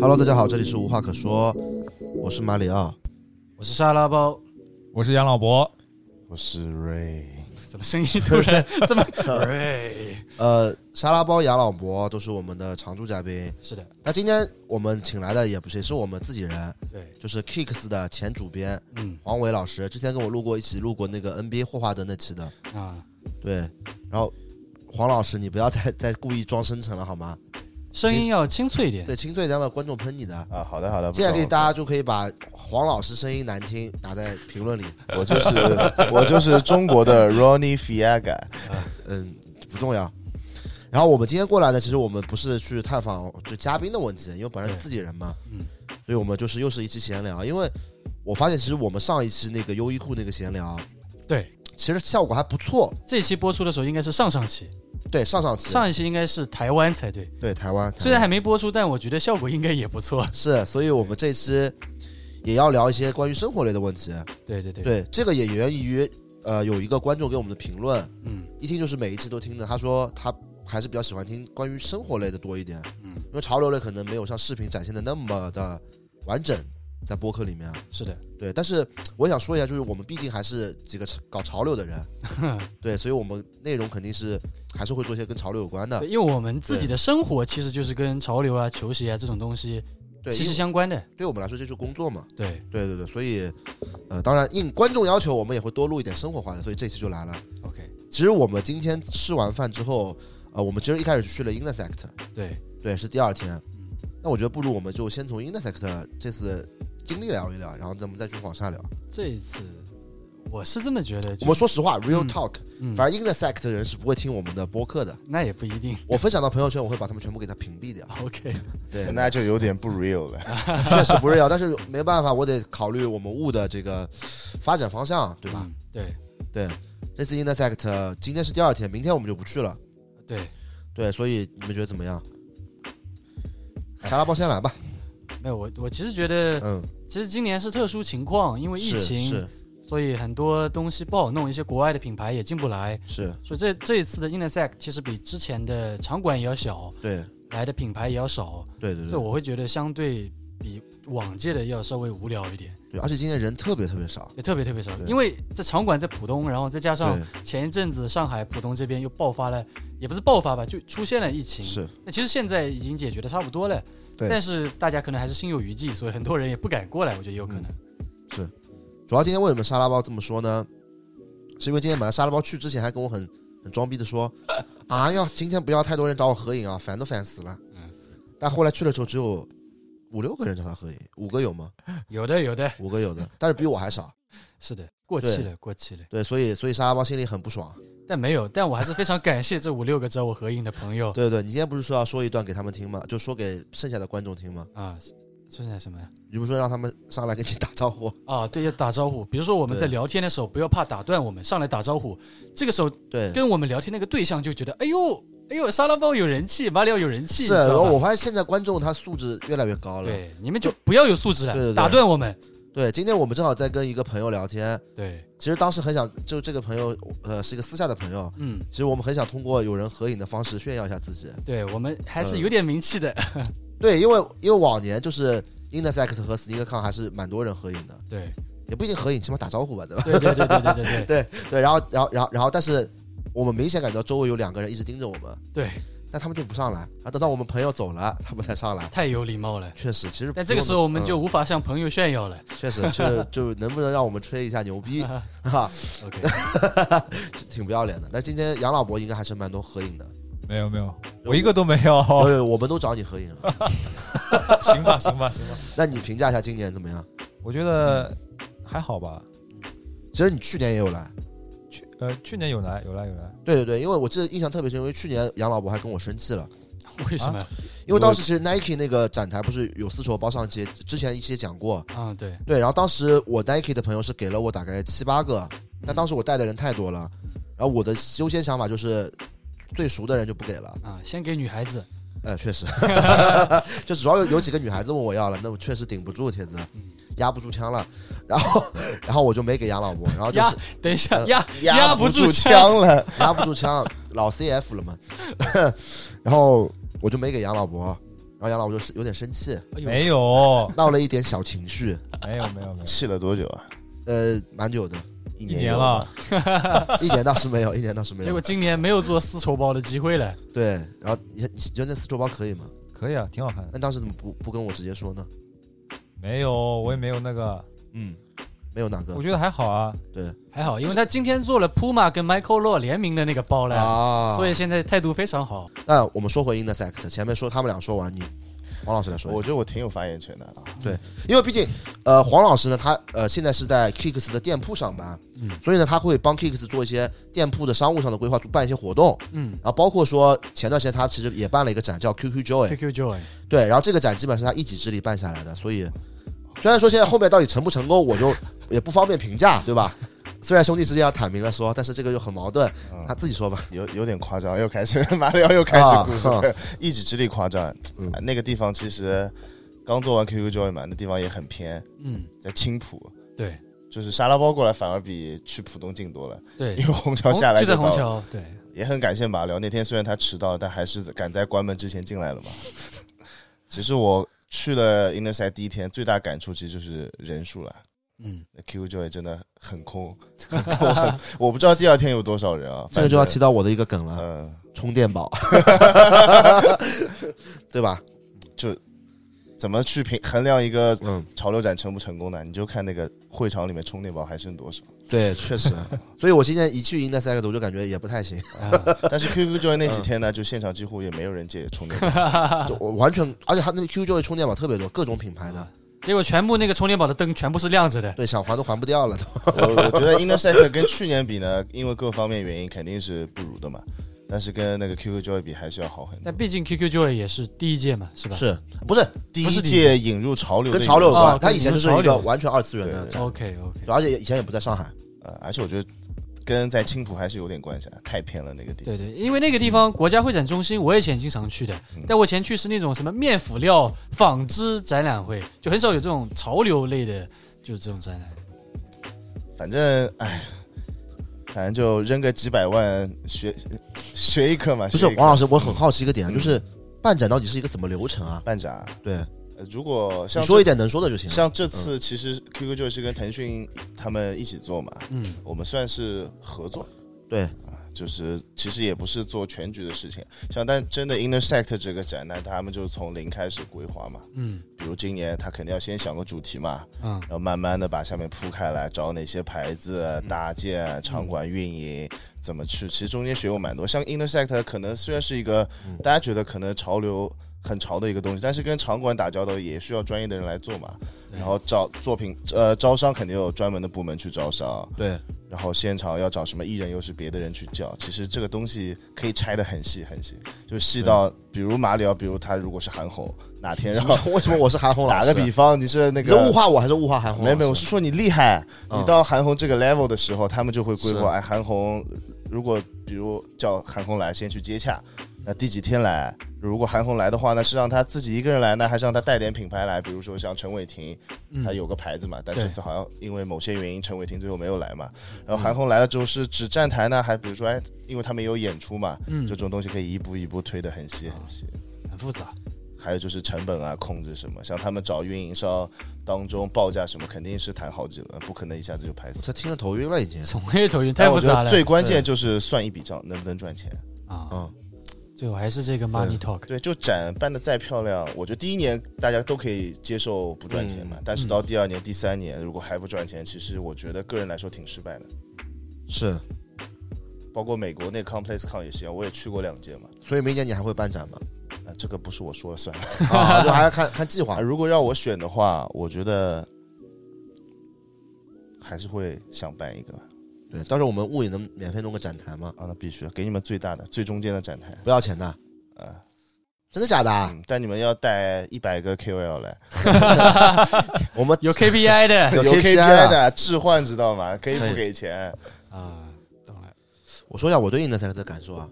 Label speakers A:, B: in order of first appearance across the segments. A: Hello，大家好，这里是无话可说，我是马里奥，
B: 我是沙拉包，
C: 我是杨老伯，
A: 我是 Ray。
B: 怎么声音突 然这么？喂，
A: 呃，沙拉包、杨老伯都是我们的常驻嘉宾。
B: 是的，
A: 那今天我们请来的也不是，也是我们自己人，
B: 对，
A: 就是 Kicks 的前主编
B: 嗯
A: 黄伟老师，之前跟我录过一起录过那个 NBA 霍华德那期的，
B: 啊，
A: 对。然后黄老师，你不要再 再故意装深沉了好吗？
B: 声音要清脆一点。
A: 对，清脆让的观众喷你的。
D: 啊，好的好的，
A: 现在可以，
D: 搭。
A: 大家就可以把黄老师声音难听打在评论里，
D: 我就是我就是中国的 Ronnie Fiaga，
A: 嗯，不重要。然后我们今天过来呢，其实我们不是去探访就嘉宾的问题，因为本来是
B: 对
A: 自己人嘛，
B: 嗯，
A: 所以我们就是又是一期闲聊。因为我发现其实我们上一期那个优衣库那个闲聊，
B: 对，
A: 其实效果还不错。
B: 这期播出的时候应该是上上期，
A: 对，上上期
B: 上一期应该是台湾才对。
A: 对台湾，
B: 虽然
A: 台
B: 还没播出，但我觉得效果应该也不错
A: 湾。是，所以我们这期也要聊一些关于生活类的问题。
B: 对对对，
A: 对，这个也源于呃有一个观众给我们的评论，
B: 嗯，
A: 一听就是每一期都听的。他说他还是比较喜欢听关于生活类的多一点，
B: 嗯
A: 因为潮流类可能没有像视频展现的那么的完整，在播客里面。啊
B: 是的，
A: 对，但是我想说一下，就是我们毕竟还是几个搞潮流的 人，对，所以我们内容肯定是还是会做一些跟潮流有关的
B: 对。因为我们自己的生活其实就是跟潮流啊、球鞋啊这种东西
A: 对，
B: 息
A: 因
B: 息
A: 为
B: 相关的。
A: 对我们来说这就是工作嘛。
B: 对
A: 对对对，所以呃，当然应观众要求，我们也会多录一点生活化的，所以这期就来了。
B: ，OK，
A: 其实我们今天吃完饭之后，呃，我们其实一开始去了 Intersect，
B: 对，
A: 对，是第二天。那我觉得不如我们就先从 Intersect 这次经历聊一聊，然后咱们再去往下聊。
B: 这一次我是这么觉得，就是
A: 我们说实话，real talk，、
B: 嗯
A: 反正 Intersect 的人是不会听我们的播客的。
B: 那也不一定。
A: 我分享到朋友圈，我会把他们全部给他屏蔽掉。
B: OK，
A: 对，
D: 那就有点不 real 了。
A: 确实不 real，但是没办法，我得考虑我们物的这个发展方向，对吧？
B: 嗯，对
A: 对，这次 Intersect 今天是第二天，明天我们就不去了。
B: 对，
A: 对，所以你们觉得怎么样？
B: 哎
A: 沙拉包先来吧。
B: 没有我我其实觉得
A: 嗯，
B: 其实今年是特殊情况，因为疫
A: 是
B: 情，
A: 是
B: 所以很多东西不好弄，一些国外的品牌也进不来，
A: 是，
B: 所以这这一次的 Intersect 其实比之前的场馆也要小，
A: 对
B: 来的品牌也要少，
A: 对对
B: 所以
A: 对
B: 我会觉得相对比往届的要稍微无聊一点，
A: 对，而且今天人特别特别少。
B: 也特别特别少，
A: 对
B: 因为这场馆在浦东，然后再加上
A: 对，
B: 前一阵子上海浦东这边又爆发了，也不是爆发吧，就出现了疫情，
A: 是
B: 那其实现在已经解决的差不多了，
A: 对
B: 但是大家可能还是心有余悸，所以很多人也不敢过来，我觉得也有可能。
A: 嗯主要今天为什么沙拉包这么说呢？是因为今天本来沙拉包去之前还跟我很很装逼的说，啊要今天不要太多人找我合影啊，烦都烦死了。
B: 嗯
A: 但后来去的时候只有五六个人找他合影，五个有吗？
B: 有的，有的，
A: 五个有的，但是比我还少。
B: 是的，过
A: 对
B: 气了，过气了。
A: 对，所以所以沙拉包心里很不爽。
B: 但没有，但我还是非常感谢这五六个找我合影的朋友
A: 对对，你今天不是说要说一段给他们听吗？就说给剩下的观众听吗？
B: 啊。剩下什么呀？
A: 你不是说让他们上来跟你打招呼？
B: 啊，对，要打招呼。比如说我们
A: 对
B: 在聊天的时候，不要怕打断我们，上来打招呼。这个时候
A: 对，
B: 跟我们聊天那个对象就觉得，哎呦，哎呦，沙拉包有人气，马里奥有人气，
A: 是。
B: 你知
A: 然
B: 道
A: 后
B: 吧
A: 我发现现在观众他素质越来越高了。
B: 对，你们就不要有素质了，
A: 对对对
B: 打断我们。
A: 对，今天我们正好在跟一个朋友聊天，
B: 对，
A: 其实当时很想，就这个朋友，呃，是一个私下的朋友。
B: 嗯，
A: 其实我们很想通过有人合影的方式炫耀一下自己。
B: 对我们还是
A: 嗯
B: 有点名气的。
A: 对，因为因为往年就是 Intersect 和 SneakerCon 还是蛮多人合影的，
B: 对，
A: 也不一定合影，起码打招呼吧，对吧？
B: 对对对对对对对
A: 对，然后然后然后然后，但是我们明显感觉到周围有两个人一直盯着我们，
B: 对，
A: 但他们就不上来，然后等到我们朋友走了，他们才上来。
B: 太有礼貌了。
A: 确实，其实
B: 但这个时候我们就
A: 嗯
B: 无法向朋友炫耀了。
A: 确实就是就是能不能让我们吹一下牛 逼哈，
B: OK，
A: 挺不要脸的。但今天杨老伯应该还是蛮多合影的，
C: 没有没有，我一个都没有。
A: 对，我们都找你合影了。
C: 行吧行吧行吧，
A: 那你评价一下今年怎么样？
C: 我觉得还好吧。
A: 其实你去年也有来，
C: 去呃去年有来有来有来，
A: 对对对，因为我记得印象特别深，因为去年杨老伯还跟我生气了，
B: 为什么？
A: 因为当时其实 Nike 那个展台不是有丝绸包上街，之前一期也讲过，
B: 啊，对，
A: 对，然后当时我 Nike 的朋友是给了我大概七八个，但当时我带的人太多了，然后我的优先想法就是最熟的人就不给了，
B: 啊，先给女孩子，
A: 呃，确实， 就主要有有几个女孩子问我要了，那我确实顶不住，铁子压不住枪了，然后然后我就没给杨老伯，然后啊就是
B: 压，等一下，压 压不
D: 不
B: 住枪，
D: 枪了，
A: 压不住枪，老 CF 了嘛， 然后我就没给杨老伯，然后杨老伯就是有点生气，
B: 哎呦
C: 没有，
A: 闹了一点小情绪，
C: 没有，没有，没有。
D: 气了多久啊？
A: 呃，蛮久的，
D: 一
C: 一年
D: 有
C: 了
D: 吧，
A: 一年倒是没有，一年倒是没
B: 结
A: 有
B: 果，今年没有做丝绸包的机会了，
A: 对，然后你你觉得那丝绸包可以吗？
C: 可以啊，挺好看的。
A: 那当时怎么不不跟我直接说呢？
C: 没有，我也没有那个，
A: 嗯，没有哪个
C: 我觉得还好啊。
B: 还好，因为他今天做了 Puma 跟 Michael Law 联名的那个包了，
A: 啊，
B: 所以现在态度非常好。
A: 那我们说回 Intersect，前面说他们俩说完，你黄老师来说一
D: 我
A: 下，
D: 觉得我挺有发言权的啊。
A: 因为毕竟呃黄老师呢，他呃现在是在 Kicks 的店铺上班，
B: 嗯
A: 所以呢他会帮 Kicks 做一些店铺的商务上的规划，办一些活动，
B: 嗯
A: 然后包括说前段时间他其实也办了一个展叫 QQ Joy，
B: ，QQ Joy，
A: 对，然后这个展基本上是他一己之力办下来的，所以虽然说现在后面到底成不成功，我就也不方便评价，对吧？虽然兄弟之间要坦明了说，但是这个又很矛盾，
D: 嗯
A: 他自己说吧。
D: 有有点夸张，又开始 马里奥又开始
A: 啊
D: 故
A: 哼
D: 事，一己之力夸张。啊
A: 嗯
D: 那个地方其实刚做完 QQ Joy 嘛，那地方也很偏，
B: 嗯，
D: 在青浦，
B: 对
D: 就是沙拉包过来反而比去浦东近多了，因
B: 对，
D: 为虹桥下来
B: 哦就在
D: 到
B: 虹
D: 了
B: 桥，对，
D: 也很感谢马辽，那天虽然他迟到了，但还是赶在关门之前进来了嘛。 其实我去了 Innerside 第一天，最大感触其实就是人数了。
B: 嗯，
D: Q Joy 真的很空， 很空很我不知道第二天有多少人啊。
A: 这个就要
D: 反
A: 提到我的一个梗
D: 正
A: 了，
D: 嗯，
A: 充电宝，对吧？
D: 怎么去评衡量一个
A: 嗯，
D: 潮流展成不成功呢？你就看那个会场里面充电宝还剩多少。
A: 对，确 实。所以我今天一去 Intersect，我就感觉也不太行，
B: 啊
D: 但是 QQ Joy 那几天呢，就现场几乎也没有人借充电宝。
A: 就我完全，而且他那个 QQ 的充电宝特别多，各种品牌
D: 啊
A: 的，
B: 结果全部那个充电宝的灯全部是亮着的，
A: 对，想还都还不掉了都。
D: 我我觉得 Intersect 跟去年比呢，因为各方面原因肯定是不如的嘛，但是跟那个 QQ Joy 比还是要好很多
B: 但。毕竟 QQ Joy 也是第一届嘛，是吧？
A: 是不是
D: 第
B: 不
D: 一
B: 是你
D: 届引入潮流的
A: 跟潮流有
D: 元素
A: 关？
B: 哦
A: 他以前就是一
B: 跟潮
A: 个
B: 流
A: 完全二次元的
D: 对
A: 展，
B: OK OK，
A: 对而且以前也不在上海。
D: 呃，而且我觉得跟在青浦还是有点关系啊，太偏了那个地
B: 对
D: 方。
B: 对，因为那个地方国家会展中心，我以前经常去的，但我以前去是那种什么面辅料、纺织展览会，就很少有这种潮流类的，就是这种展览。
D: 反正哎，反正就扔个几百万学学一课嘛。
A: 不是
D: 学一课
A: 王老师，我很好奇一个点，啊
D: 嗯
A: 就是办展到底是一个什么流程啊？
D: 办展，
A: 对，
D: 呃如果像
A: 你说一
D: 这
A: 点嗯能说的就行了。
D: 像这次其实 QQ 就是跟腾讯他们一起做嘛，
B: 嗯，
D: 我们算是合作。
A: 对，
D: 就是其实也不是做全局的事情，像但真的 Intersect 这个展，那他们就从零开始规划嘛。
B: 嗯
D: 比如今年他肯定要先想个主题嘛，
B: 嗯
D: 然后慢慢的把下面铺开来，找哪些牌子啊搭建、场
B: 嗯
D: 馆运营怎么去。其实中间学过蛮多，像 Intersect 可能虽然是一个
B: 嗯
D: 大家觉得可能潮流很潮的一个东西，但是跟场馆打交道也需要专业的人来做嘛。
B: 对
D: 然后找作品呃招商肯定有专门的部门去招商，
A: 对，
D: 然后现场要找什么艺人，又是别的人去叫。其实这个东西可以拆得很细很细，就细到比如马里奥，比如他如果是韩红，哪天然
A: 然
D: 后
A: 后 为什么我是韩红老
D: 打
A: 师？
D: 个比方，你是那
A: 你是
D: 个
A: 物化我还是物化韩红老
D: 没
A: 师？
D: 有没有，我是说你厉害，
A: 嗯
D: 你到韩红这个 level 的时候，他们就会规
A: 是
D: 划，哎，韩红如果比如叫韩红来，先去接洽，那第几天来？如果韩红来的话呢，是让他自己一个人来呢，还是让他带点品牌来？比如说像陈伟霆，他
B: 嗯，
D: 有个牌子嘛，但
B: 对嗯
D: 这次好像因为某些原因，陈伟霆最后没有来嘛。然后韩红来了之后是只站台呢，还比如说哎，因为他们也有演出嘛，
B: 嗯
D: 这种东西可以一步一步推得很细很细。
B: 很复杂。
D: 还有就是成本啊，控制什么，像他们找运营商当中报价什么，肯定是谈好几轮，不可能一下子就拍死。
A: 他听得头晕了已经。
B: 从黑头晕太
D: 但
B: 复
D: 我觉
B: 杂
D: 得
B: 了
D: 最关键就是算一笔账，能不能赚钱。
B: 啊！
A: 嗯，
B: 最后还是这个 money talk。
D: 对，就展办的再漂亮，我觉得第一年大家都可以接受不赚钱嘛，
B: 嗯
D: 但是到第二年、第三年如果还不赚钱，其实我觉得个人来说挺失败的。
A: 是，
D: 包括美国那 ComplexCon 也是一样，我也去过两届嘛。
A: 所以明年你还会办展 吗？
D: 啊，这个不是我说 了算了。
A: 啊，就还要看看计划
D: 啊，。如果让我选的话，我觉得还是会想办一个
A: 对，到时候我们物影能免费弄个展台吗？
D: 啊，那必须给你们最大的、最中间的展台
A: 不要钱的，
D: 啊。
A: 真的假的啊？
D: 嗯，但你们要带一百个 KOL 来，
A: 我们
B: 有 KPI 的
A: 有 KPI
D: KPI 的置换知道吗？给
B: 哎
D: 不给钱？
B: 啊，懂了。
A: 我说一下我对 Intersect 的感受啊。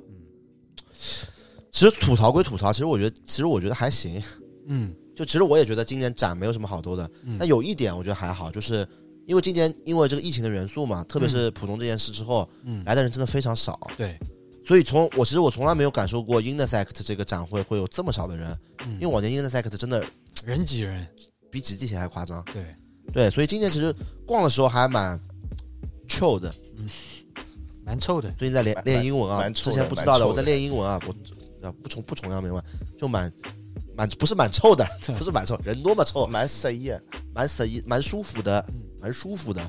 A: 其实吐槽归吐槽，其实我觉得，其实我觉得还行。
B: 嗯
A: 就其实我也觉得今年展没有什么好多的，
B: 嗯
A: 但有一点我觉得还好，就是因为今年因为这个疫情的元素嘛，特别是浦东这件事之后，
B: 嗯，
A: 来的人真的非常少。
B: 对，
A: 所以从我其实我从来没有感受过 Intersect 这个展会会有这么少的人，
B: 嗯
A: 因为往年 Intersect 真的
B: 人挤人，
A: 比挤地铁还夸张。
B: 对，
A: 对，所以今年其实逛的时候还蛮 chill 的。
B: 蛮臭的。
A: 最近在练
D: 蛮
A: 练英文啊，
D: 蛮
A: 之
D: 臭的
A: 前不知道
D: 蛮臭的
A: 我在练英文啊，我啊不崇不崇洋媚外，就蛮蛮不是蛮臭的，不是蛮臭，人多嘛臭，
D: 蛮随意，
A: 蛮随意，蛮舒服的，蛮舒服的。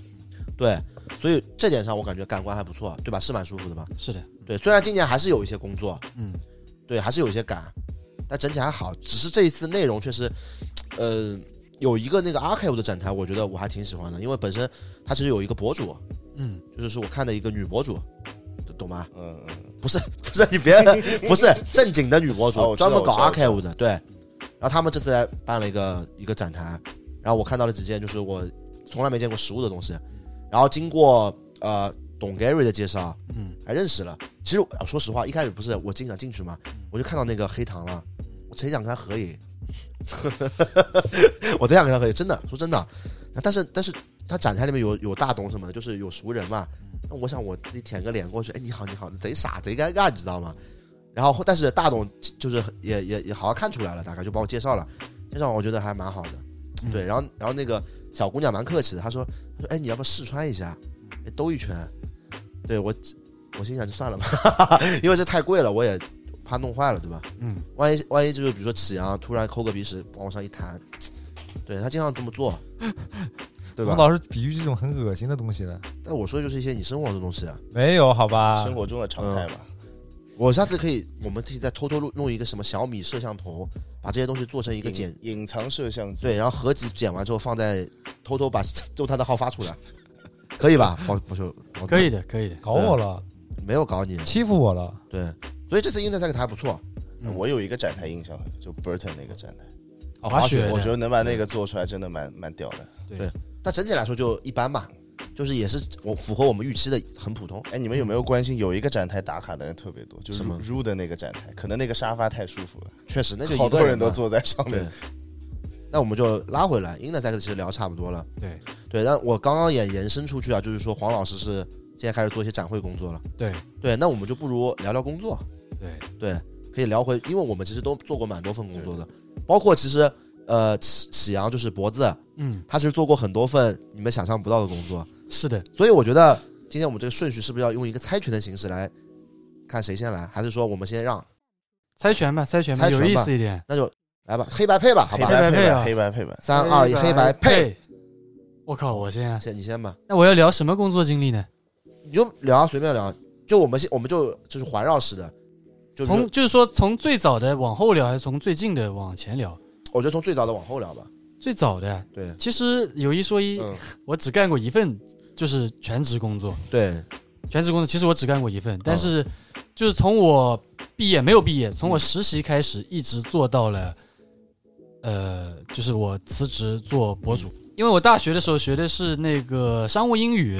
A: 对，所以这点上我感觉感官还不错，啊对吧？是蛮舒服的吧？
B: 是的，
A: 对，虽然今年还是有一些工作，
B: 嗯，
A: 对，还是有一些赶，但整体还好。只是这一次内容确实，呃，有一个那个 archive 的展台，我觉得我还挺喜欢的，因为本身它其实有一个博主，
B: 嗯，
A: 就是是我看的一个女博主，懂吗？
D: 嗯，嗯
A: 不是不是，你别 不是正经的女博
D: 哦
A: 主，
D: 我知道
A: 专门搞
D: 我知道
A: archive 的，对。然后他们这次来办了一个一个展台，然后我看到了几件就是我从来没见过实物的东西，然后经过呃董 Gary 的介绍，
B: 嗯，
A: 还认识了。其实我说实话，一开始不是我经常进去嘛，我就看到那个黑糖了，我贼想跟他合影， 我贼想跟他合影，真的说真的。但是但是他展台里面有有大董什么的，就是有熟人嘛。那我想我自己舔个脸过去，哎，你好你好，贼傻贼尴尬，你知道吗？然后但是大董就是也也也好像看出来了，大概就把我介绍了，介绍我觉得还蛮好的，
B: 嗯
A: 对。然后然后那个小姑娘蛮客气的，她说她说哎你要不要试穿一下，哎兜一圈，对我我心想就算了吧， 因为这太贵了，我也怕弄坏了，对吧？
B: 嗯，
A: 万一万一就是比如说启阳突然抠个鼻屎往我上一弹，对他经常这么做，对
C: 怎
A: 吧？
C: 么老是比喻这种很恶心的东西呢？
A: 但我说的就是一些你生活的东西啊，
C: 没有好吧？
D: 生活中的常态嘛。
A: 嗯我下次可以，我们可以再偷偷录弄一个什么小米摄像头，把这些东西做成一个剪
D: 隐，隐藏摄像机，
A: 对，然后合集剪完之后放在偷偷把 用他的号发出来，可以吧？我我说我
B: 可以的，可以的。
C: 搞我了，
A: 没有搞你，
C: 欺负我了。
A: 对，所以这次 Intersect 还不错，
B: 嗯
D: 我有一个展台印象，就 Burton 那个展台，
B: 哦
A: 滑
B: 滑
A: 雪
B: 雪
A: 对
B: 的，
D: 我觉得能把那个做出来真的蛮蛮屌的。
A: 但整体来说就一般吧，就是也是我符合我们预期的，很普通。
D: 哎，你们有没有关心有一个展台打卡的人特别多，就
A: 嗯
D: 是
A: 什么
D: Ru 的那个展台，可能那个沙发太舒服了，
A: 确实，那就一个
D: 好多人
A: 嘛
D: 都坐在上
A: 对
D: 面。。
A: 那我们就拉回来，Intersect 其实聊差不多了。
B: 对
A: 对，但我刚刚也延伸出去啊，就是说黄老师是现在开始做一些展会工作了。
B: 对
A: 对，那我们就不如聊聊工作。
B: 对，
A: 对，可以聊回，因为我们其实都做过蛮多份工作的，包括其实呃，启启阳就是脖子，
B: 嗯，
A: 他其实做过很多份你们想象不到的工作，
B: 是的，
A: 所以我觉得今天我们这个顺序是不是要用一个猜拳的形式来看谁先来，还是说我们先让？
B: 猜拳吧，猜拳吧，
A: 猜拳
B: 有
A: 吧
B: 意思一点。
A: 那就来吧，黑白配吧，好
D: 黑
A: 吧，
B: 黑白
D: 白
B: 配
D: 配
B: 啊
D: 吧，黑白配吧，
A: 三二一，黑白配，。
B: 呃我靠，我先啊，
A: 先你先吧，
B: 那我要聊什么工作经历呢？
A: 你就聊啊随便聊，就我们先我们就就是环绕式的，就比如
B: 从就是说从最早的往后聊，还是从最近的往前聊？
A: 我觉得从最早的往后聊吧，
B: 最早的，
A: 对，
B: 其实有一说一，
A: 嗯，
B: 我只干过一份就是全职工作，
A: 对，
B: 全职工作其实我只干过一份，
A: 嗯
B: 但是就是从我毕业没有毕业，从我实习开始一直做到了，呃，就是我辞职做博主，因为我大学的时候学的是那个商务英语，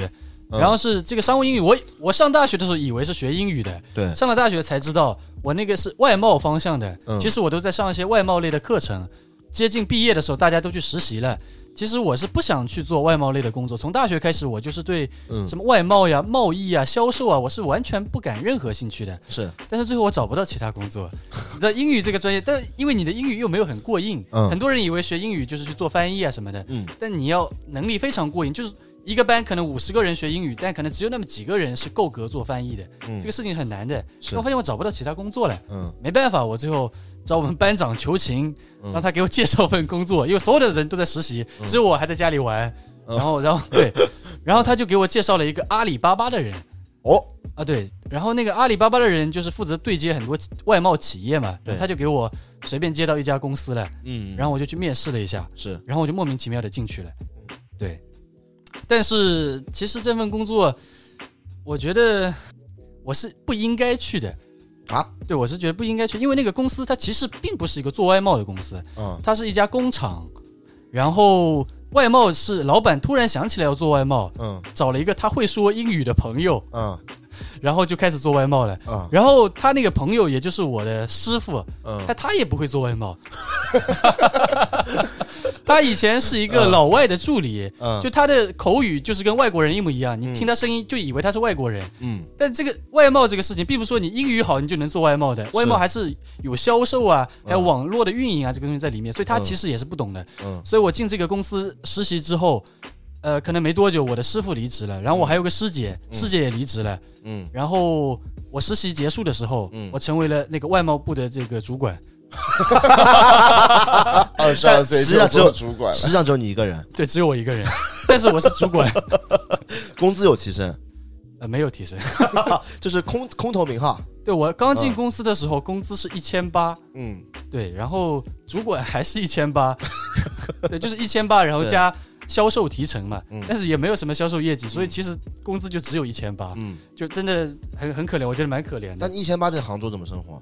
A: 嗯
B: 然后是这个商务英语，我我上大学的时候以为是学英语的，
A: 对
B: 上了大学才知道我那个是外贸方向的，
A: 嗯
B: 其实我都在上一些外贸类的课程，接近毕业的时候大家都去实习了。其实我是不想去做外贸类的工作，从大学开始我就是对
A: 嗯
B: 什么外贸呀、贸易呀、销售啊，我是完全不感任何兴趣的。
A: 是，
B: 但是最后我找不到其他 工作，你知道英语这个专业，但因为你的英语又没有很过硬，
A: 嗯
B: 很多人以为学英语就是去做翻译啊什么的，
A: 嗯
B: 但你要能力非常过硬，就是一个班可能五十个人学英语，但可能只有那么几个人是够格做翻译的，
A: 嗯
B: 这个事情很难的。
A: 是
B: 但我，发现我找不到其他工作了，
A: 嗯
B: 没办法，我最后找我们班长求情，
A: 嗯
B: 让他给我介绍份工作，因为所有的人都在实习，只有我还在家里玩。
A: 嗯
B: 然后，然后对，然后他就给我介绍了一个阿里巴巴的人
A: 哦，
B: 啊，对，然后那个阿里巴巴的人就是负责对接很多企外贸企业嘛，然
A: 对
B: 后他就给我随便接到一家公司了，
A: 嗯，
B: 然
A: 后
B: 后我就去面试了一下，
A: 是，
B: 然后我就莫名其妙的进去了，
A: 嗯
B: 对，但是其实这份工作，我觉得我是不应该去的
A: 啊，
B: 对我是觉得不应该去，因为那个公司它其实并不是一个做外贸的公司，
A: 嗯
B: 它是一家工厂，然后外贸是老板突然想起来要做外贸，
A: 嗯
B: 找了一个他会说英语的朋友，
A: 嗯
B: 然后就开始做外贸了。
A: 啊，
B: 然后他那个朋友，也就是我的师傅，
A: 嗯
B: 他他也不会做外贸， 他以前是一个老外的助理，
D: 嗯
B: 就他的口语就是跟外国人一模一样，
D: 嗯
B: 你听他声音就以为他是外国人。
D: 嗯
B: 但这个外贸这个事情，并不是说你英语好你就能做外贸的，外贸还是有销售啊，还有网络的运营啊，这个东西在里面，所以他其实也是不懂的。
D: 嗯
B: 所以我进这个公司实习之后，呃，可能没多久，我的师傅离职了，然后我还有个师姐，
D: 嗯
B: 师姐也离职了，
D: 嗯，
B: 然后我实习结束的时候，
D: 嗯
B: 我成为了那个外贸部的这个主管。
D: 二十二岁
A: 实际上
D: 就
A: 只有
D: 做主管
A: 实
D: 了，
A: 际上只有你一个人，
B: 对，只有我一个人，但是我是主管，
A: 工资有提升，
B: 呃，没有提升。
A: 就是空空头名号，
B: 对我刚进公司的时候，工资是一千八，
D: 嗯
B: 对，然后主管还是一千 八，对，就是一千八，然后加销售提成嘛
D: 嗯，
B: 但是也没有什么销售业绩，所以其实工资就只有一千八，
D: 嗯
B: 就真的很很可怜，我觉得蛮可怜
A: 但
B: 的。
A: 一千八在杭州怎么生活？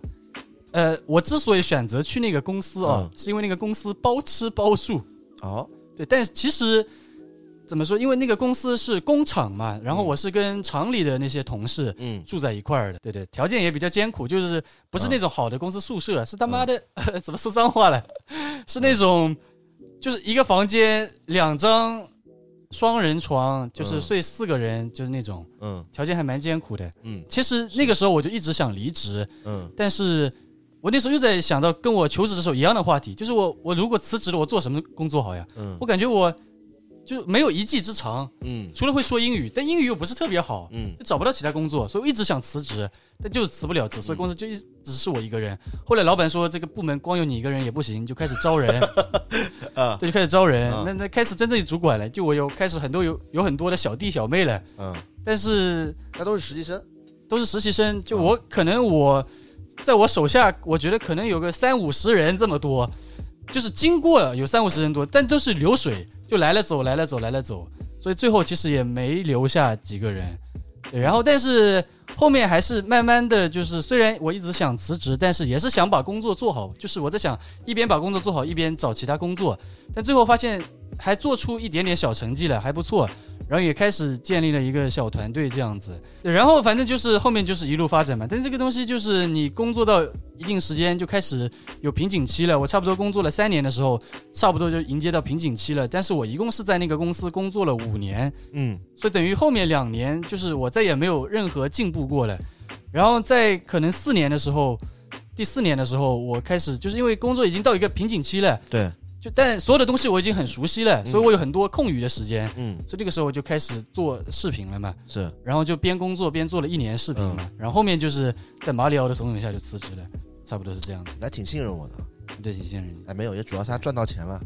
B: 呃，我之所以选择去那个公司哦，
D: 嗯
B: 是因为那个公司包吃包住，
A: 哦，
B: 对，但是其实怎么说，因为那个公司是工厂嘛，然后我是跟厂里的那些同事。
D: 嗯
B: 住在一块儿的，啊对对，条件也比较艰苦，就是不是那种好的公司宿舍，是他妈的、 怎么说脏话了？ 是那种就是一个房间两张双人床，就是
D: 嗯
B: 睡四个人，就是那种
D: 嗯
B: 条件还蛮艰苦的。
D: 嗯
B: 其实那个时候我就一直想离职，
D: 嗯
B: 但是我那时候又在想到跟我求职的时候一样的话题，就是我我如果辞职了，我做什么工作好呀？
D: 嗯
B: 我感觉我就没有一技之长，
D: 嗯
B: 除了会说英语，但英语又不是特别好，
D: 嗯
B: 就找不到其他工作，所以我一直想辞职，但就是辞不了职，所以公司
D: 嗯
B: 就一直只是我一个人。后来老板说这个部门光有你一个人也不行，就开始招人，
D: 啊
B: 对，就开始招人。
D: 嗯
B: 那那开始真正有主管了，就我有开始很多有有很多的小弟小妹了，
D: 嗯
B: 但是
A: 那都是实习生，
B: 都是实习生，就我可能我在我手下，我觉得可能有个三五十人这么多，就是经过有三五十人多，但都是流水，就来了走，来了走，来了走，所以最后其实也没留下几个人。对，然后但是后面还是慢慢的就是，虽然我一直想辞职，但是也是想把工作做好，就是我在想一边把工作做好，一边找其他工作，但最后发现还做出一点点小成绩了，还不错，然后也开始建立了一个小团队这样子。对然后反正就是后面就是一路发展嘛。但这个东西就是你工作到一定时间就开始有瓶颈期了。我差不多工作了三年的时候，差不多就迎接到瓶颈期了。但是我一共是在那个公司工作了五年，
D: 嗯
B: 所以等于后面两年就是我再也没有任何进步过了。然后在可能四年的时候，第四年的时候，我开始就是因为工作已经到一个瓶颈期了，
D: 对，
B: 就但所有的东西我已经很熟悉了，所以我有很多空余的时间。
D: 嗯
B: 所以这个时候我就开始做视频了嘛，
D: 是，
B: 然后就边工作边做了一年视频嘛，然后后面就是在马里奥的怂恿下就辞职了，差不多是这样子。
A: 你还挺信任我的。
B: 对，一线人，
A: 哎，没有，也主要是他赚到钱了。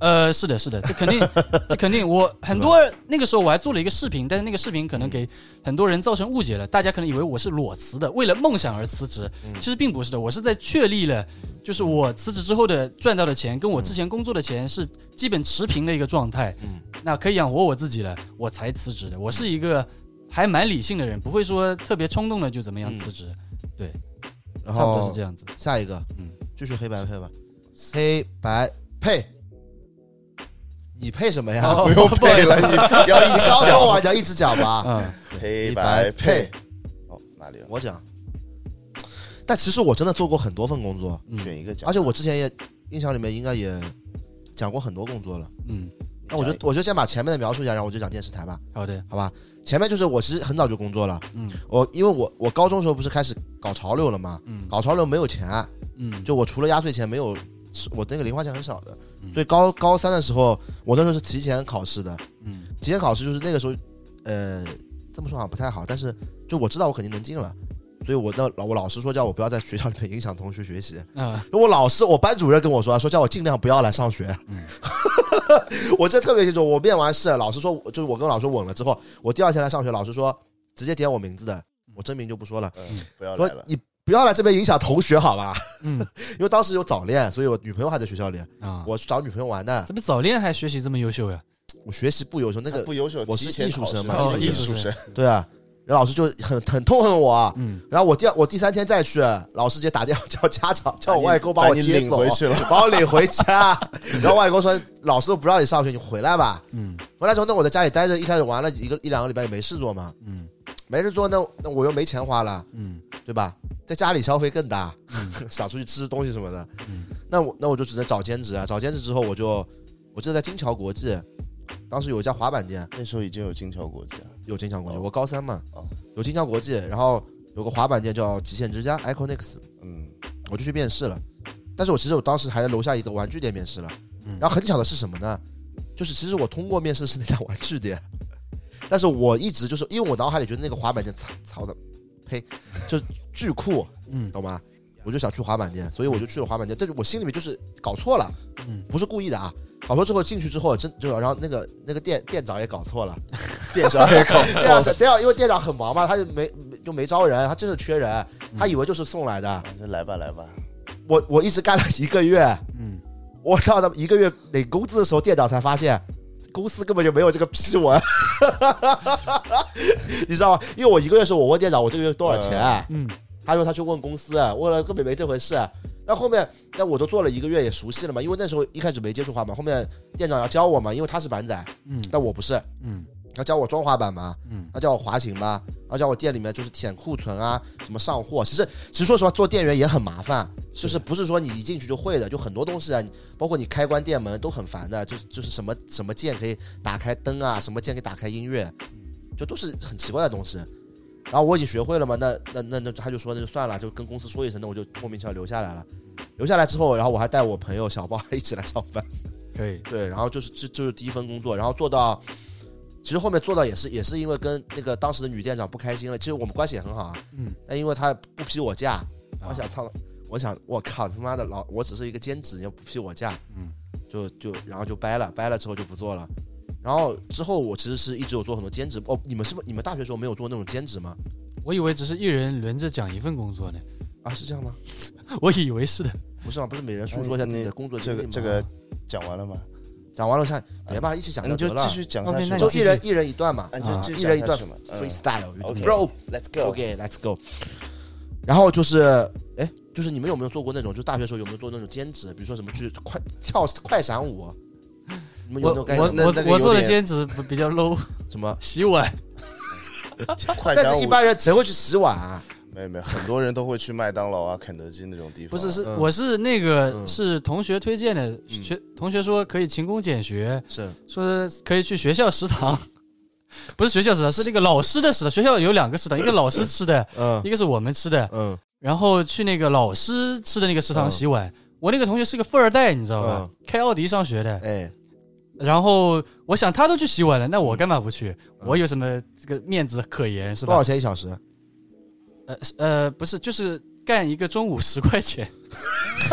B: 呃，是的，是的，这 肯定，这肯定，我很多那个时候我还做了一个视频，但是那个视频可能
D: 嗯
B: 给很多人造成误解了，大家可能以为我是裸辞的，为了梦想而辞职，
D: 嗯
B: 其实并不是的，我是在确立了，就是我辞职之后的赚到的钱跟我之前工作的钱是基本持平的一个状态，
D: 嗯
B: 那可以养活我自己了，我才辞职的。我是一个还蛮理性的人，不会说特别冲动的就怎么样辞职，
D: 嗯
A: 然
B: 差不多
A: 后
B: 是这样子。
A: 下一个，
B: 嗯，
A: 继续黑白配吧。黑白配，你配什么呀？
B: 哦
D: 不用配了，你不要一
A: 你
D: 直
A: 刚说
D: 讲
A: 完你要一直讲吧。
B: 嗯，
D: 黑
A: 白
D: 白
A: 配
D: 配，哦哪里有？
A: 我讲，但其实我真的做过很多份工作，
B: 嗯
D: 选一个
A: 嗯
D: 讲，
A: 而且我之前也印象里面应该也讲过很多工作了。
B: 嗯，
A: 那我就
D: 讲一个
A: 我就先把前面的描述一下，然后我就讲电视台吧，
B: 好的，
A: 好吧？前面就是我其实很早就工作了，
B: 嗯
A: 我因为我我高中时候不是开始搞潮流了嘛，
B: 嗯
A: 搞潮流没有钱啊，
B: 嗯，
A: 就我除了压岁钱没有，是我那个零花钱很少的，所以高高三的时候，我那时候是提前考试的，
B: 嗯
A: 提前考试就是那个时候，呃，这么说好像不太好，但是就我知道我肯定能进了，所以我的老我老师说叫我不要在学校里面影响同学学习，
B: 啊
A: 因为我老师我班主任跟我说说叫我尽量不要来上学，
D: 嗯
A: 我这特别清楚，我面完试，老师说就是我跟老师稳了之后，我第二天来上学，老师说直接点我名字的，我真名就不说了。
D: 嗯不要
A: 说
D: 来了，
A: 你不要来这边影响同学好吧？
B: 嗯
A: 因为当时有早恋，所以我女朋友还在学校里，
B: 啊，
A: 我去找女朋友玩的。
B: 怎么早恋还学习这么优秀呀？
A: 我学习不优秀，那
D: 他
A: 个
D: 不优秀，
A: 我是
D: 提前
A: 艺术
D: 考试
A: 生嘛
B: 哦
D: 艺
B: 艺术
D: 术
B: 生
D: 生，
A: 对啊，然后老师就很很痛恨我。啊
B: 嗯
A: 然后我第二我第三天再去，老师直接打电话 叫家长叫我外公
D: 把
A: 把我
D: 你
A: 接
D: 领
A: 走，
D: 回去了。
A: 把我领回 家。然后外公说老师都不让你上学，你回来吧。
B: 嗯
A: 回来之后，那我在家里待着，一开始玩了一个一两个礼拜也没事做嘛，
B: 嗯
A: 没事做，那那我又没钱花了，
B: 嗯，
A: 对吧？在家里消费更大，
D: 嗯
A: 想出去吃东西什么的，
B: 嗯
A: 那我那我就只能找兼职啊。找兼职之后，我就我记得在金桥国际，当时有一家滑板店，
D: 那时候已经有金桥国际了，
A: 有金桥国际，
D: 哦
A: 我高三嘛
D: 哦，
A: 有金桥国际，然后有个滑板店叫极限之家 （Iconix），
D: 嗯，
A: 我就去面试了。但是我其实我当时还在楼下一个玩具店面试了，
B: 嗯
A: 然后很巧的是什么呢？就是其实我通过面试是那家玩具店，但是我一直就是因为我脑海里觉得那个滑板店操操的，呸，就是巨酷，
B: 嗯
A: 懂吗？我就想去滑板店，所以我就去了滑板店。但是我心里面就是搞错了，
B: 嗯
A: 不是故意的啊。搞错之后进去之后，真就然后那个那个店店长也搞错了，
D: 电商也 搞
A: 店长
D: 错，
A: 店啊长因为店长很忙嘛，他就没没就没招人，他真是缺人，他以为就是送来的。
D: 反正来吧来吧，
A: 我我一直干了一个月，
B: 嗯，
A: 我到他们一个月领工资的时候，店长才发现公司根本就没有这个批文， 你知道吗？因为我一个月的时候，我问店长我这个月多少钱，
B: 嗯
A: 他说他去问公司，问了根本没这回事。那后面，那我都做了一个月，也熟悉了嘛，因为那时候一开始没接触滑板，后面店长要教我嘛，因为他是板仔，
B: 嗯
A: 但我不是，
B: 嗯
A: 他教我装滑板嘛，
B: 嗯
A: 他教我滑行嘛，他教我店里面就是舔库存啊，什么上货。其实其实说实话，做店员也很麻烦，就是不是说你一进去就会的，就很多东西啊，你包括你开关店门都很烦的，就是就是什么什么键可以打开灯啊，什么键可以打开音乐，就都是很奇怪的东西。然后我已经学会了嘛，那那那那他就说那就算了，就跟公司说一声，那我就莫名其妙留下来了。留下来之后，然后我还带我朋友小包 一起来上班。
B: 可以
A: 对，然后就是这就是第一份工作，然后做到，其实后面做到也是也是因为跟那个当时的女店长不开心了，其实我们关系也很好啊，
B: 嗯，
A: 但因为她不批我假，
B: 啊
A: 我想操，我想我靠他妈的老，我只是一个兼职，你要不批我假，
B: 嗯，
A: 就就然后就掰了，掰了之后就不做了，然后之后我其实是一直有做很多兼职，哦，你们是不你们大学时候没有做那种兼职吗？
B: 我以为只是一人轮着讲一份工作呢，
A: 啊，是这样吗？
B: 我以为是的。
A: 不是吗？不是每人述说一下自己的工作
D: 嗯这
A: 经历
D: 个
A: 吗？
D: 这个讲完了吗？
A: 讲完了，我看别吧，一起讲
D: 你就
A: 得了
D: 继，续讲下
B: OK，
D: 去
B: 那
D: 吧，
B: 你
A: 就一人一人一段嘛，
D: 啊你就继续
A: 一人一
D: 讲
A: 段
D: 下去嘛嗯
A: freestyle
D: OK
A: bro。
D: Let's go，
A: OK，Let's、go。然后就是，哎，就是你们有没有做过那种，就大学时候有没有做那种兼职，比如说什么去快跳快闪舞，啊你们有
B: 我
A: 没有
B: 我
A: 干
B: 我
D: 那那个有
B: 我做的
D: 点
B: 兼职比比较 low，
A: 什么？
B: 洗碗。
D: 快
A: 但
D: 讲
A: 是
D: 五
A: 一般人谁会去洗碗啊？
D: 没有没有，很多人都会去麦当劳啊、肯德基那种地方。
B: 不是，是
A: 嗯
B: 我是那个
A: 嗯
B: 是同学推荐的，
A: 嗯
B: 学同学说可以勤工俭学，
A: 是
B: 说可以去学校食堂， 不是学校食堂，是那个老师的食堂。学校有两个食堂，一个老师 吃的，
A: 嗯
B: 一个是我们吃的。
A: 嗯
B: 然后去那个老师吃的那个食堂
A: 嗯
B: 洗碗。我那个同学是个富二代，你知道吧
A: 嗯？
B: 开奥迪上学的。
A: 哎，
B: 然后我想他都去洗碗了，那我干嘛不去？
A: 嗯
B: 我有什么这个面子可言是
A: 多少
B: 吧？
A: 钱一小时？
B: 呃是呃，不是，就是干一个中午十块钱，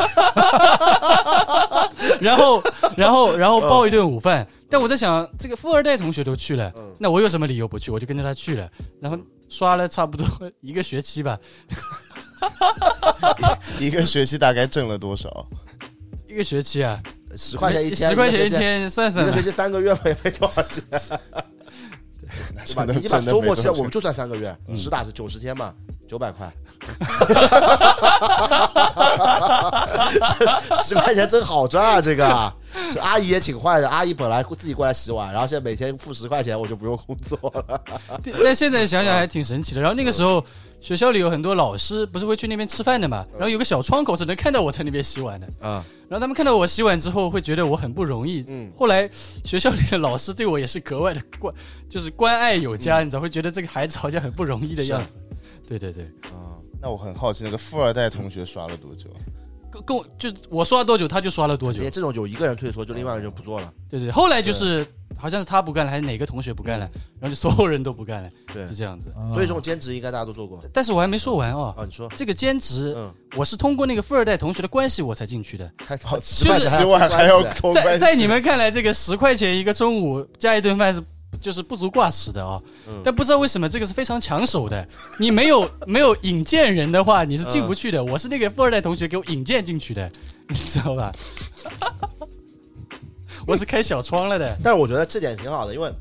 B: 然后然后然后包一顿午饭。但我在想，这个富二代同学都去了，
A: 嗯
B: 那我有什么理由不去？我就跟着他去了，然后刷了差不多一个学期吧，
D: 一个学期大概挣了多少？
B: 一个学期啊，
A: 十块钱一天，
B: 十块钱一
A: 个学期，
B: 天，算
A: 一
B: 算
A: 个
B: 吧
A: 学。期三个月嘛，也没多少钱，对吧？
D: 真的
A: 你把
D: 真的
A: 周
D: 没
A: 末吃
D: 多少
A: 掉，我们
D: 钱嗯
A: 就算三个月，实打实九十天嘛，九百块。十块钱真好赚啊！这个，这阿姨也挺坏的。阿姨本来自己过来洗碗，然后现在每天付十块钱，我就不用工作了。
B: 对但现在想想还挺神奇的。然后那个时候，学校里有很多老师不是会去那边吃饭的嘛，然后有个小窗口是能看到我在那边洗碗的。
A: 嗯啊，
B: 然后他们看到我洗碗之后，会觉得我很不容易。
A: 嗯
B: 后来学校里的老师对我也是格外的关，就是关爱有
A: 嗯
B: 加，你知道，会觉得这个孩子好像很不容易的样子。
A: 啊
B: 对对对，
D: 那我很好奇，那个富二代同学刷了多久？
B: 跟跟我就我刷了多久，他就刷了多久
A: 因为。这种有一个人退缩，就另外一个人就不做了。
B: 对对，后来就是好像是他不干了，还是哪个同学不干了，然后就所有人都不干了，
A: 嗯对
B: 就，这样子。
D: 嗯
A: 所以这种兼职应该大家都做过。
B: 但是我还没说完哦，
A: 啊，你说，
B: 这个兼职
A: 嗯，
B: 我是通过那个富二代同学的关系我才进去的。
A: 还好，十
B: 是
A: 块钱
D: 洗碗还要偷
B: 在
D: 关系
B: 在你们看来，这个十块钱一个中午加一顿饭是就是不足挂齿的啊、
A: 嗯
B: 但不知道为什么这个是非常抢手的，你没有 没有引荐人的话，你是进不去的。我是那个富二代同学给我引荐进去的， 你知道吧？ 我是开小窗了的，
A: 但是我觉得这点挺好的，因为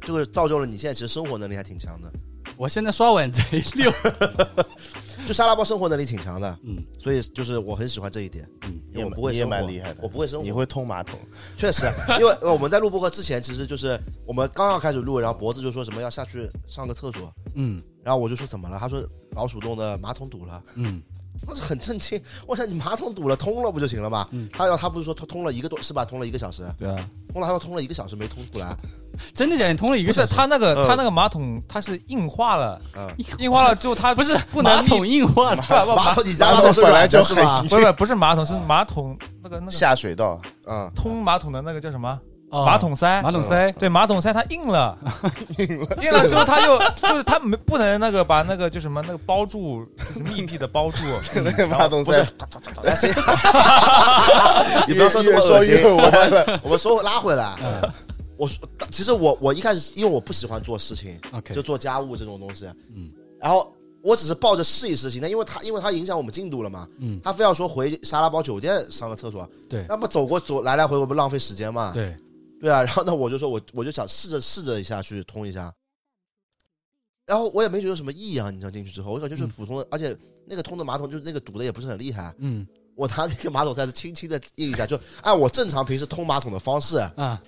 A: 这个造就了你现在其实生活能力还挺强的。
B: 我现在刷碗贼溜。
A: 就沙拉包生活能力挺强的，
B: 嗯，
A: 所以就是我很喜欢这一点。
B: 嗯，
A: 因为我
D: 你也蛮
A: 不会
D: 你也
A: 生
D: 蛮
A: 活，
D: 厉害的，
A: 我不会生
D: 你
A: 活，
D: 会通马桶，
A: 确实，啊因为我们在录播客之前，其实就是我们刚要开始录，然后脖子就说什么要下去上个厕所，
B: 嗯
A: 然后我就说怎么了，他说老鼠洞的马桶堵了，
B: 嗯，
A: 当时很震惊，我想你马桶堵了通了不就行了吗？
B: 嗯
A: 他要他不是说通通了一个多是吧？通了一个小时，
C: 对啊，
A: 通了还要通了一个小时没通出来，
B: 真的假的？你通了一
C: 不
B: 个
C: 是
B: 小时，
C: 它那个
D: 呃
C: 它那个马桶它是硬化了，
A: 嗯，
C: 硬化了之后它
B: 不是
C: 不能
B: 马桶硬化了，
C: 不不
A: 马桶底加
D: 马桶
A: 是
D: 本来就
A: 软的是吧
D: 很？
C: 不不不是马桶是马桶那个那个
D: 下水道
A: 嗯，
C: 通马桶的那个叫什么
B: 哦
C: 马桶塞？
B: 马桶塞，
C: 对，马桶塞它硬了，硬了之后它又就是它没不能那个把那个就什么那个包住，就是密闭的包住，
D: 那个马桶塞，
A: 但是你
D: 你
A: 不要说这么
D: 越
A: 恶
D: 说
A: 心
D: 越，歪了。
A: 我们说拉回来。
B: 嗯
A: 我说，其实我我一开始因为我不喜欢做事情，
B: ，OK，
A: 就做家务这种东西，
B: 嗯
A: 然后我只是抱着试一试行的，因为他因为他影响我们进度了嘛，
B: 嗯，
A: 他非要说回沙拉包酒店上个厕所，
B: 对
A: 那么走过走来来回回不浪费时间嘛？
B: 对，
A: 对啊，然后呢，我就说我我就想试着试着一下去通一下，然后我也没觉得什么异样，你知道进去之后，我感觉就是
B: 嗯
A: 普通的，而且那个通的马桶就是那个堵的也不是很厉害，
B: 嗯
A: 我拿那个马桶塞子轻轻的印一下，就按我正常平时通马桶的方式，
B: 啊，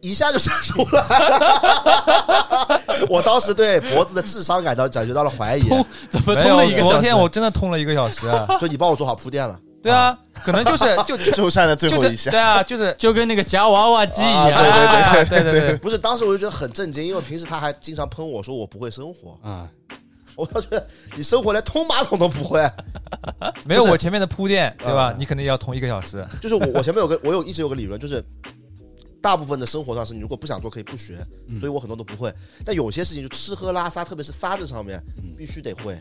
A: 一下就射出来了。 我当时对脖子的智商感到感觉到了怀疑，
B: 通 怎么
C: 没
B: 通了一
C: 有，
B: 个小
C: 昨
B: 时？
C: 天我真的通了一个小时啊，
A: 就你帮我做好铺垫了。
C: 对啊，可能就是就就
D: 周善的最后一
C: 是
D: 下，
C: 对啊，就是
B: 就跟那个夹娃娃机一
D: 啊
B: 样
C: 哎对对对
A: 不是，当时我就觉得很震惊，因为平时他还经常喷我说我不会生活，
B: 啊，
A: 我就觉得你生活连通马桶都不会。
C: 对，没有我前面的铺垫，对吧
A: 啊？
C: 你肯定要通一个小时，
A: 就是我我前面有个我有一直有个理论，就是大部分的生活上是你如果不想做可以不学，所以我很多都不会。但有些事情就吃喝拉撒，特别是撒这上面必须得会，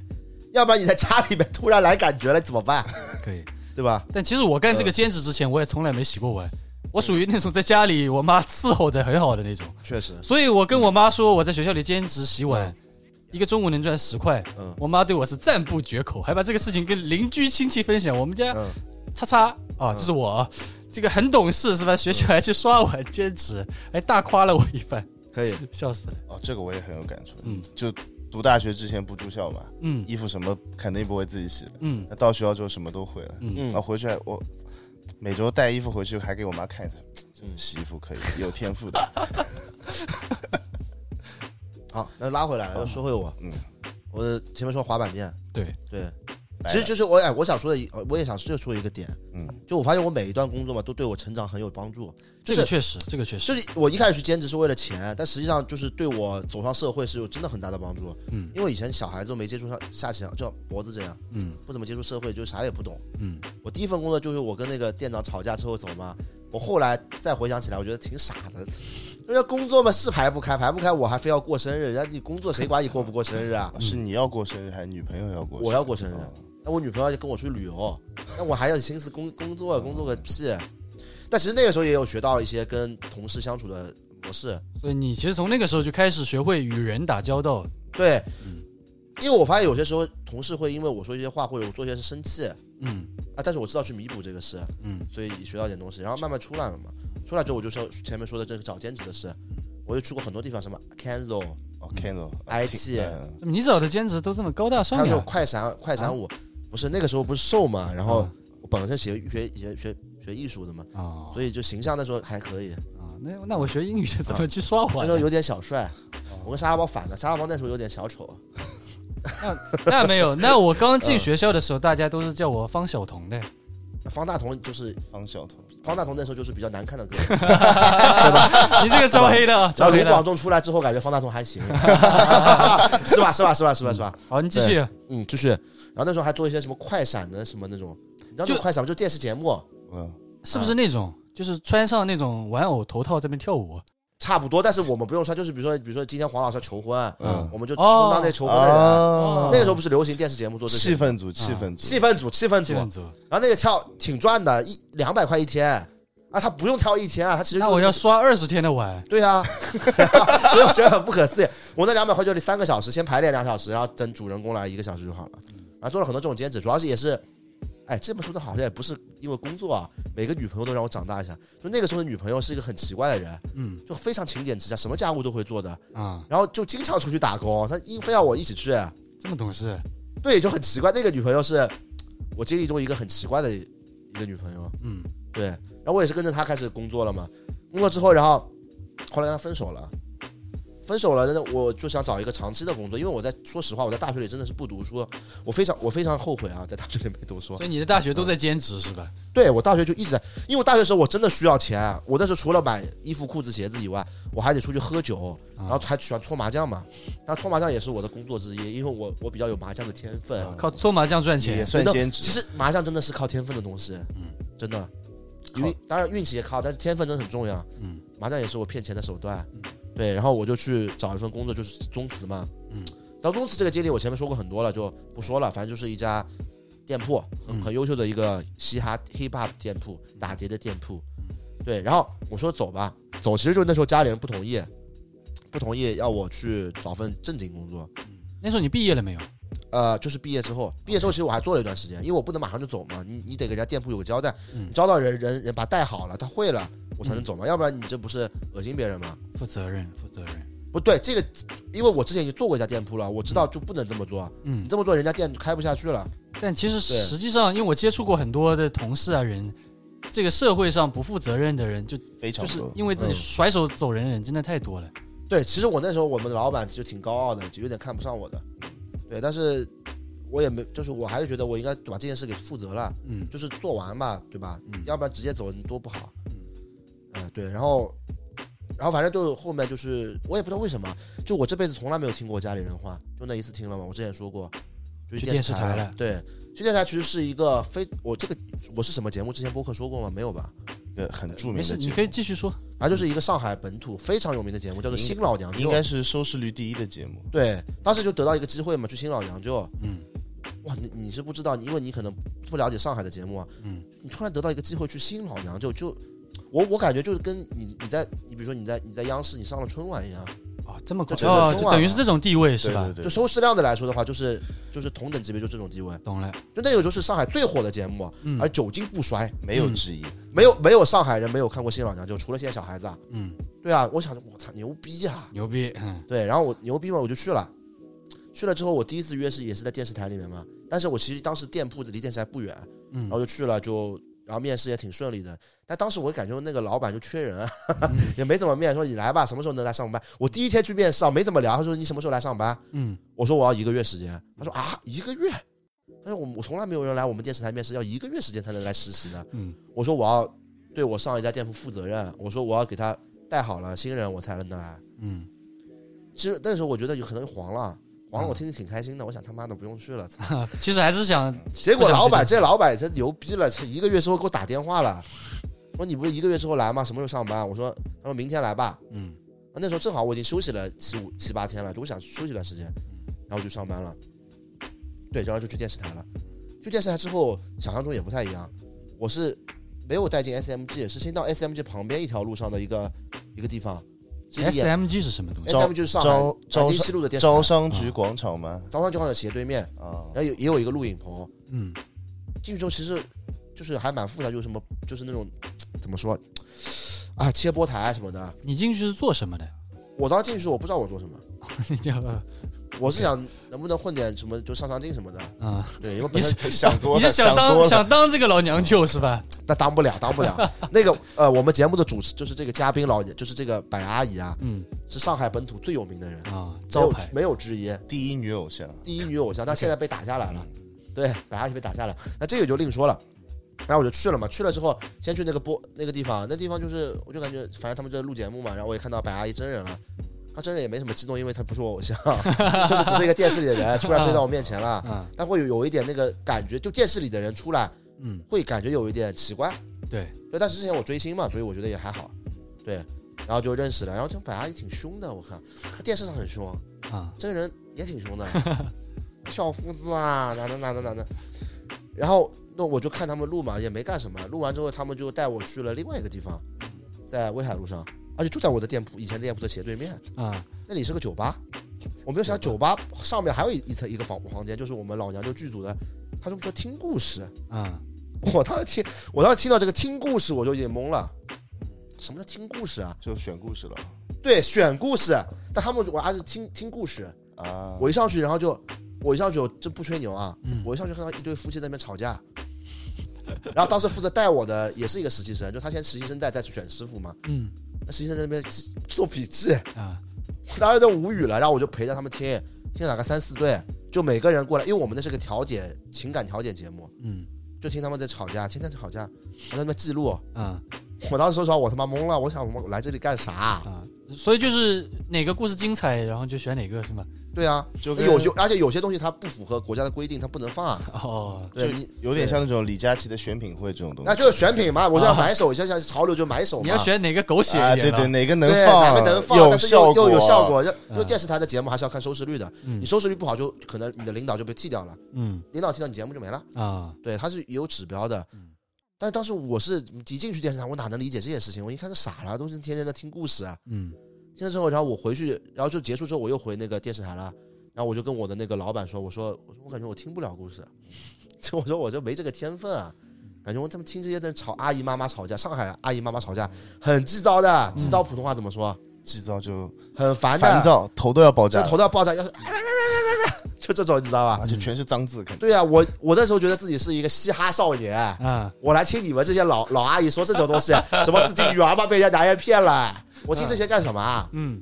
A: 要不然你在家里面突然来感觉了怎么办？
B: 可以。
A: 对吧？
B: 但其实我干这
A: 呃
B: 个兼职之前，我也从来没洗过碗。我属于那种在家里我妈伺候的很好的那种，
A: 确实，
B: 所以我跟我妈说我在学校里兼职洗碗，一个中午能赚十块
A: 嗯，
B: 我妈对我是赞不绝口，还把这个事情跟邻居亲戚分享。我们家
A: 嗯
B: 叉叉啊，就是我啊，这个很懂事是吧？学校还去刷碗兼职，还大夸了我一番，
A: 可以。
B: 笑死了。
D: 哦，这个我也很有感触。
B: 嗯
D: 就读大学之前不住校嘛，
B: 嗯
D: 衣服什么肯定不会自己洗的。
B: 嗯
D: 那到学校之后什么都会了。
B: 嗯
A: 嗯
D: 啊，回去还我每周带衣服回去还给我妈看一下，
A: 嗯
D: 洗衣服可以，有天 赋的。
A: 好，那拉回来，要说回我，嗯
D: 嗯，
A: 我前面说滑板店，
B: 对，
A: 对，
D: 来
A: 其实就是我哎，我想说的一，呃我也想就说一个点，
D: 嗯，
A: 就我发现我每一段工作嘛，都对我成长很有帮助，就
B: 这个
A: 是。
B: 确实，这个确实，
A: 就是我一开始去兼职是为了钱，但实际上就是对我走上社会是有真的很大的帮助。
B: 嗯
A: 因为以前小孩子都没接触上下棋，就像脖子这样，
B: 嗯
A: 不怎么接触社会，就啥也不懂。
B: 嗯
A: 我第一份工作就是我跟那个店长吵架之后走嘛，我后来再回想起来，我觉得挺傻的。人家工作嘛是排不开，排不开我还非要过生日，人家你工作谁管你过不过生日啊？
B: 嗯
D: 是你要过生日还是女朋友要过生日？
A: 我要过生日
D: 哦
A: 那我女朋友就跟我出去旅游，那我还有心思工工作，工作个屁！但其实那个时候也有学到一些跟同事相处的模式，
B: 所以你其实从那个时候就开始学会与人打交道。
A: 对
B: 嗯，
A: 因为我发现有些时候同事会因为我说一些话或者我做一些事生气啊，
B: 嗯
A: 但是我知道去弥补这个事，
B: 嗯
A: 所以学到一点东西，然后慢慢出来了嘛。出来之后我就像前面说的这个找兼职的事，我就去过很多地方，什么 Cancel，
D: 哦，Kendall
A: IT
D: 嗯
B: 怎么你找的兼职都这么高大
A: 还
B: 上
A: 有那
B: 呀啊
A: 种？快闪快闪舞，不是那个时候不是瘦嘛，然后我本身学学学学学艺术的嘛，
B: 啊
A: 所以就形象那时候还可以，
B: 啊，那那我学英语是怎么去刷
A: 那
B: 碗
A: 时？候有点小帅。
B: 哦
A: 我跟沙拉包反了，沙拉包那时候有点小丑，
B: 那没有，那我刚进学校的时候，大家都是叫我方小彤的。
A: 方大同就是
D: 方晓彤，
A: 方大同那时候就是比较难看的歌，
B: 你这个招黑了，啊，
A: 然
B: 招
A: 后
B: 黑
A: 卢广
B: 了。
A: 仲出来之后，感觉方大同还 行，是吧？是吧？是吧？是吧？是吧？
B: 好，你继续。
A: 嗯，就是，然后那时候还做一些什么快闪的什么那种，你知道那
B: 就
A: 种快闪吗就电视节目
D: 嗯，
B: 是不是那种就是穿上那种玩偶头套在那边跳舞？
A: 差不多，但是我们不用穿，就是比如说，比如说今天黄老师要求婚，
D: 嗯
A: 我们就充当那求婚的哦人。
D: 哦
A: 那个时候不是流行电视节目做这
D: 气
A: 些，
D: 氛组，气氛组
A: 气，氛组，气氛组，
B: 这样子。
A: 然后那个跳挺赚的，一两百块一天啊，他不用跳一天啊，他其实
B: 那
A: 就
B: 我要刷二十天的碗。
A: 对啊， 所以我觉得很不可思议。我那两百块就得三个小时，先排练两小时，然后等主人公来一个小时就好了。然后做了很多这种兼职，主要是也是，哎，这么说的好像也不是因为工作啊。每个女朋友都让我长大一下，就那个时候的女朋友是一个很奇怪的人，
B: 嗯
A: 就非常勤俭持家，什么家务都会做的，
B: 啊，
A: 然后就经常出去打工，她硬非要我一起去，
B: 这么懂事。
A: 对，就很奇怪。那个女朋友是我经历中一个很奇怪的一个女朋友，
B: 嗯，
A: 对，然后我也是跟着他开始工作了嘛，工作之后，然后后来跟他分手了，分手了，那我就想找一个长期的工作，因为我在说实话，我在大学里真的是不读书，我非常我非常后悔啊，在大学里没读书
B: 所，以你的大学都在兼职是吧？
A: 对我大学就一直在，因为我大学的时候我真的需要钱，啊我那时候除了买衣服、裤子、鞋子以外，我还得出去喝酒，然
B: 啊
A: 后还喜欢搓麻将嘛，但搓麻将也是我的工作之一，因为我我比较有麻将的天分，
D: 嗯
B: 靠搓麻将赚
D: 也
B: 钱，
D: 算
A: 真的
D: 兼
A: 其
D: 职。
A: 实麻将真的是靠天分的东西，嗯，真的，因为当然运气也靠，但是天分真的很重要。
B: 嗯，
A: 麻将也是我骗钱的手段。对，然后我就去找一份工作，就是宗祠嘛。
B: 嗯，
A: 然后宗祠这个经历我前面说过很多了，就不说了。反正就是一家店铺，很
B: 嗯
A: 很优秀的一个嘻哈 hip hop 店铺，打碟的店铺。对，然后我说走吧，走，其实就是那时候家里人不同意，不同意要我去找份正经工作。
B: 那时候你毕业了没有？
A: 呃，就是毕业之后，毕业之后其实我还做了一段时间，因为我不能马上就走嘛，你你得给人家店铺有个交代，
B: 嗯
A: 你招到人人人把带好了，他会了，我才能走嘛，要不然你这不是恶心别人吗？
B: 负责任，负责任。
A: 不对，这个因为我之前已经做过一家店铺了，我知道就不能这么做，
B: 嗯
A: 你，这么做人家店就开不下去了。
B: 但其实
A: 对
B: 实际上，因为我接触过很多的同事啊人，这个社会上不负责任的人，就
D: 非常
B: 就是
D: 多，
B: 因为
A: 嗯
B: 自己甩手走人的人真的太多了。
A: 对，其实我那时候我们的老板就挺高傲的，就有点看不上我的，对，但是我也没，就是我还是觉得我应该把这件事给负责了，
B: 嗯
A: 就是做完吧，对吧？
B: 嗯
A: 要不然直接走你多不好。
B: 嗯
A: 嗯、对，然后，然后反正就后面就是我也不知道为什么，就我这辈子从来没有听过家里人话，就那一次听了嘛，我之前说过，就
B: 去
A: 电
B: 电视
A: 台
B: 台了
A: 对，去电视台其实是一个非我这个我是什么节目之前播客说过吗？没有吧？
D: 一个很著
B: 没
D: 名
B: 事，
D: 的
B: 你
D: 节
B: 可以
D: 目，
B: 继续说。
A: 反正就是一个上海本土非常有名的节目，叫做《
D: 应该
A: 新老娘舅
D: 应》。该是收视率第一的节目。
A: 对，当时就得到一个机会嘛，去新老娘舅。
B: 嗯，
A: 哇，你你是不知道，因为你可能不了解上海的节目啊。
B: 嗯，
A: 你突然得到一个机会去新老娘舅，就我我感觉就是跟你你在你比如说你在你在央视你上了春晚一样，
B: 哦，这么快
A: 就整个
B: 哦，
A: 春
B: 就
A: 晚
B: 等于
A: 嘛
B: 是这种地位是
D: 对
B: 吧
D: 对？对
A: 就，收视量的来说的话，就是就是同等级别就这种地位，
B: 懂了。
A: 就那个就是上海最火的节目，
B: 嗯
A: 而久经不衰，
D: 没有之一。
A: 没有没有上海人没有看过新老娘舅，除了现在小孩子啊。
B: 嗯，
A: 对啊，我想我操牛逼啊呀、
B: 牛逼。嗯
A: 对，然后我牛逼嘛，我就去了。去了之后，我第一次约是也是在电视台里面嘛，但是我其实当时店铺离电视台不远，
B: 嗯
A: 然后就去了，就然后面试也挺顺利的。但当时我感觉那个老板就缺人啊， 也没怎么面，说你来吧，什么时候能来上班？我第一天去面试啊，没怎么聊，他说你什么时候来上班？
B: 嗯，
A: 我说我要一个月时间。他说啊，一个月？他说我我从来没有人来我们电视台面试，要一个月时间才能来实习的。
B: 嗯，
A: 我说我要对我上一家店铺负责任，我说我要给他带好了新人，我才能来。
B: 嗯，
A: 其实那时候我觉得有可能黄了，啊黄了
B: 嗯
A: 我听着挺开心的，我想他妈的不用 去了。操
B: 其实还是想
A: 结果老板这老板这牛逼了，这一个月之后给我打电话了，说你不是一个月之后来吗？什么时候上班？我说他说明天来吧。
B: 嗯
A: 那时候正好我已经休息了七五七八天了，就我想休息一段时间，
D: 嗯
A: 然后就上班了。对，然后就去电视台了。去电视台之后，想象中也不太一样。我是没有带进 SMG，是先到 SMG 旁边一条路上的一个一个地方。这个哎也
B: ，SMG 是什么东西？
D: 招
A: SMG 就是上
D: 招
A: 海
D: 招
A: 南京西路的电视台
D: 招，商局广场吗？
A: 招商就好像斜对面。
D: 啊
A: 然，后有也有一个录影棚，
B: 嗯
A: 进去之后其实就是还蛮复杂，就是什么就是那种怎么说啊切波台什么的。
B: 你进去是做什么的？
A: 我当时进去时候我不知道我做什么，
B: 你叫
A: 我是想能不能混点什么就上上镜什么的，
B: 嗯，
A: 对，因为本身
D: 想多
B: 你
D: 了，
B: 是
D: 想
B: 想
D: 多
B: 当
D: 了。
B: 想当这个老娘舅是吧？
A: 那当不了当 不了。那个呃，我们节目的主持就是这个嘉宾老爷，就是这个柏阿姨啊，
B: 嗯
A: 是上海本土最有名的人，
B: 啊，招牌
A: 没有没有之一，
D: 第一女偶像，
A: 第一女偶像，但现在被打下来了。
B: 嗯
A: 对，把阿姨被打下来，那这个就另说了。然后我就去了嘛，去了之后，先去那个播那个地方，那地方就是我就感觉，反正他们就在录节目嘛，然后我也看到白阿姨真人了，她真人也没什么激动，因为她不是我偶 像，就是只是一个电视里的人突然飞到我面前了，
B: 啊，
A: 但会有有一点那个感觉，就电视里的人出来
B: 嗯，
A: 会感觉有一点奇怪，
B: 对，
A: 对，但是之前我追星嘛，所以我觉得也还好，对，然后就认识了，然后这白阿姨挺凶的，我看她电视上很凶，
B: 啊，
A: 这个人也挺凶的，小胡子啊，哪的哪的哪的。然后那我就看他们录嘛，也没干什么。录完之后，他们就带我去了另外一个地方，在威海路上，而且就在我的店铺以前店铺的斜对面，
B: 啊，
A: 那里是个酒吧。我没有想酒吧上面还有一一层一个房房间，就是我们老娘舅剧组的。他就说听故事，
B: 啊，
A: 我当时听，我当时听到这个听故事我就已经懵了。什么叫听故事啊？
D: 就选故事了
A: 对，选故事。但他们我还是听听故事，
D: 啊。
A: 我一上去，然后就我一上去，我这不吹牛啊，
B: 嗯
A: 我一上去看到一对夫妻在那边吵架， 然后当时负责带我的也是一个实习生，就他先实习生带，再选师傅嘛。
B: 嗯
A: 那实习生在那边做笔记，
B: 啊，
A: 当时就无语了。然后我就陪着他们听，听了大概三四对，就每个人过来，因为我们那是个调解情感调解节目，
B: 嗯
A: 就听他们在吵架，天天吵架，我在那边记录。
B: 啊
A: 我当时说实话，我他妈懵了，我想我来这里干啥？
B: 啊，所以就是哪个故事精彩，然后就选哪个是吗？
A: 对啊，
D: 就跟
A: 有些而且有些东西它不符合国家的规定，它不能放啊。
B: 哦，
A: 对
D: 就
A: 你，
D: 有点像那种李佳琦的选品会这种东西
A: 那。就是选品嘛，我就要
B: 啊
A: 买手，就像潮流就买手嘛。
B: 你要选哪个狗血
D: 啊，
B: 一点
D: 对
B: 的？
D: 对，哪个能
A: 对，哪
D: 放，
A: 个能放，
D: 有
A: 但是又
D: 效果，
A: 又有效。果。就因为
B: 嗯
A: 电视台的节目还是要看收视率的，
B: 嗯
A: 你收视率不好，就可能你的领导就被剃掉了，
B: 嗯
A: 领导剃掉你节目就没了。
B: 啊
A: 对，它是有指标的。
D: 嗯
A: 但是当时我是一进去电视台，我哪能理解这些事情？我一看是傻了，都是天天在听故事啊。
B: 嗯
A: 听了之后，然后我回去，然后就结束之后，我又回那个电视台了。然后我就跟我的那个老板说：“我说，我说我感觉我听不了故事， 就我说我这没这个天分啊，感觉我他妈听这些在吵阿姨妈妈吵架，上海阿姨妈妈吵架很鸡糟的，鸡糟普通话怎么说？
D: 制造就
A: 很烦的，
D: 嗯烦躁，头都要爆炸
A: 就
D: 了，
A: 头到爆炸，要是 就这种，你知道吧？
D: 而且全是脏字，肯定。
A: 对啊，我我那时候觉得自己是一个嘻哈少年，
B: 啊
A: 我来听你们这些老老阿姨说这种东西，什么自己女儿嘛被人家男人骗了，我听这些干什么啊？
B: 嗯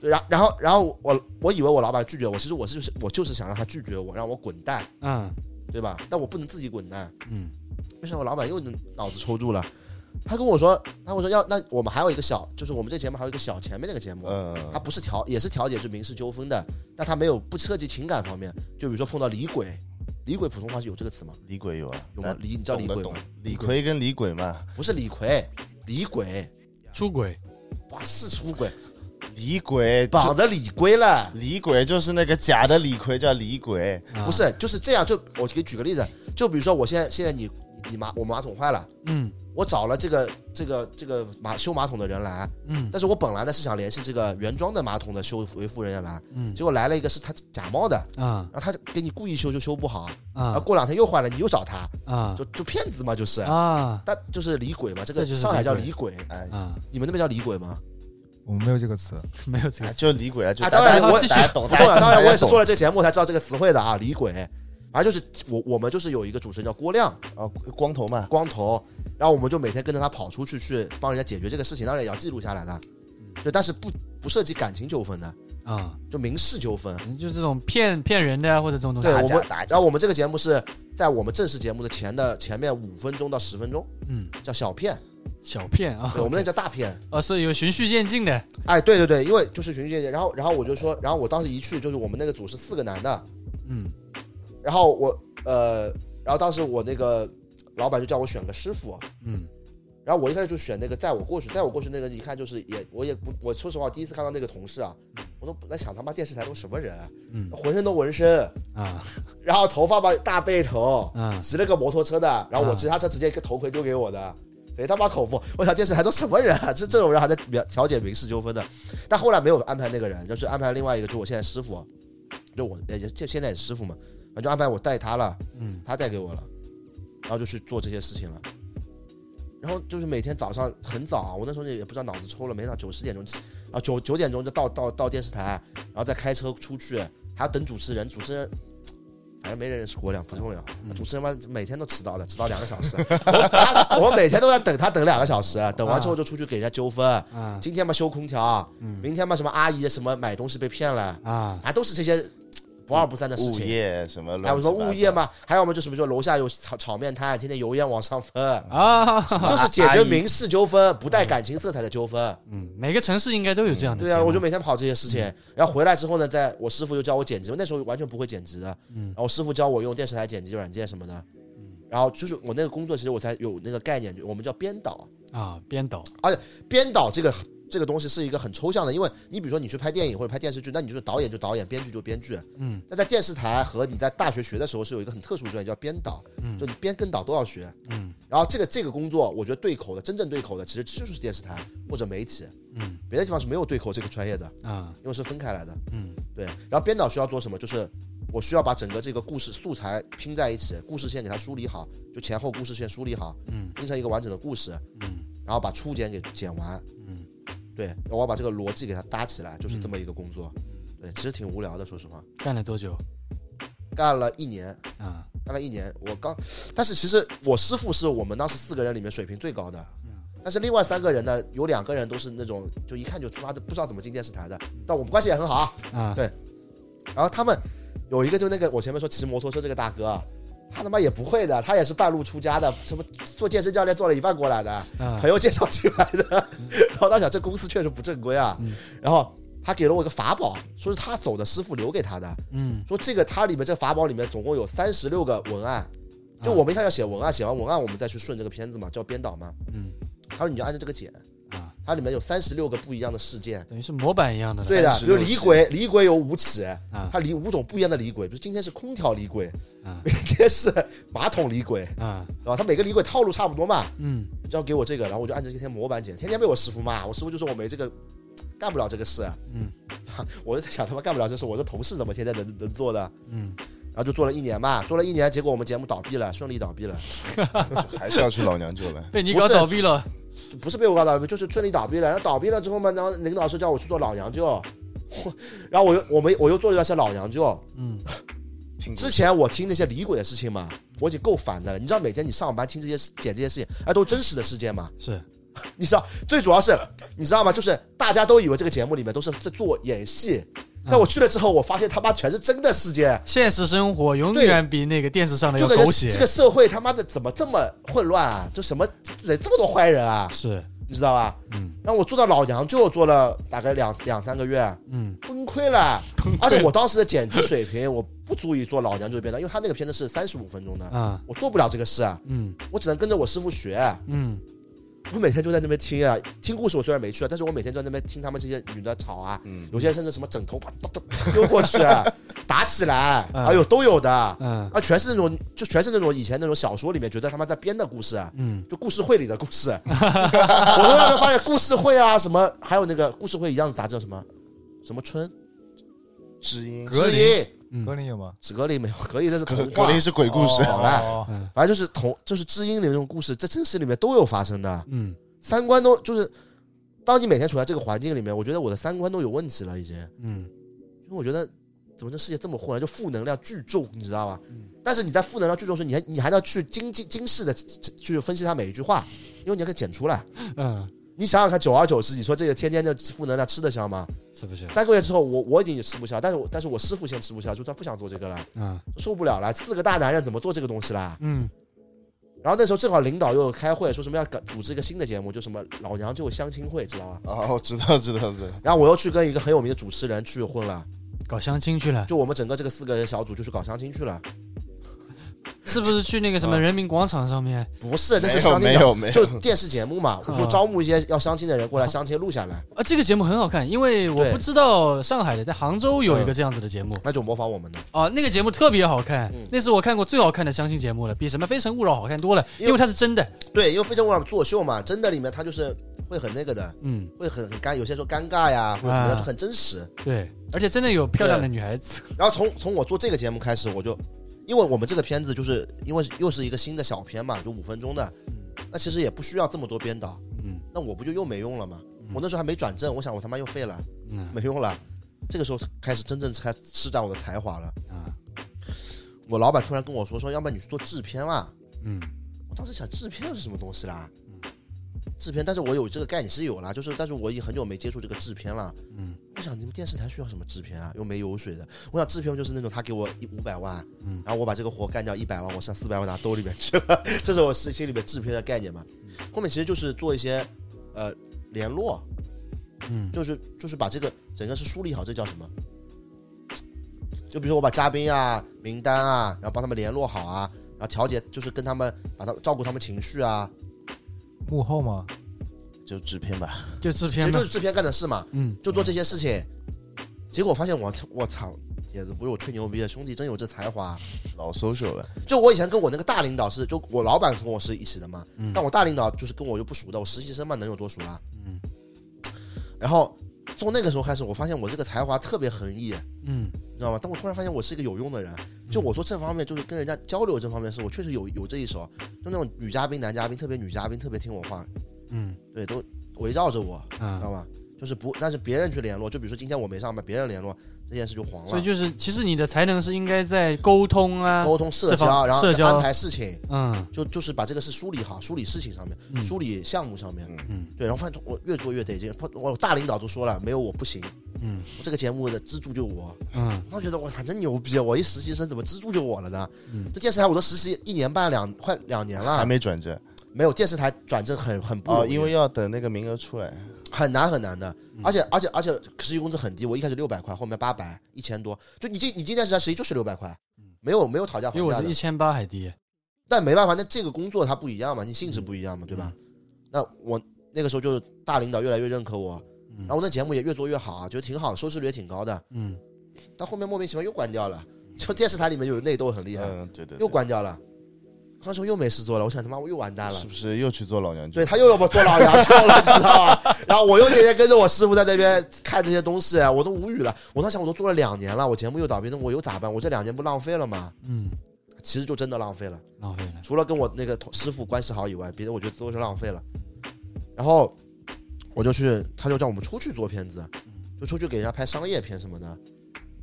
A: 对然然后然后我我以为我老板拒绝我，其实我是我就是想让他拒绝我，让我滚蛋，
B: 嗯
A: 对吧？但我不能自己滚蛋，
B: 嗯
A: 没想到我老板又能脑子抽住了。他跟我说，他跟我说要那我们还有一个小，就是我们这节目还有一个小前面那个节目，它
D: 嗯，
A: 不是调，也是调解是民事纠纷的，但它没有不涉及情感方面。就比如说碰到李鬼，李鬼普通话是有这个词吗？
D: 李鬼有啊，
A: 有吗？李，你知道李
D: 懂的
A: 鬼
D: 懂
A: 吗？。
D: 李逵跟李鬼嘛，
A: 不是李逵，李鬼，
B: 出轨
A: 哇，是出轨，
D: 李鬼
A: 绑
D: 就
A: 着李逵了。
D: 李鬼就是那个假的李逵，叫李鬼。
B: 啊
A: 不是，就是这样。就我给你举个例子，就比如说我现在现在你你马我马桶坏了，
B: 嗯
A: 我找了这个这个这个马修马桶的人来，
B: 嗯
A: 但是我本来呢是想联系这个原装的马桶的修维护人员来，
B: 嗯
A: 结果来了一个是他假冒的，
B: 啊
A: 然后他给你故意修就修不好，然后
B: 啊
A: 过两天又坏了，你又找他，
B: 啊
A: 就就骗子嘛，就是。
B: 啊
A: 但就是李鬼嘛，这个
B: 这就是
A: 上海叫李
B: 李
A: 鬼，
D: 哎，
B: 啊！
A: 你们那边叫李鬼吗？
C: 我们没有这个词，
B: 没有这个
D: 哎就李鬼啊，就
A: 啊当然
D: 大家
A: 我
D: 大家懂，
A: 不错
D: 大家
A: 了，
D: 懂
A: 当然我也是
D: 大家懂
A: 做了这个节目才知道这个词汇的啊，李鬼。反正就是我我们就是有一个主持人叫郭亮，
D: 啊，光头嘛，
A: 光头，然后我们就每天跟着他跑出去去帮人家解决这个事情，当然也要记录下来的，
D: 嗯
A: 对，但是不不涉及感情纠纷的，
B: 啊，
A: 就民事纠纷。
B: 就这种骗骗人的呀，或者这种东西
A: 对，我
D: 架
A: 们
D: 打架
A: 然后我们这个节目是在我们正式节目的前的前面五分钟到十分钟
B: 嗯，
A: 叫小片，
B: 小骗啊
A: 对，，我们那叫大片。
B: 啊，所以有循序渐进的，
A: 哎，对对对，因为就是循序渐进，然后然后我就说，然后我当时一去就是我们那个组是四个男的，
B: 嗯
A: 然后我呃，然后当时我那个老板就叫我选个师傅，
B: 嗯
A: 然后我一开始就选那个带我过去，带我过去那个一看就是也我也不我说实话第一次看到那个同事啊，我都在想他妈电视台都什么人，
B: 嗯
A: 浑身都纹身，
B: 啊
A: 然后头发吧大背头，
B: 啊
A: 骑了个摩托车的，然后我
B: 啊
A: 骑他车直接一个头盔丢给我的。贼他妈恐怖！我想电视台都什么人啊？这这种人还在调调解民事纠纷的，但后来没有安排那个人，就是安排另外一个，就我现在师傅，啊就我也就现在也是师傅嘛，反正就安排我带他了，
B: 嗯
A: 他带给我了，然后就去做这些事情了。然后就是每天早上很早啊，我那时候也不知道脑子抽了没，到九十点钟起啊九九点钟就到到到电视台，然后再开车出去，还要等主持人，主持人。反正没人认识国亮不重要，主持人嘛每天都迟到的，迟到两个小时。 我他我每天都在等他等两个小时，等完之后就出去给人家纠纷。
B: 啊
A: 今天嘛修空调，明天嘛什么阿姨什么买东西被骗了，
B: 啊
A: 啊都是这些不二不三的事
D: 物
A: 情。
D: 业什么乱七八糟，
A: 哎，我说物业嘛，还有嘛，就什么就楼下有炒炒面摊，天天油烟往上 喷，
B: 啊，
A: 就是解决民事纠纷，不带感情色彩的纠纷。
B: 嗯，每个城市应该都有这样的
A: 对
B: 节目，
D: 嗯
A: 啊，我就每天跑这些事情，然后回来之后呢，在我师傅就教我剪辑，我那时候完全不会剪辑的，
D: 嗯
A: 然后师傅教我用电视台剪辑软件什么的，然后就是我那个工作，其实我才有那个概念，就我们叫编导，
B: 啊编导，
A: 编导这个。这个东西是一个很抽象的，因为你比如说你去拍电影或者拍电视剧，那你就是导演就导演，编剧就编剧。
B: 嗯，
A: 但在电视台和你在大学学的时候是有一个很特殊的专业叫编导，
B: 嗯
A: 就你编跟导都要学。
B: 嗯
A: 然后这个这个工作，我觉得对口的真正对口的，其实就是电视台或者媒体，
B: 嗯
A: 别的地方是没有对口这个专业的，
B: 啊
A: 因为是分开来的。
B: 嗯
A: 对，然后编导需要做什么？就是我需要把整个这个故事素材拼在一起，故事线给它梳理好，就前后故事线梳理好，
B: 嗯
A: 拼成一个完整的故事，
B: 嗯
A: 然后把初剪给剪完。
B: 嗯，
A: 对，我要把这个逻
B: 嗯
A: 辑给它搭起来，就是这么一个工作。对，其实挺无聊的，说实话。
B: 干了多久？
A: 干了一年，
B: 啊，
A: 干了一年。我刚，但是其实我师傅是我们当时四个人里面水平最高的，
B: 嗯
A: 但是另外三个人呢，有两个人都是那种就一看就他妈的不知道怎么进电视台的，
B: 嗯
A: 但我们关系也很好啊。
B: 啊，
A: 对然后他们有一个就那个我前面说骑摩托车这个大哥啊，他他妈也不会的，他也是半路出家的，什么做健身教练做了一半过来的，
B: 啊
A: 朋友介绍进来的。 然后当时想这公司确实不正规啊，
B: 嗯
A: 然后他给了我一个法宝，说是他走的师傅留给他的，
B: 嗯，
A: 说这个它里面这法宝里面总共有三十六个文案，
B: 啊
A: 就我们一下要写文案，写完文案我们再去顺这个片子嘛，叫编导嘛。
B: 嗯，
A: 他说你就按照这个剪
B: 啊，
A: 它里面有三十六个不一样的事件。
B: 等于是模板一样的了
A: 对的，
D: 36
A: 比如李鬼，李鬼有五尺
B: 啊，
A: 它离五种不一样的李鬼，比如今天是空调李鬼
B: 啊，
A: 明天是马桶李鬼，
B: 啊，
A: 啊，它每个李鬼套路差不多嘛。
B: 嗯
A: 你就要给我这个，然后我就按照这天模板剪，天天被我师傅骂，我师傅就说我没这个，干不了这个事。
B: 嗯，
A: 我就在想他妈干不了这事，我这同事怎么天天能能做的？
B: 嗯，
A: 然后就做了一年嘛，做了一年，结果我们节目倒闭了，顺利倒闭了，
D: 还是要去老娘舅 了。
B: 被你
A: 不
B: 搞
A: 是
B: 倒闭了，
A: 不是被我搞倒闭，就是顺利倒闭了。然后倒闭了之后嘛，然后领导说叫我去做老娘舅， 我然后我又我们我又做了一段时间老娘舅。
B: 嗯
D: 听
A: 之前我听那些李鬼的事情嘛，我已经够烦的了。你知道每天你上班听这些事剪这些事情，哎，都是真实的事件嘛。
B: 是
A: 你知道，最主要是你知道吗？就是大家都以为这个节目里面都是在做演戏，
B: 嗯
A: 但我去了之后，我发现他妈全是真的世界。
B: 现实生活永
A: 对
B: 远比那个电视上的
A: 就
B: 要
A: 感
B: 哎狗
A: 觉
B: 血
A: 这，个社会他妈的怎么这么混乱啊？就什么人这么多坏人啊？
B: 是，
A: 你知道吧？
B: 嗯
A: 然后我做到老娘舅做了大概两两三个月，
B: 嗯，
A: 崩溃了。
B: 崩
A: 而
B: 溃
A: 且
B: 了
A: 我当时的剪辑水平，我不足以做老娘舅编导，因为他那个片子是三十五分钟的，
B: 啊，
A: 我做不了这个事，
B: 嗯
A: 我只能跟着我师傅学。
B: 嗯
A: 我每天就在那边听啊，听故事我虽然没去啊，但是我每天就在那边听他们这些女的吵啊，
D: 嗯，
A: 有些人甚至什么枕头把咚咚丢过去，啊 打起来，
B: 嗯
A: 哎呦都有的，啊，
B: 嗯
A: 全是那种就全是那种以前那种小说里面觉得他妈在编的故事，啊
B: 嗯
A: 就故事会里的故事，我都让他发现故事会啊什么，还有那个故事会一样的杂志叫什么什么春
D: 知音
C: 格林
A: 之音
C: 格林有吗？
A: 只格林没有，格林那是
D: 格
A: 童
D: 格
A: 话，
D: 林是鬼故事，
A: 好了
C: 哦
A: 反正就是童就是知音里面那种故事，在真实里面都有发生的，
B: 嗯
A: 三观都就是，当你每天处在这个环境里面，我觉得我的三观都有问题了已经。
B: 嗯
A: 因为我觉得怎么这世界这么混乱，就负能量巨重，你知道吧？
B: 嗯
A: 但是你在负能量巨重的时，候，你还你还要去精精精细的去分析它每一句话，因为你要给剪出来。
B: 嗯，
A: 你想想看，久而久之，你说这个天天的负能量吃得消吗？
B: 是不是？
A: 三个月之后，我我已经也吃不消，但是我但是我师傅先吃不消，就他不想做这个了，
B: 啊
A: 受不了了。四个大男人怎么做这个东西啦？
B: 嗯
A: 然后那时候正好领导又开会，说什么要搞组织一个新的节目，就什么老娘舅相亲会，知道吧？
D: 啊！我知道，知道，知道。
A: 然后我又去跟一个很有名的主持人去混了，
B: 搞相亲去了，
A: 就我们整个这个四个人小组就去搞相亲去了。
B: 是不是去那个什么
D: 啊
B: 人民广场上面？
A: 不是，那
D: 没
A: 是
D: 有，
A: 相亲
D: 没
A: 角
D: 有，没
A: 就
D: 有。
A: 电视节目嘛，我就招募一些要相亲的人过来相亲录下来，
B: 啊，这个节目很好看，因为我
A: 对
B: 不知道上海的，在杭州有一个这样子的节目
A: 那就模仿我们的。
B: 哦，那个节目特别好看
A: 嗯，
B: 那是我看过最好看的相亲节目了，比什么《非诚勿扰》好看多了，
A: 因为
B: 因为它是真的。
A: 对，因为非诚勿扰作秀嘛，真的里面他就是会很那个的，
B: 嗯，
A: 会很很尴，有些时候尴尬呀，或者怎么样，就很真实。
B: 对，而且真的有漂亮的女孩子。
A: 然后从从我做这个节目开始，我就因为我们这个片子就是因为又是一个新的小片嘛，就五分钟的，那其实也不需要这么多编导，
B: 嗯
A: 那我不就又没用了吗？我那时候还没转正，我想我他妈又废了，
B: 嗯
A: 没用了。这个时候开始真正开始施展我的才华了。
B: 啊
A: 我老板突然跟我说说，要不然你去做制片嘛、
B: 嗯
A: 我当时想制片是什么东西啦？制片，但是我有这个概念是有啦，就是但是我已经很久没接触这个制片了。
B: 嗯
A: 我想你们电视台需要什么制片啊？又没油水的。我想制片就是那种他给我一五百万，
B: 嗯
A: 然后我把这个活干掉一百万，我剩四百万拿兜里面去了， 这是我心心里面制片的概念嘛。后面其实就是做一些呃联络，
B: 嗯
A: 就是就是把这个整个是梳理好，这叫什么？就比如说我把嘉宾啊、名单啊，然后帮他们联络好啊，然后调节就是跟他们把他照顾他们情绪啊，
C: 幕后吗？
D: 就制片吧，
B: 就制
A: 其
B: 片
A: 实
B: 嘛
A: 就。是制片干的事嘛，
B: 嗯
A: 就做这些事情。结果我发现我我操，铁子不是我吹牛逼的，兄弟真有这才华。啊
D: 老 social 了。
A: 就我以前跟我那个大领导是，就我老板跟我是一起的嘛，
B: 嗯
A: 但我大领导就是跟我又不熟的，我实习生嘛能有多熟啦？
B: 嗯
A: 然后从那个时候开始，我发现我这个才华特别横溢，
B: 嗯
A: 你知道吗？但我突然发现我是一个有用的人，就我做这方面，就是跟人家交流这方面的事，我确实有有这一手。就那种女嘉宾、男嘉宾，特别女嘉宾特别听我话，
B: 嗯
A: 对，都围绕着我，知道
B: 啊
A: 吗？就是不，但是别人去联络，就比如说今天我没上班，别人联络，那件事就黄
B: 所以
A: 了。
B: 就是其实你的才能是应该在沟通啊，
A: 沟通、社
B: 这
A: 交，
B: 方
A: 然后
B: 社交
A: 安排事情，
B: 嗯
A: 就就是把这个事梳理好，梳理事情上面，
B: 嗯
A: 梳理项目上面，
B: 嗯
A: 对，然后发现我越做越得劲。我大领导都说了，没有我不行，
B: 嗯
A: 这个节目的支柱就我。
B: 嗯
A: 我觉得我反正牛逼，啊我一实习生怎么支柱就我了呢？
B: 嗯
A: 就电视台我都实习一年半两快两年了，
D: 还没转正
A: 没有电视台转正很啊很不
D: 哦，
A: 容易哎
D: 因为要等那个名额出来。
A: 很难很难的，
B: 嗯
A: 而且而且而且实习工资很低，我一开始六百块，后面八百一千多，就你进你进电视台实习就是六百块，没有没有讨价
B: 比
A: 还
B: 嗯我
A: 价
B: 这
A: 的
B: 一，千八还低，
A: 但没办法，那这个工作它不一样嘛，你性
D: 嗯
A: 质不一样嘛，对吧？那我那个时候就是大领导越来越认可我，
B: 嗯
A: 然后那节目也越做越好啊，觉得挺好，收视率也挺高的，
B: 嗯
A: 但后面莫名其妙又关掉了，就电视台里面有内斗很厉害，
D: 嗯，对对，对
A: 又关掉了，那时候又没事做了，我想他妈我又完蛋了
D: 是。不是又去做老娘舅？
A: 对他又要我做老杨舅了，知道吧？ 然后我又天天跟着我师傅在那边看这些东西，啊我都无语了。我当时想，我都做了两年了，我节目又倒闭，那我又咋办？我这两年不浪费了吗？
B: 嗯，
A: 其实就真的浪费了，
B: 浪费了，
A: 除了跟我那个同师傅关系好以外，别的我觉得都是浪费了。然后我就去，他就叫我们出去做片子，就出去给人家拍商业片什么的。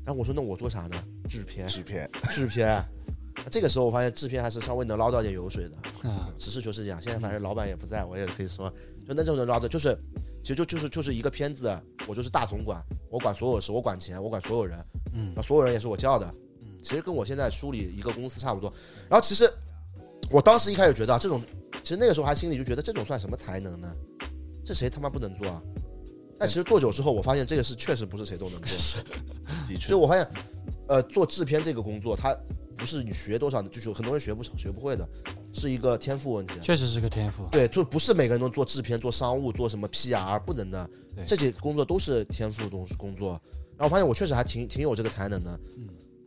A: 然后我说，那我做啥呢？制片，
D: 制片，
A: 制片。这个时候我发现制片还是稍微能捞到点油水的。
B: 啊
A: 实事求是讲，现在反正老板也不在，我也可以说，就那种能捞的，就是其实就就是就是一个片子，我就是大总管，我管所有事，我管钱，我管所有人，
B: 嗯
A: 然后所有人也是我叫的，其实跟我现在梳理一个公司差不多。然后其实我当时一开始觉得啊这种，其实那个时候还心里就觉得这种算什么才能呢？这谁他妈不能做啊？但其实做久之后，我发现这个事确实不是谁都能做。
D: 的确
A: 就，我发现，呃，做制片这个工作，它不是你学多少，就是很多人学不学不会的，是一个天赋问题。啊
B: 确实是个天赋，
A: 对，就不是每个人都做制片、做商务、做什么 PR 不能的
B: 对，
A: 这些工作都是天赋东工作。然后我发现我确实还挺挺有这个才能的，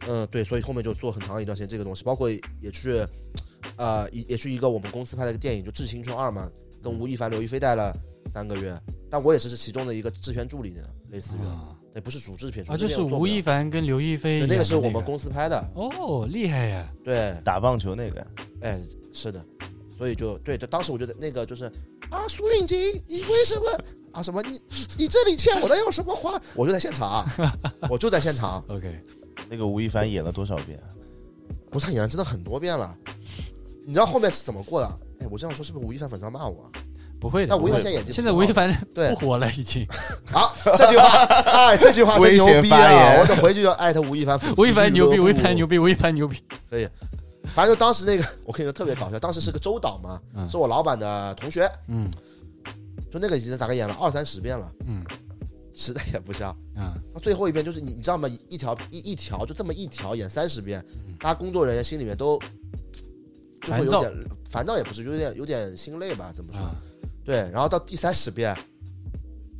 A: 嗯，对，所以后面就做很长一段时间这个东西，包括也去，呃，也也去一个我们公司拍的一个电影，就《致青春二》嘛，跟吴亦凡、刘亦菲带了三个月，但我也只是其中的一个制片助理，类似于，
B: 啊
A: 对，不是主制片，主
B: 啊，
A: 制
B: 就
A: 片
B: 是
A: 我做不
B: 吴
A: 了
B: 亦凡跟刘亦
A: 对，
B: 菲演
A: 那
B: 的
A: 个是我们公司拍的，
B: 哦，厉害呀，
A: 对，
D: 打棒球那个，
A: 哎，是的，所以就对，就当时我觉得那个就是啊，苏运金，你为什么啊什么你你这里欠我的有什么还？我就在现场啊，我就在现场，
B: OK，
D: 那个吴亦凡演了多少遍啊？
A: 不是他演了真的很多遍了，你知道后面是怎么过的？哎，我这样说是不是吴亦凡粉丝要骂我啊？
B: 不会的，
A: 但吴亦凡
B: 不会
A: 现在演技不
B: 的现在
A: 好
B: 吴亦凡
A: 对
B: 不火了 已经，
A: 好， 这句话，哎，这句话真牛
D: 危
A: 逼
D: 险发
A: 啊！
D: 言
A: 我得回去就艾特吴亦凡粉丝。
B: 吴亦凡牛逼，吴亦凡牛
A: 逼。
B: 逼，吴亦凡牛逼，
A: 反正就当时那个，我跟你说特别搞笑，当时是个周导嘛，
B: 嗯
A: 是我老板的同学，
B: 嗯
A: 就那个已经大概演了二三十遍了，
B: 嗯
A: 实在演不下。
B: 嗯
A: 那最后一遍就是你，你知道吗？一条一一条就这么一条演三十遍，
B: 嗯
A: 大家工作人员心里面都就会有点烦躁，也不是，就有点有点心累吧？怎么说？
B: 啊
A: 对，然后到第三十遍，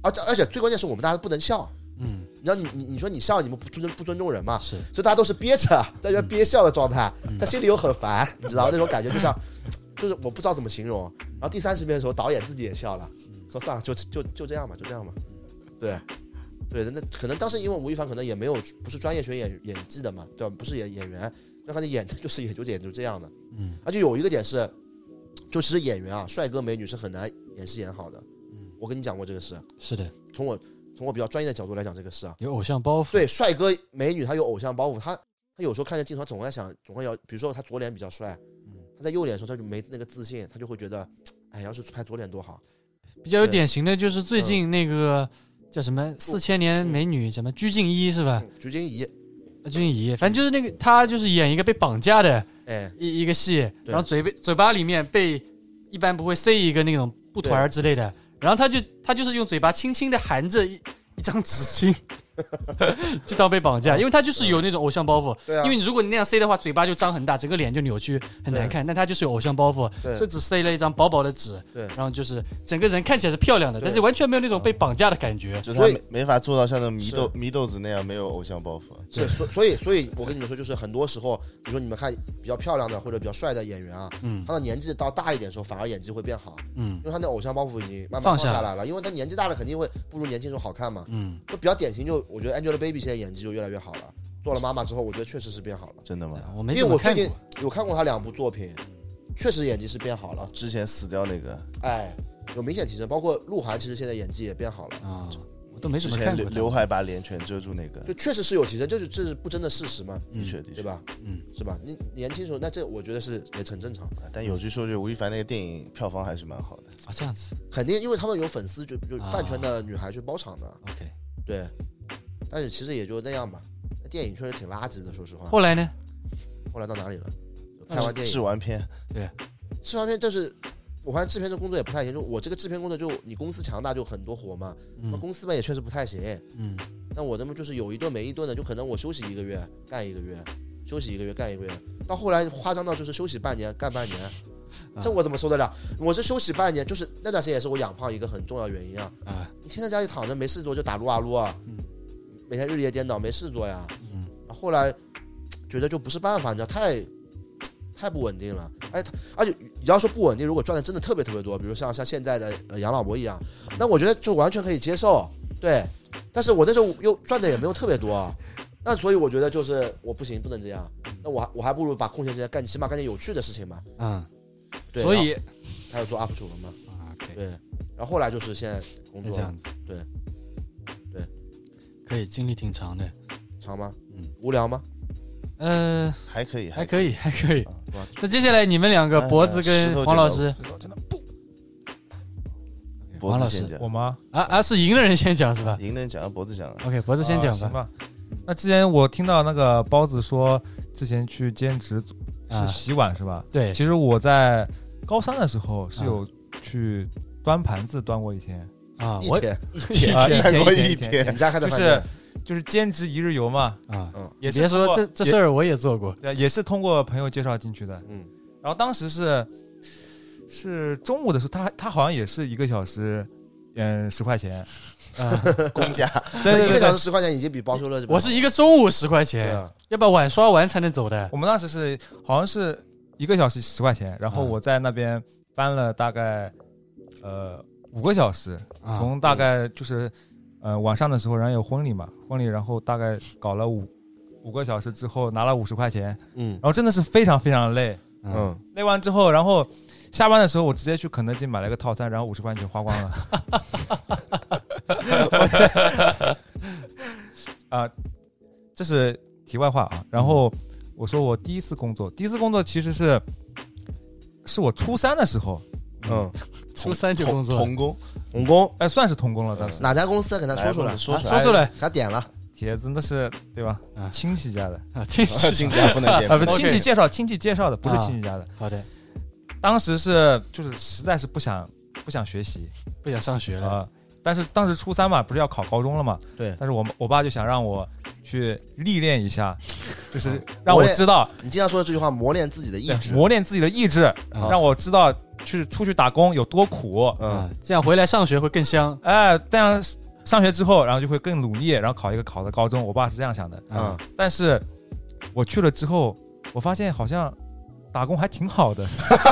A: 而且而且最关键是我们大家都不能笑，
B: 嗯
A: 你知道你你你说你笑，你们不尊不尊重人嘛？
B: 是嗯
A: 所以大家都是憋着，在那边憋笑的状态，但心里又很烦，你知道那种感觉就像，就是我不知道怎么形容。然后第三十遍的时候，导演自己也笑了，
B: 嗯
A: 说算了，就就就这样吧，就这样吧。对，对的，那可能当时因为吴亦凡可能也没有不是专业学演演技的嘛，对吧？不是演演员，那他的演就是也就演就这样的。
B: 嗯，
A: 而且有一个点是，就其实演员啊，帅哥美女是很难演戏演好的。我跟你讲过这个事，
B: 是的，
A: 从我从我比较专业的角度来讲这个事啊，
B: 有偶像包袱，
A: 对，帅哥美女他有偶像包袱，他他有时候看着镜头，他总会想，总会要，比如说他左脸比较帅，他在右脸的时候他就没那个自信，他就会觉得，哎，要是拍左脸多好。
B: 比较有
A: 对
B: 典型的就是最近那个叫什么四千年美女什么鞠婧祎是吧？
A: 嗯
B: 呃
A: 鞠婧祎，
B: 鞠婧祎，反正就是那个她就是演一个被绑架的
A: 哎，
B: 一一个戏，
A: 对
B: 然后嘴被嘴巴里面被一般不会塞一个那种布团儿之类的，然后她就她就是用嘴巴轻轻的含着一一张纸巾， 就当被绑架，因为她就是有那种偶像包袱。
A: 哦对啊
B: 因为你如果你那样塞的话，嘴巴就张很大，整个脸就扭曲，很难看。但她就是有偶像包袱，
A: 对
B: 所以只塞了一张薄薄的纸，
A: 对
B: 然后就是整个人看起来是漂亮的，
A: 对
B: 但是完全没有那种被绑架的感觉。
D: 就
A: 所
D: 他
A: 以
D: 没没法做到像那迷豆
A: 是
D: 迷豆子那样没有偶像包袱。
A: 是，所所以所以，我跟你们说，就是很多时候，比如说你们看比较漂亮的或者比较帅的演员啊，
B: 嗯
A: 他的年纪到大一点的时候，反而演技会变好，
B: 嗯
A: 因为他那偶像包袱已经慢慢
B: 放
A: 放
B: 下
A: 下来了，因为他年纪大了，肯定会不如年轻时候好看嘛。
B: 嗯，
A: 就比较典型，就我觉得 Angelababy 现在演技就越来越好了，做了妈妈之后，我觉得确实是变好了。
D: 真的吗？
B: 我没
A: 哦因为
B: 怎么
A: 我
B: 看
A: 最
B: 过
A: 近。有看过他两部作品，确实演技是变好了，
D: 之前死掉那个
A: 哎，有明显提升。包括鹿晗其实现在演技也变好了，
B: 啊，都没
D: 之
B: 怎么
D: 前
B: 看
D: 刘
B: 过
D: 刘
B: 他。
D: 海把脸全遮住那个，
A: 就确实是有提升，这是这是不争的事实嘛，
D: 的确的
A: 对
D: 确。
A: 吧？
B: 嗯，
A: 是吧？你年轻时候，那这我觉得是也很正常，
D: 啊但有句说句，吴亦凡那个电影票房还是蛮好的。
B: 啊，这样子
A: 肯定因为他们有粉丝就就
B: 啊
A: 饭圈的女孩去包场的，
B: ，OK。
A: 对。但是其实也就那样吧，那电影确实挺垃圾的，说实话。
B: 后来呢？
A: 后来到哪里了？拍完电
D: 制
A: 影，
D: 完片，
A: 制片片就是。我发现制片这工作也不太严重，我这个制片工作就你公司强大就很多活嘛，那
B: 嗯
A: 公司嘛也确实不太行，
B: 嗯，
A: 那我他妈就是有一顿没一顿的，就可能我休息一个月干一个月，休息一个月干一个月，到后来夸张到就是休息半年干半年，
B: 啊
A: 这我怎么受得了？我是休息半年，就是那段时间也是我养胖一个很重要原因啊。
B: 啊，
A: 你天天在家里躺着没事做就打撸啊撸啊，
B: 嗯
A: 每天日夜颠倒没事做呀。啊
B: 嗯
A: 然后后来觉得就不是办法，你知道太太不稳定了。哎，他而且你要说不稳定，如果赚的真的特别特别多，比如像像现在的呃养老博一样，那我觉得就完全可以接受。对，但是我那时候又赚的也没有特别多，啊那所以我觉得就是我不行，不能这样。那我还我还不如把空闲时间干，起码干点有趣的事情嘛。
B: 嗯，
A: 对，
B: 所以
A: 他就做 UP 主了嘛。
B: 啊，OK，
A: 对，然后后来就是现在工
B: 那
A: 作
B: 这样子，
A: 对，对，
B: 可以，经历挺长的，
A: 长吗？
B: 嗯，
A: 无聊吗？
B: 呃，
D: 还可以，
B: 还
D: 以。
B: 可以，还可以
D: 啊。
B: 那接下来你们两个
D: 哎，
B: 脖子
D: 石
B: 跟
D: 头
B: 黄
D: 剪刀
B: 老师，
C: 真的不，
D: 脖
B: 黄老
D: 子
B: 师
D: 先讲
C: 我，吗？
B: 啊啊，是赢的人先讲是吧
D: 赢能讲，脖子讲。
B: ？OK，脖子先
C: 啊
B: 讲
C: 行
B: 吧。
C: 吧。那之前我听到那个包子说，之前去兼职
B: 啊
C: 是洗碗是吧？
B: 对，
C: 其实我在高三的时候是
B: 啊
C: 有去端盘子端过一 天，
B: 啊，
A: 一
B: 我
A: 天，
C: 啊，一
D: 干
C: 天
D: 过
C: 一天
D: 一
C: 一天，
D: 天
A: 你家开的
C: 就
A: 饭
C: 是
A: 店，
C: 就是兼职一日游嘛，
B: 啊，
C: 也是
B: 别
C: 通
B: 说
C: 过
B: 这这事儿我也做过，
C: 对也是通过朋友介绍进去的。
A: 嗯，
C: 然后当时是是中午的时候，他他好像也是一个小时，嗯，十块钱，
B: 啊，
D: 公家，
C: 对对
A: 一个
C: 对
A: 小时。
C: 对
A: 十块钱已经比包修了这边好。
B: 我是一个中午十块
A: 对
B: 钱，
A: 啊，
B: 要把碗刷完才能走的。
C: 我们当时是好像是一个小时十块钱，然后
B: 嗯
C: 我在那边搬了大概呃五个小时，
B: 啊
C: 从大概就是呃晚上的时候，然后有婚礼嘛，婚礼然后大概搞了五五个小时之后拿了五十块钱，
A: 嗯
C: 然后真的是非常非常累，
B: 嗯，
A: 嗯，
C: 累完之后，然后下班的时候我直接去肯德基买了个套餐，然后五十块钱全花光了。 啊，这是题外话啊。然后我说我第一次工作，第一次工作其实是是我初三的时候，
A: 嗯，
B: 初三就工作了
D: 童工，
A: 童工
C: 哎，算是童工了，
B: 嗯
C: 当时
A: 哪家公司？给他
D: 来
A: 说出来，
D: 说出
B: 啊
D: 来，
B: 说出来
A: 他点了，
C: 帖子那是对吧
B: 啊？
C: 亲戚家的
B: 啊，这
D: 啊
B: 是
D: 进家不能点
C: 啊，不是
B: OK
C: 亲戚介绍，亲戚介绍的，不是
B: 啊
C: 亲戚家的。
B: 好的，
C: 当时是就是实在是不想不想学习，
B: 不想上学了
C: 啊、但是当时初三嘛，不是要考高中了嘛？
A: 对
C: 但是我我爸就想让我去历练一下，就是让我知道
A: 你经常说的这句话，磨练自己的意志。
C: 磨练自己的意志，
B: 啊
C: 让我知道去出去打工有多苦。
A: 嗯
B: 啊，这样回来上学会更香
C: 哎，这样上学之后，然后就会更努力，然后考一个考的高中。我爸是这样想的。
A: 嗯
B: 啊，
C: 但是我去了之后，我发现好像打工还挺好的。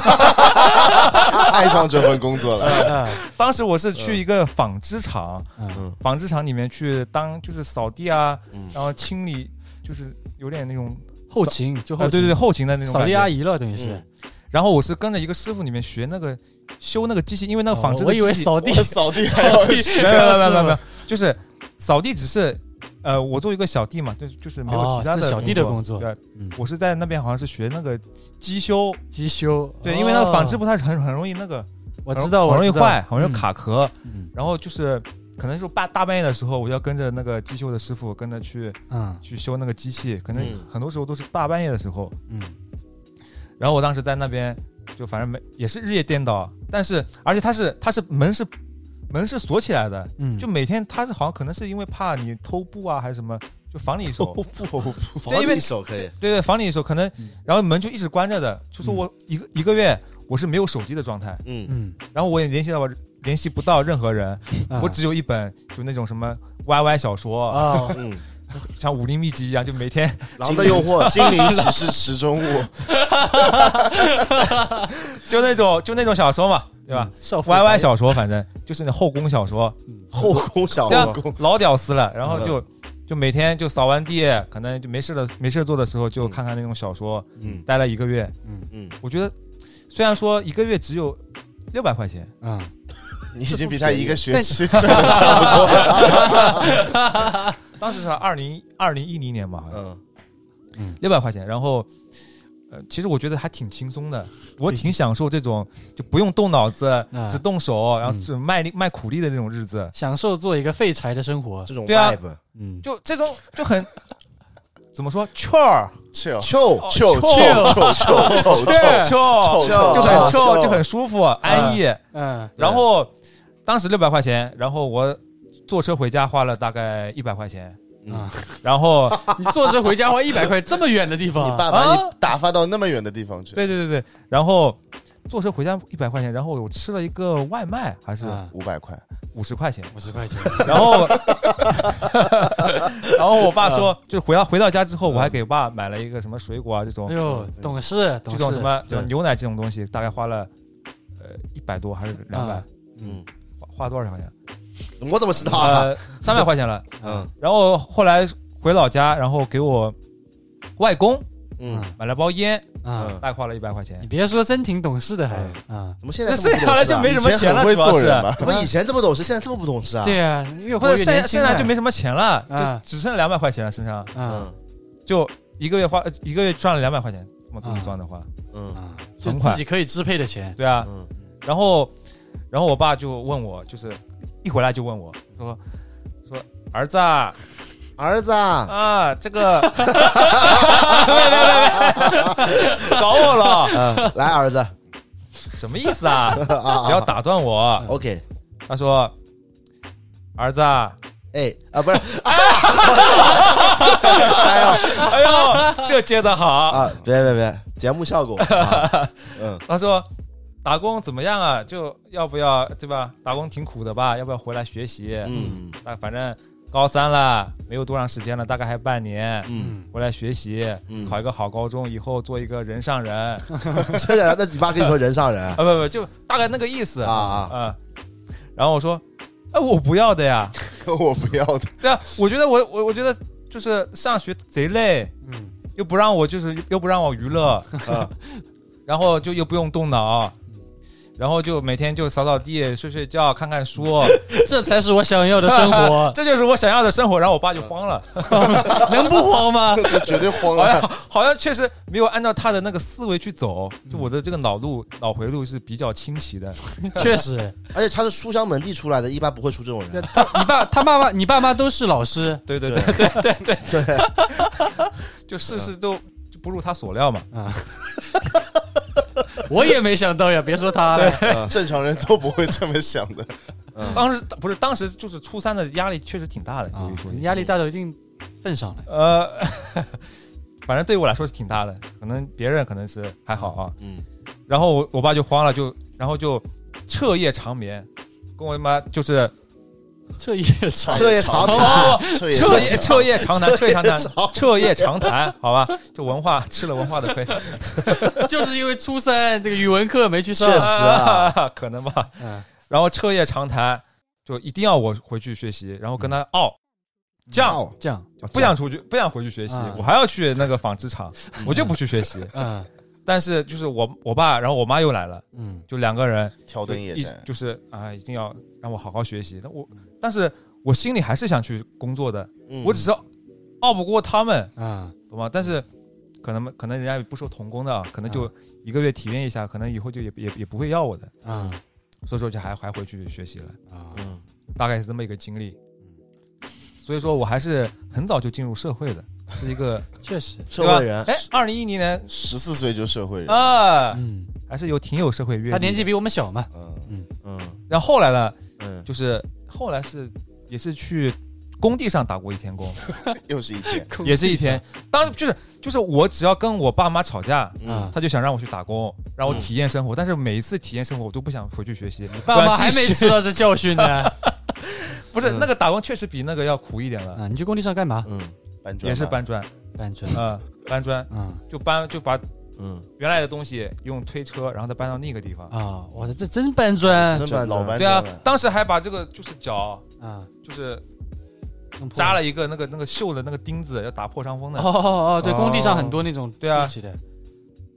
D: 爱上这份工作了。
B: 啊
C: 当时我是去一个纺织厂，
B: 啊
C: 纺织厂里面去当就是扫地啊，
A: 嗯
C: 然后清理，就是有点那种
B: 后勤就后
C: 啊，
B: 勤
C: 对对对，后勤的那种
B: 扫地
C: 感
B: 阿
C: 觉。
B: 姨了，等于是
A: 嗯
C: 然后我是跟着一个师傅里面学那个修那个机器，因为那个纺织
B: 哦
C: 的
B: 我
C: 机
B: 以
C: 器，
B: 为扫地
D: 我扫地还要
C: 没有没有没
B: 是啊
C: 有没有没有
B: 吗，
C: 就是扫地只是呃，我作为一个小弟嘛，就就是没有
B: 哦
C: 其他
B: 这
C: 的
B: 是小弟的工作
C: 对，啊
B: 嗯
C: 我是在那边好像是学那个机修，哦
B: 机修
C: 对，因为那个纺织
B: 不，
C: 布它很很容易那个，
B: 哦我知道，
C: 很容易
B: 我知道
C: 坏，很容易，卡壳，
B: 嗯
C: 然后就是。可能是大大半夜的时候，我要跟着那个机修的师傅跟着去
B: 嗯
C: 去修那个机器，可能
A: 嗯
C: 很多时候都是大半夜的时候，
B: 嗯
C: 然后我当时在那边就反正没也是日夜颠倒，但是而且他是他是门是门是锁起来的，
B: 嗯，
C: 就每天他是好像可能是因为怕你偷步啊还是什么，就防你 一手，
D: 不不不，
C: 对因为
A: 手可以，
C: 对对，防你一手，可能
B: 嗯
C: 然后门就一直关着的，就说我一个、一个月我是没有手机的状态，
D: 嗯，
B: 嗯，
C: 然后我也联系到我联系不到任何人，
B: 啊
C: 我只有一本就那种什么 YY 小说，
B: 哦，
D: 嗯，
C: 像武林秘籍一样，就每天
A: 狼的诱惑，
D: 精灵只是池中物，
C: 就那种就那种小说嘛，对吧、
B: 嗯？少妇
C: y
B: 白
C: Y 小说，反正就是那后宫小说，
A: 后宫小
C: 对啊
A: 后宫，
C: 老屌丝了，然后就就每天就扫完地，可能就没事的没事做的时候就看看那种小说，
D: 嗯
C: 待了一个月，
B: 嗯
D: 嗯，
C: 我觉得虽然说一个月只有六百块钱，
B: 嗯，
D: 你已经比他一个学期赚的差不多了。
C: 当时是二零二零一零年吧，好像
D: 嗯，
C: 六百块钱。然后，呃，其实我觉得还挺轻松的，我挺享受这种就不用动脑子
B: 啊，
C: 只动手，然后只卖力卖苦力的那种日子。
B: 享受做一个废柴的生活。
A: 这种
C: 对啊
A: vibe，
B: 嗯，
C: 就这种就很怎么说，chill
D: chill
A: 臭
D: chill
C: chill
D: chill chill chill chill，
C: chill，
D: chill，
C: 就很
D: chill，
C: chill，
D: chill
C: 就很舒服，安逸。
B: 嗯，
C: 然后当时六百块钱，然后我坐车回家花了大概一百块钱，
D: 嗯
C: 然后
B: 你坐车回家花一百块，这么远的地
D: 你
B: 方啊，
D: 爸把
C: 啊
D: 你打发到那么远的地方去，
C: 对对对对，然后坐车回家一百块钱，然后我吃了一个外卖，还是
B: 啊，
D: 五百块，
C: 五十块钱，
B: 五十块钱，
C: 然后然后我爸
B: 啊
C: 说，就回到回到家之后，我还给爸买了一个什么水果啊这种
B: 哎，呦，懂事，懂
C: 这
B: 事，
C: 种什么
A: 对
C: 就牛奶这种东西，大概花了呃一百多还是两百
B: 啊，
A: 嗯，
C: 花花多少块钱？
A: 我怎么知道啊？
C: 呃，三百块钱了。
A: 嗯
C: 然后后来回老家，然后给我外公
A: 嗯，
C: 买了包烟，
B: 啊？
A: 嗯
C: 大概花了一百块钱
B: 你。别说，真挺懂事的，还啊，
A: 怎么现在
C: 那
A: 这么
C: 剩
A: 不
C: 下
A: 懂
C: 来
A: 事
C: 就
A: 啊？
C: 没什么
D: 以前
C: 钱了，
D: 很会
C: 主要
D: 做
C: 是
D: 人吧？
A: 怎么以前这么懂事，现在这么不懂事啊？
B: 对啊，越
C: 不
B: 活
C: 是
B: 越
C: 现在
B: 年轻
C: 现
B: 啊，
C: 在就没什么钱了，
B: 啊
C: 就只剩两百块钱了身上，
B: 啊
A: 嗯
C: 就一个月花呃一个月赚了两百块钱，这么这么
B: 啊
C: 算的话，
A: 嗯
B: 啊，就
C: 存
B: 自
C: 款
B: 己可以支配的钱，
C: 对啊，
A: 嗯，
C: 然后然后我爸就问我，就是一回来就问我说说儿子 啊
A: 儿子啊，
C: 啊这 个，别别别 别，搞我了，
A: 嗯，来儿子
C: 什么意思 啊？
A: 啊啊
C: 不要打断我，
A: ，OK，
C: 他说儿子啊，
A: 哎啊，不是，哎呀
C: 哎呦这接的好，
A: 啊，别别别，节目 效果，啊嗯
C: 他说打工怎么样啊？就要不要对吧？打工挺苦的吧？要不要回来学习？
D: 嗯
C: 那反正高三了，没有多长时间了，大概还半年，
D: 嗯
B: 嗯，
C: 回来学习，
D: 嗯，
C: 考一个好高中，以后做一个人上人啊！
A: 真的，那你爸跟你说人上 人
C: 不不，就大概那个意思
A: 啊啊，
C: 嗯然后我说，哎，我不要的呀，
D: 我不要的，
C: 对啊，我觉得我我我觉得就是上学贼累，
B: 嗯，
C: 又不让我就是又不让我 娱乐，呃
A: 嗯
C: 然后就又不用动脑。然后就每天就扫扫地、睡睡觉、看看书，
B: 这才是我想嗯要的生活， 嗯
C: 这就是我想要的生活。然后我爸就慌了，
B: 能不慌吗？
D: 这绝对慌
C: 好像
D: 了。
C: 好像确实没有按照他的那个思维去走，
B: 嗯
C: 就我的这个脑路脑回路是比较清奇的。
B: 确实，
A: 而且他是书香门第出来的，一般不会出这种人。啊
B: 你爸、他爸妈、你爸妈都是老师，
C: 对对对对对对对， 就事事都就不如他所料嘛。
B: 啊，我也没想到呀，别说他了，
D: 正常人都不会这么想的。
B: 嗯
C: 当时不是当时就是初三的压力确实挺大的，
B: 啊
C: 有一说，一
B: 压力大到一定份上了，
C: 呃， 反正对我来说是挺大的，可能别人可能是还好啊。
D: 嗯
C: 然后我我爸就慌了，就然后就彻夜长眠，跟我妈就是
B: 彻夜 长
A: 彻夜长
B: 哦
A: 谈，
D: 彻
C: 彻夜
D: 夜
C: 彻夜长谈，彻夜长谈
A: 长，
C: 彻夜长谈，好吧，这文化吃了文化的亏，
B: 就是因为初三这个语文课没去上，
A: 确实啊，
C: 可能吧。
B: 嗯
C: 然后彻夜长谈，就一定要我回去学习，然后跟他拗，这样
A: 哦
B: 这样，
C: 不想出去，不想回去学习
B: 啊，
C: 我还要去那个纺织厂，我就不去学习。
B: 嗯
C: 但是就是我我爸，然后我妈又来了，
B: 嗯
C: 就两个人
D: 挑
C: 就
D: 灯夜
C: 一
D: 战，
C: 就是啊，一定要让我好好学习。但我但是我心里还是想去工作的，
D: 嗯
C: 我只是拗不过他们。
B: 啊
C: 懂吗？但
A: 嗯
C: 是可能可能人家也不收童工的啊，可能就一个月体验一下，可能以后就也也也不会要我的，
B: 啊
C: 所以说就还还回去学习了，
B: 啊，
D: 嗯
C: 大概是这么一个经历。所以说我还是很早就进入社会的，是一个
B: 确实，
A: 社会人
C: 对吧哎，二零一零年
D: 十四岁就社会人，
C: 啊，
B: 嗯，
C: 还是有挺有社会阅历
B: 他
C: 的。
B: 年纪比我们小嘛，
D: 嗯嗯
C: 然后后来呢，
D: 嗯，
C: 就是后来是也是去工地上打过一天工，
D: 又是一天
C: 也是一天。当就是就是我只要跟我爸妈吵架，
B: 啊
D: 嗯，
C: 他就想让我去打工，让我
D: 嗯
C: 体验生活，但是每一次体验生活，我都不想回去学习。
B: 爸妈还
C: 不然
B: 没
C: 继续
B: 吃到这教训呢， 啊，
C: 不是
D: 嗯
C: 那个打工确实比那个要苦一点了，
B: 你去工地上干嘛？
D: 嗯，搬砖
C: 也是
D: 吧，
C: 搬砖，
B: 搬砖
C: 嗯，搬砖
B: 啊
C: 就搬就把
D: 嗯，
C: 原来的东西用推车，然后再搬到另一个地方。
B: 啊，我的这真搬砖
A: 真
D: 这
A: 搬
D: 老
A: 砖
D: 搬
C: 对啊
D: 砖了，
C: 当时还把这个就是脚
B: 啊，
C: 就是
B: 弄破
C: 扎了一个那个那个锈的那个钉子，要打破伤风的
B: 哦。哦哦，对，
A: 哦
B: 工地上很多那种
C: 对啊
B: 凸起的，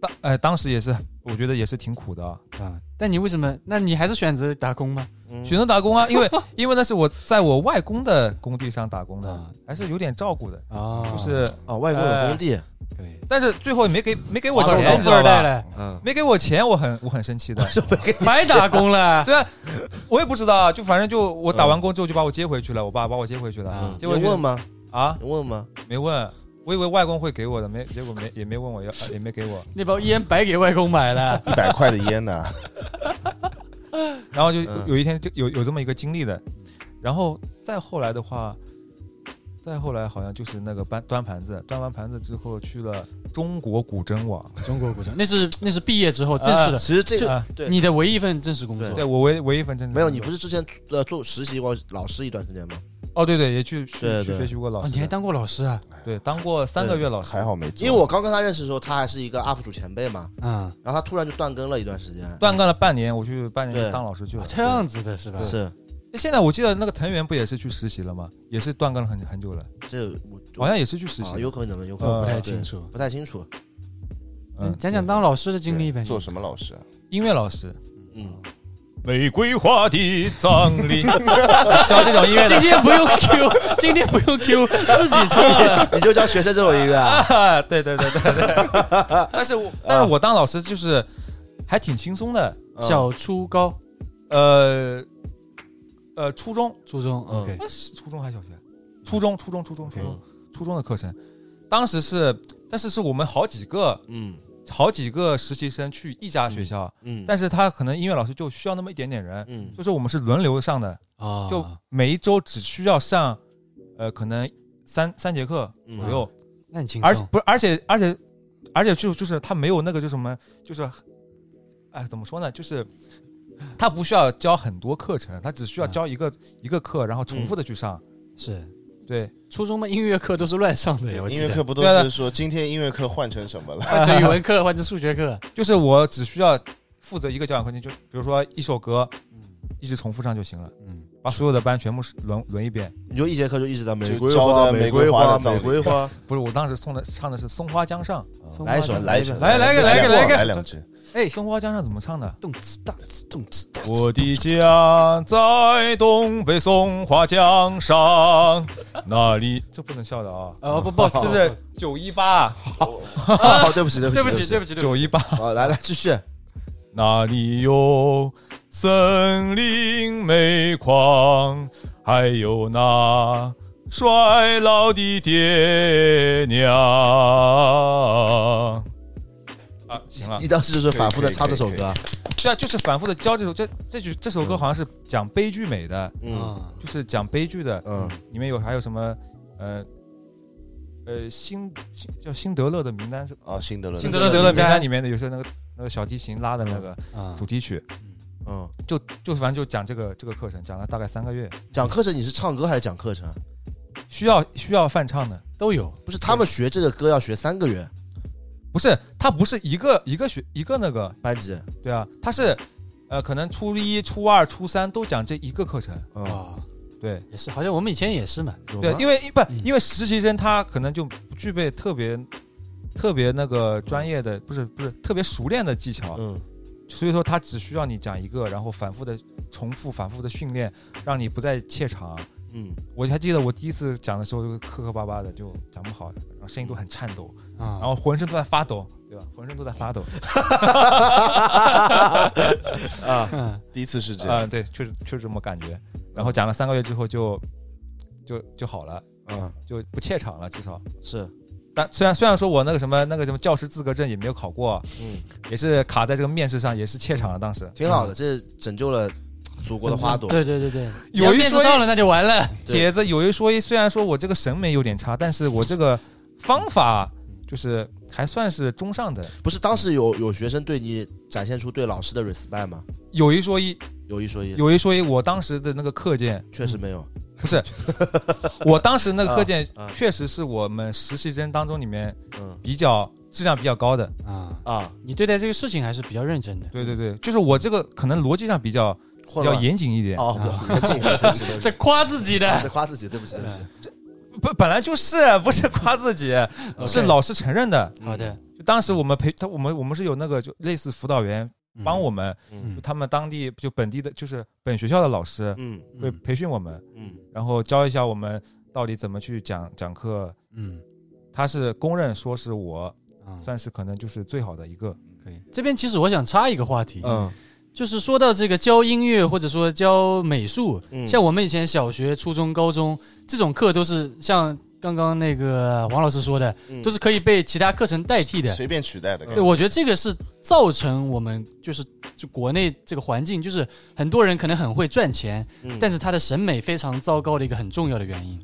C: 当哎，当时也是我觉得也是挺苦的啊。
B: 啊。但你为什么？那你还是选择打工吗？
C: 选择打工啊，因 为因为那是我在我外公的工地上打工的
B: 啊，
C: 还是有点照顾的，
B: 啊，
C: 就是，
A: 哦，外国有工地，
B: 对，
C: 但是最后也没给没给我
A: 花
C: 钱，
A: 钱
C: 你
B: 啊富
C: 知道
B: 二代
C: 吧？
B: 了，
A: 嗯，
C: 没给我钱，我很我很 生气的。
A: 就没给
B: 白打工了。
C: 对啊，我也不知道啊，就反正就我打完工之后就把我接回去了，我爸把我接回去了
B: 啊，
C: 结
A: 你
C: 果就
A: 问吗？
C: 啊
A: 你问吗？
C: 没问，我以为外公会给我的，没结果没也没问我要，呃也没给我，
B: 那包烟白给外公买了，
D: 一百块的烟呢？
C: 然后就
A: 嗯
C: 有一天就有有这么一个经历的，然后再后来的话，再后来好像就是那个搬端盘子，端完盘子之后去了中国古筝网，
B: 中国古装，那是那是毕业之后正式的，
A: 其实这
C: 啊
A: 个对
B: 你的唯一一份正式工作
A: 对
C: 对我唯唯一一份正式
A: 没有，
C: 工
A: 你
C: 作
A: 不是之前呃做实习过老师一段时间吗？
C: 哦对对，也去去
A: 对
C: 去
A: 对
C: 学习过老
B: 哦，
C: 师的，
B: 你还当过老师啊？
C: 对当过三个月老师
D: 还，好没做，
A: 因为我刚跟他认识的时候，他还是一个 UP 主前辈嘛，
B: 啊，
A: 然后他突然就断更了一段时间，
C: 断干了半年，我去半年
A: 对
C: 当老师去了。
B: 啊这样子的是吧？
A: 是
C: 现在我记得那个藤原不也是去实习了吗？也是断更了很很久了，
A: 这我
C: 好像也是去实
A: 啊
C: 习
A: 有。可能有可
B: 我
A: 能
B: 不
A: 对
B: 太清楚。
A: 不太清楚，
C: 嗯
B: 嗯，，讲讲当老师的经历呗。
D: 做什么老师啊？
C: 音乐老师，
A: 嗯，
C: 玫瑰花的葬礼，
B: 教这种音乐，今天不用 Q，今天不用 Q，自己唱的。
A: 你就教学生这种音乐 啊，
C: 啊对对对对对。 但是我但是我当老师就是还挺轻松的，
A: 嗯
B: 小初高
C: 呃呃，初中
B: 初中
A: 嗯
B: ，OK，
C: 那是初中还是小学？初中初中初中初
B: OK
C: 中初中的课程，当时是，但是是我们好几个
A: 嗯
C: 好几个实习生去一家学校，
A: 嗯，
C: 但是他可能音乐老师就需要那么一点点人，
A: 嗯
C: 就是我们是轮流上的，
B: 啊，
C: 就每一周只需要上，呃，可能三三节课
A: 嗯
C: 左右，
B: 那很轻
C: 而且
B: 松。
C: 不是，而且而且而且就就是他没有那个就什么，就是，哎，怎么说呢，就是。他不需要教很多课程，他只需要
B: 嗯
C: 教一个、一个课，然后重复的去上。
B: 是
C: 对，
B: 初中的音乐课都是乱上的，我
D: 音
B: 记
D: 乐课
B: 得。
D: 不都
C: 对啊
D: 是说今天音乐课换成什么了？
B: 换成语文课，换成数学课，
C: 就是我只需要负责一个教养课程，就比如说一首歌
B: 嗯
C: 一直重复上就行了，
B: 嗯，
C: 把所有的班全部是轮轮一遍。
A: 你就一节课就一直在玫瑰
D: 就教
A: 花
D: 的
A: 玫瑰
D: 玫瑰花
A: 花
D: 的
A: 玫瑰花，
C: 不是，我当时送的唱的是《松花江上
B: 松
A: 来一首
B: 花江
A: 来一 首
D: 首，
B: 来来个来个
D: 两
B: 来个
D: 来两支。
B: 哎》，，
C: 松花江上怎么唱的？
B: 动次打次，动次打次。
C: 我的家在东北松花江 上，那里这不能笑的啊！
B: 哦不，不好意思，
C: 就
B: 就是是
C: 九一八，
A: 哦，对不起对不起
B: 对不
A: 不
B: 起，对不起，对不起，
C: 九一八，
A: 起，好来来继续，
C: 那里有森林煤矿，还有那衰老的爹娘。啊， 行了，
A: 你当时就是反复的唱这首歌，
C: 对啊，就是反复的教这首这这句这首歌好像是讲悲剧美的，
A: 嗯
B: 啊，
C: 就是讲悲剧的，
A: 嗯
C: 里面有还有什么呃呃辛辛叫辛德勒的名单是
D: 啊，辛德勒，
B: 辛
C: 辛
B: 德
C: 德
B: 勒的
C: 勒名
B: 名
C: 单嗯
B: 单
C: 里面的有些那个那个小提琴拉的那个
B: 啊
C: 主题曲，
A: 嗯，
C: 就就反正就讲这个这个课程，讲了大概三个月，
A: 讲课程你是唱歌还是讲课程？啊
C: 需要需要翻唱的，
B: 都有
A: 不是他们学这个歌要学三个月
C: 不是他不是一个一个学一个那个，
A: 班级，
C: 对啊，他是呃可能初一、初二、初三都讲这一个课程，
A: 嗯，
B: 啊，
C: 对
B: 也是，好像我们以前也是嘛，
A: 有
C: 对
A: 吗，
C: 因为不
B: 嗯
C: 因为实习生他可能就不具备特别特别那个专业的，不是不是特别熟练的技巧，
A: 嗯
C: 所以说他只需要你讲一个，然后反复的重复、反复的训练，让你不再怯场。
A: 嗯
C: 我还记得我第一次讲的时候，就磕磕巴巴的，就讲不好，然后声音都很颤抖，
B: 啊，
C: 然后浑身都在发抖，对吧？浑身都在发抖。
A: 啊，
B: 嗯
D: 第一次是这
C: 嗯、
D: 样，
C: 对，确实确实这么感觉。然后讲了三个月之后就，就就好了，
A: 嗯
C: 就不怯场了，至少。
A: 是，
C: 但虽然虽然说我那个什么那个什么教师资格证也没有考过，
A: 嗯，
C: 也是卡在这个面试上，也是怯场了。当时
A: 挺好的，这拯救了祖国的花朵，
B: 对对对对，
C: 有一
B: 面
C: 说
B: 试
C: 一
B: 上了那就完了，
A: 对
C: 铁子有一说一，虽然说我这个审美有点差，但是我这个方法就是还算是中上的。
A: 不是当时有有学生对你展现出对老师的 respect 吗？
C: 有一说一，
A: 有一说一，
C: 有一说一，我当时的那个课件
A: 确实没有，
C: 不是，我当时那个课件
A: 啊啊
C: 确实是我们实习生当中里面
A: 嗯
C: 比较质量比较高的。
B: 啊，
A: 啊，
B: 你对待这个事情还是比较认真的，
C: 对对对，就是我这个可能逻辑上比较比
A: 混
C: 较
A: 乱
C: 严谨一点。
A: 哦，不要严谨，对不起，对不起 啊
B: 在夸自己的，
A: 在夸自己，对不起，对不
B: 嗯
A: 起，
C: 不，本来就是不是夸自己，是
B: OK
C: 老师承认的。
B: 好的，嗯
C: 就当时我们培他，我们我们是有那个就类似辅导员帮我们，
B: 嗯
C: 就他们当地就本地的，就是本学校的老师
D: 嗯
C: 会培训我们，
D: 嗯
C: 然后教一下我们到底怎么去讲讲课。
B: 嗯
C: 他是公认说是我
B: 啊，
C: 算是可能就是最好的一个，
B: 可以。这边其实我想插一个话题，
D: 嗯
B: 就是说到这个教音乐或者说教美术，啊
D: 嗯，
B: 像我们以前小学、初中、高中这种课都是像刚刚那个王老师说的，
D: 嗯
B: 都是可以被其他课程代替的。
D: 随便取代的，
B: 对，我觉得这个是造成我们就是就国内这个环境，就是很多人可能很会赚钱，
D: 嗯
B: 但是他的审美非常糟糕的一个很重要的原因。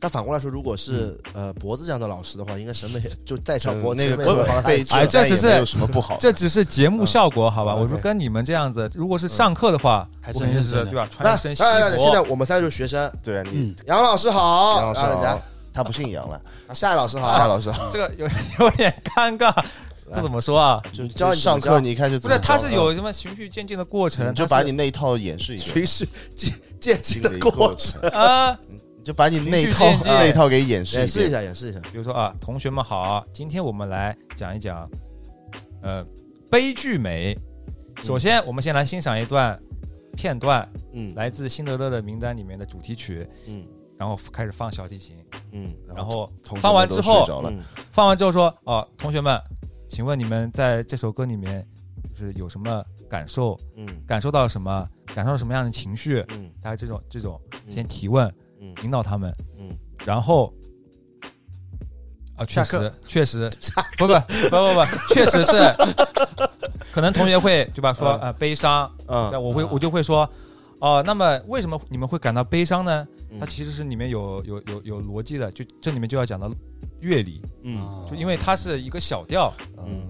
A: 但反过来说，如果是呃脖子这样的老师的话，应该审美就再
D: 这
A: 上国内
D: 这
A: 审
D: 个
A: 美
D: 课
A: 好了
D: 被
A: 太
D: 取
C: 哎这
D: 代
C: 只是
D: 也没有什么不好的，
C: 这只是节目效果，好吧？
A: 嗯
C: 我说跟你们这样子，如果是上课的话，
B: 还
C: 我
B: 真
C: 肯定
B: 是
C: 是
B: 真的
C: 对吧？穿
A: 那
C: 一身西
A: 来来来，现在
C: 服，
A: 我们三个就是学生，
D: 对啊，你
B: 嗯
A: 杨老师好，
D: 杨老师
A: 然后人家
D: 好，啊他不姓杨了，
A: 啊夏老师好，
D: 夏老师好，
C: 这个有 有点尴 尬，这怎么说啊？
D: 就
A: 你教
D: 就
A: 你
D: 上
A: 怎么
D: 课
A: 教
D: 你一开始
C: 不
D: 怎
C: 是，
D: 么
C: 他
D: 教嗯
C: 是有什么循序渐进的过程，
D: 你就
C: 它
D: 把
C: 是
D: 你那一套演示一遍，
A: 随时渐进
D: 经
A: 的
D: 历
A: 过
D: 过
A: 程，
D: 程，
C: 啊，
D: 你就把你那一套
C: 循序渐进
D: 那一套给演示
A: 演示一
D: 遍，
A: 下，演示一下，
C: 比如说啊，同学们好，今天我们来讲一讲，呃，悲剧美。首先，我们先来欣赏一段片段，
D: 嗯
C: 来自《辛德勒的名单》里面的主题曲，
D: 嗯
C: 然后开始放小提琴，
D: 嗯，
C: 然后
D: 同学
C: 放完
D: 们都
C: 之后
D: 睡着了，
A: 嗯
C: 放完之后说，哦，同学们，请问你们在这首歌里面就是有什么感受？
D: 嗯
C: 感受到了什么？感受到什么样的情绪？
D: 嗯
C: 大家这种这种
D: 嗯
C: 先提问，
D: 嗯
C: 引导他们，
D: 嗯，
C: 然后啊，确
B: 下课
C: 实确实，不不不不不，确实是，可能同学会对吧？说
D: 嗯
C: 啊悲伤，
D: 嗯
C: 那我会
B: 啊
C: 我就会说，哦，那么为什么你们会感到悲伤呢？
D: 嗯
C: 它其实是里面有有有有逻辑的，就这里面就要讲到乐理，
D: 嗯
B: 啊
C: 就因为它是一个小调，
D: 嗯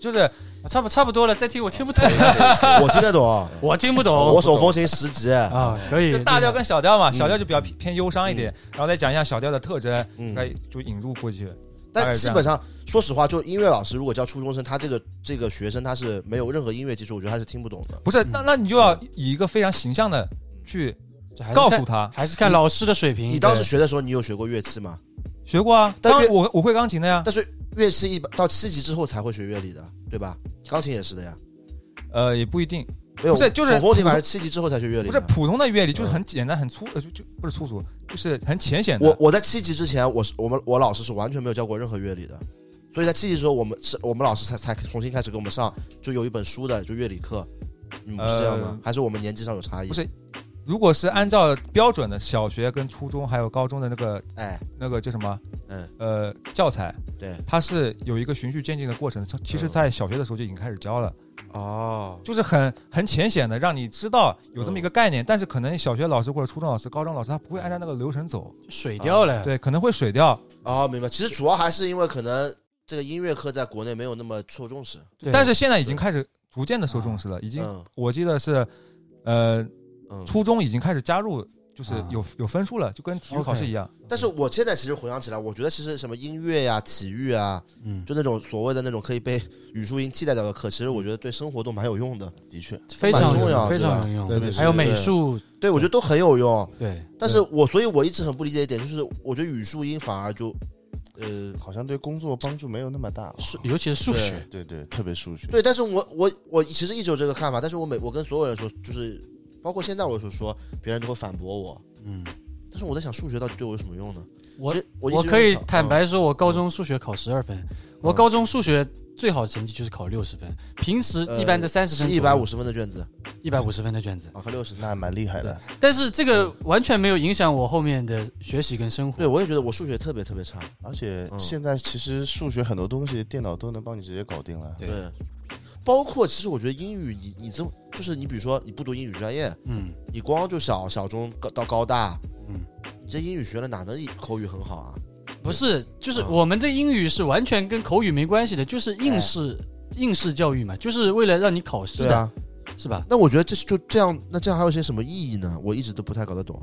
C: 就是
B: 差不差不多了，再听我听不懂，
A: 我听得懂，啊
B: 我听不懂，
C: 哦
A: 我手风琴十 级，
B: 啊，可以
C: 就大调跟小调嘛，
D: 嗯
C: 小调就比较偏偏忧伤一点，然后再讲一下小调的特征，
D: 嗯
C: 该就引入过去。大
A: 但
C: 概是这
A: 基
C: 样
A: 本上说实话，就音乐老师如果教初中生，他这个这个学生他是没有任何音乐基础，我觉得他是听不懂的。
C: 不是，
B: 嗯
C: 那那你就要以一个非常形象的去
B: 这还是
C: 告
B: 看
C: 诉他，
B: 还是看老师的水平。
A: 你当时学的时候，你有学过乐器吗？
C: 学过啊，
A: 但
C: 当
A: 是
C: 我我会钢琴的呀，
A: 但是乐器一般到七级之后才会学乐理的，对吧？钢琴也是的呀，
C: 呃，也不一定，
A: 没有
C: 不是就是
A: 手风琴，反正七级之后才学乐理
C: 不是
A: 的。
C: 普通的乐理，就是很简单、很粗，呃，就就不是粗俗，就是很浅显的。
A: 我我在七级之前，我是我们我老师是完全没有教过任何乐理的，所以在七级之后，我们是我们老师才才重新开始给我们上，就有一本书的就乐理课，你们是这样吗？
C: 呃
A: 还是我们年级上有差异？
C: 不是如果是按照标准的小学跟初中还有高中的那个
A: 哎，
C: 那个叫什么，
A: 嗯，
C: 呃，教材，
A: 对，
C: 它是有一个循序渐进的过程，它其实在小学的时候就已经开始教了，
A: 哦，
C: 就是很很浅显的让你知道有这么一个概念，但是可能小学老师或者初中老师、高中老师他不会按照那个流程走，
B: 水掉了，
C: 对，可能会水掉。
A: 哦，明白。其实主要还是因为可能这个音乐课在国内没有那么受重视。
B: 对
C: 但是现在已经开始逐渐的受重视了，已经
A: 嗯
C: 我记得是，呃，
A: 嗯。
C: 初中已经开始加入，就是
B: 啊
C: 有有分数了，就跟体育考试一样。
B: 嗯
A: 但是我现在其实回想起来，我觉得其实什么音乐呀、体育啊，
B: 嗯，
A: 就那种所谓的那种可以被 语数英替代掉的课，其实我觉得对生活都蛮有用的。
D: 的确，
B: 非常
A: 蛮重
B: 有
A: 要
B: 用非
A: 对吧
B: 常有用，
D: 特别是
B: 还有美术，
A: 对，我觉得都很有用。
B: 对，
A: 但是我，所以我一直很不理解一点，就是我觉得语数英反而就，呃，
D: 好像对工作帮助没有那么大哦，
B: 数尤其是数学，
D: 对对，特别数学，
A: 对。但是我我我其实一直有这个看法，但是我每我跟所有人说，就是包括现在我所说，别人都会反驳我。
B: 嗯，
A: 但是我在想，数学到底对我有什么用呢？
B: 我
A: 其实我一
B: 我
A: 直
B: 可以
A: 有想
B: 坦，
A: 嗯
B: 白说，我高中数学考十二分，我高中数学最好的成绩就是考六十分，平时一般在三十
A: 呃是
B: 分，
A: 一百五十分的卷子
B: 一百五十分的卷子，
A: 啊，快六十分。
D: 那还蛮厉害的，
B: 但是这个完全没有影响我后面的学习跟生
A: 嗯
B: 活
A: 对，。我也觉得我数学特别特别差。
D: 而且
A: 嗯
D: 现在其实数学很多东西电脑都能帮你直接搞定了。
B: 对
A: 对，包括其实我觉得英语，你你这就是你比如说你不读英语专业，
B: 嗯，
A: 你光就小小中高到高大，
B: 嗯，
A: 你这英语学了哪能口语很好啊？
B: 不是，就是
A: 嗯
B: 我们的英语是完全跟口语没关系的，
A: 哎
B: 就是应试应试教育嘛，就是为了让你考试
A: 对
B: 的，
A: 啊，
B: 是吧？
A: 那我觉得这就这样，那这样还有些什么意义呢？我一直都不太搞得懂。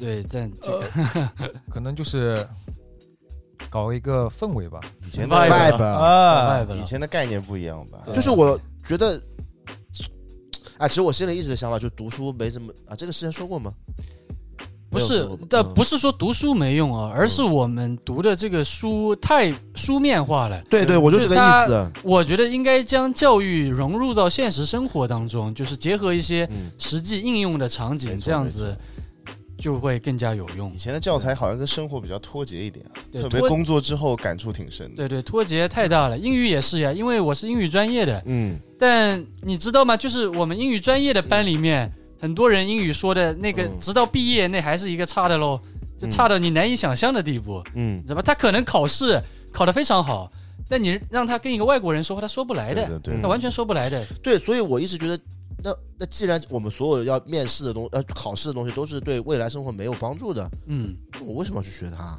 B: 对，但这个
C: 可能就是搞一个氛围吧。
D: 以前
B: 外吧
D: 的
A: Vibe，
C: 啊
B: 外，边
D: 以
B: 了，
D: 前的概念不一样吧？
A: 就是我觉得，哎，其实我心里一直的想法就是读书没什么啊，这个之前说过吗？
B: 不
A: 没有
B: 是
A: 读过，
B: 但
A: 嗯
B: 不是说读书没用啊，而是我们读的这个书太书面化了。
A: 对对，我就这
B: 是
A: 个
B: 他
A: 意思。
B: 我觉得应该将教育融入到现实生活当中，就是结合一些
A: 嗯
B: 实际应用的场景，
D: 没错
B: 这样
D: 没
B: 子就会更加有用
D: 以。前的教材好像跟生活比较脱节一点啊，
B: 对
D: 特别
B: 脱
D: 工作之后感触挺深的。
B: 对对，脱节太大了。英语也是呀，因为我是英语专业的，
A: 嗯，
B: 但你知道吗？就是我们英语专业的班里面，很多人英语说的那个
A: 嗯，
B: 直到毕业那还是一个差的喽，就
A: 嗯
B: 差到你难以想象的地步，
A: 嗯
B: 你，知道吧？他可能考试考得非常好，但你让他跟一个外国人说话，他说不来
D: 对
B: 的，
D: 对对
A: 嗯
B: 他完全说不来的。
A: 对，所以我一直觉得，那那既然我们所有要面试的东呃考试的东西都是对未来生活没有帮助的，
B: 嗯，
A: 那我为什么要去学它？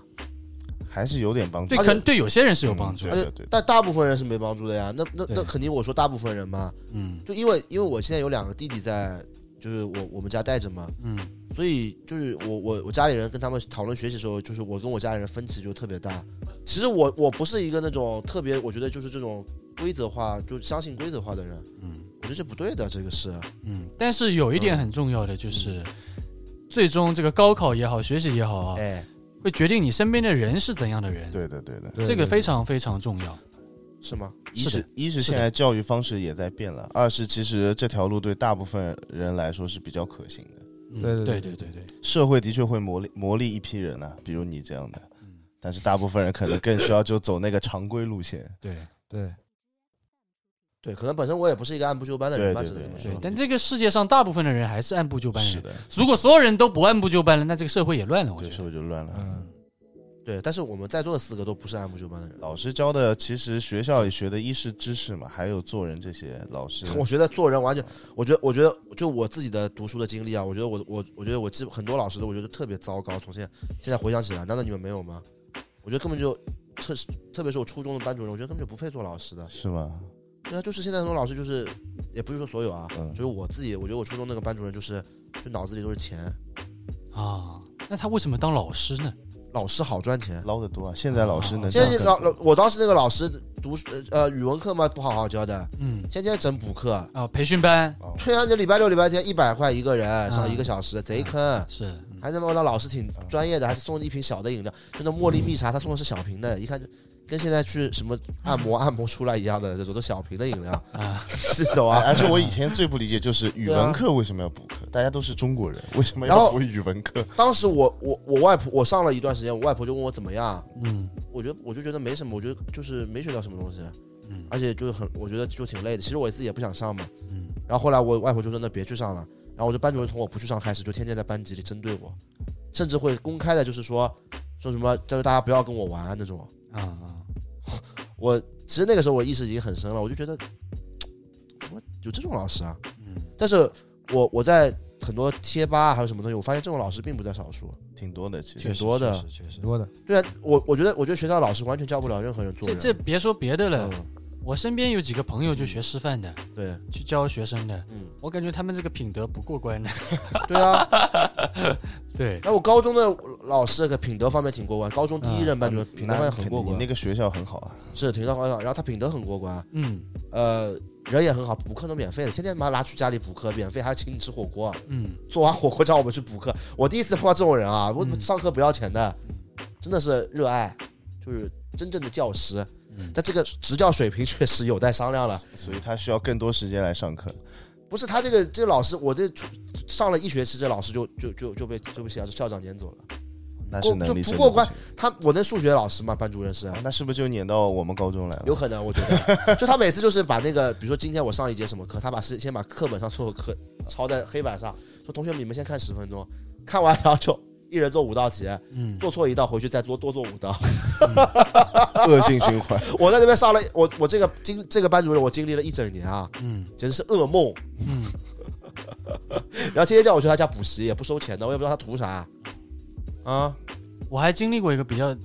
D: 还是有点帮助
B: 对，
A: 而
B: 可
A: 且
B: 能对有些人是有帮助
D: 对
A: 而
B: 的。
A: 且
D: 对
A: 但大部分人是没帮助的呀。那那
B: 对
A: 那肯定我说大部分人嘛，
B: 嗯
A: 就因为因为我现在有两个弟弟在，就是我我们家带着嘛，
B: 嗯
A: 所以就是我我我家里人跟他们讨论学习的时候，就是我跟我家里人分歧就特别大。其实我我不是一个那种特别，我觉得就是这种规则化，就相信规则化的人，
B: 嗯
A: 我觉得这不对的，这个是。
B: 嗯。但是有一点很重要的就是，最终这个高考也好，学习也好啊，
A: 哎，
B: 会决定你身边的人是怎样的人。
D: 对的对的。
B: 这个非常非常重要。
A: 是吗？
D: 一
B: 是的
D: 是一
B: 是
D: 是现
B: 的
D: 在教育方式也在变了，二是其实这条路对大部分人来说是比较可行的。
B: 嗯
C: 对
B: 对
C: 对
B: 对对对，
D: 社会的确会磨砺磨砺一批人啊，比如你这样的，但是大部分人可能更需要就走那个常规路线。
B: 对
C: 对
A: 对，可能本身我也不是一个按部就班的人吧，
D: 对
A: 只
D: 对
A: 能这么
D: 对
A: 说
B: 对。。但这个世界上大部分的人还是按部就班
D: 是
B: 的。
D: 的，
B: 如果所有人都不按部就班了，那这个社会也乱了。我
D: 对，
B: 觉
D: 社
B: 得，
D: 会就乱了。
C: 嗯
A: 对，但是我们在座的四个都不是按部就班的人。
D: 老师教的，其实学校里学的一是知识嘛，还有做人这些。老师，
A: 我觉得做人完全，我觉得，我觉得就我自己的读书的经历啊，我觉得我我我觉得我记很多老师都我觉得特别糟糕。从现在现在回想起来，难道你们没有吗？我觉得根本就特特别是我初中的班主任，我觉得根本就不配做老师的。
D: 是吗？
A: 对啊，就是现在很多老师就是，也不是说所有啊，
D: 嗯
A: 就是我自己，我觉得我初中那个班主任就是，就脑子里都是钱，
B: 啊，那他为什么当老师呢？
A: 老师好赚钱。
D: 捞得多啊！现在老师能
A: 现
D: 上
A: 在
D: 更
A: 老老，我当时那个老师读呃语文课嘛不好好教的，
B: 嗯
A: 天天整补课。
B: 啊，培训班
D: 哦
A: 对啊，你礼拜六、礼拜天一百块一个人上一个小时，贼坑。
B: 是嗯
A: 还他妈那老师挺专业的，还是送了一瓶小的饮料，就那茉莉蜜茶，他送的是小瓶的，一看就跟现在去什么按
B: 嗯
A: 摩按摩出来一样的那种，都小瓶的饮料，
B: 啊，
A: 是懂
D: 哎
A: 啊？
D: 而且我以前最不理解就是语文课为什么要补课？大家都是中国人，为什么
A: 然
D: 要
A: 后
D: 补语文课？
A: 当时我我我外婆，我上了一段时间，我外婆就问我怎么样，
B: 嗯
A: 我觉得我就觉得没什么，我觉得就是没学到什么东西，
B: 嗯
A: 而且就是很我觉得就挺累的。其实我自己也不想上嘛，
B: 嗯，
A: 然后后来我外婆就说那别去上了，然后我就班主任从我不去上开始，就天天在班级里针对我，甚至会公开的就是说说什么就是大家不要跟我玩那种。
B: 啊啊，
A: 我其实那个时候我意识已经很深了，我就觉得怎么有这种老师啊？
B: 嗯
A: 但是我我在很多贴吧啊还有什么东西，我发现这种老师并不在少数。
D: 挺多的，
B: 确
D: 其实
A: 挺
B: 实
A: 多的
B: 确实确实
C: 挺。多的，
A: 对啊，我我觉得我觉得学校老师完全教不了任何人做
B: 这
A: 人。
B: 这别说别的了，
A: 嗯，
B: 我身边有几个朋友就学师范的，
A: 对
B: 去教学生的
A: 嗯，
B: 我感觉他们这个品德不过关的。
A: 对啊。
B: 对，
A: 那我高中的老师可品德方面挺过关，高中第一任班主任品德方
D: 那
A: 面
D: 肯
A: 很过
D: 定，你
A: 关
D: 那，个学校很好啊，
A: 是挺德方面很，然后他品德很过关，
B: 嗯
A: 呃，人也很好，补课都免费的，天天妈拿去家里补课，免费还请你吃火锅。啊
B: 嗯，
A: 做完火锅叫我们去补课。我第一次碰到这种人啊，我
B: 嗯
A: 上课不要钱的，真的是热爱，就是真正的教师。
B: 嗯
A: 但这个执教水平确实有待商量了。
D: 所以他需要更多时间来上课。
A: 不是他这个这个老师，我这上了一学期，这老师就就就就被就被校校长撵走了。
D: 那是能力
A: 就不
D: 真的
A: 过
D: 不
A: 关
D: 行，
A: 他我那数学老师嘛，班主任是
D: 啊那是不是就撵到我们高中来了？
A: 有可能，我觉得， 就他每次就是把那个，比如说今天我上一节什么课，他把是先把课本上所有课抄在黑板上，说同学们你们先看十分钟，看完然后就一人做五道题，
B: 嗯
A: 做错一道回去再多多做五道。
D: 恶性循 环，
A: 我在那边上了，我我这个经这个班主任我经历了一整年啊，
B: 嗯
A: 简直是噩梦。
B: 嗯，
A: 然后天天叫我去他家补习，也不收钱的，我也不知道他图啥啊。
B: 我还经历过一个比较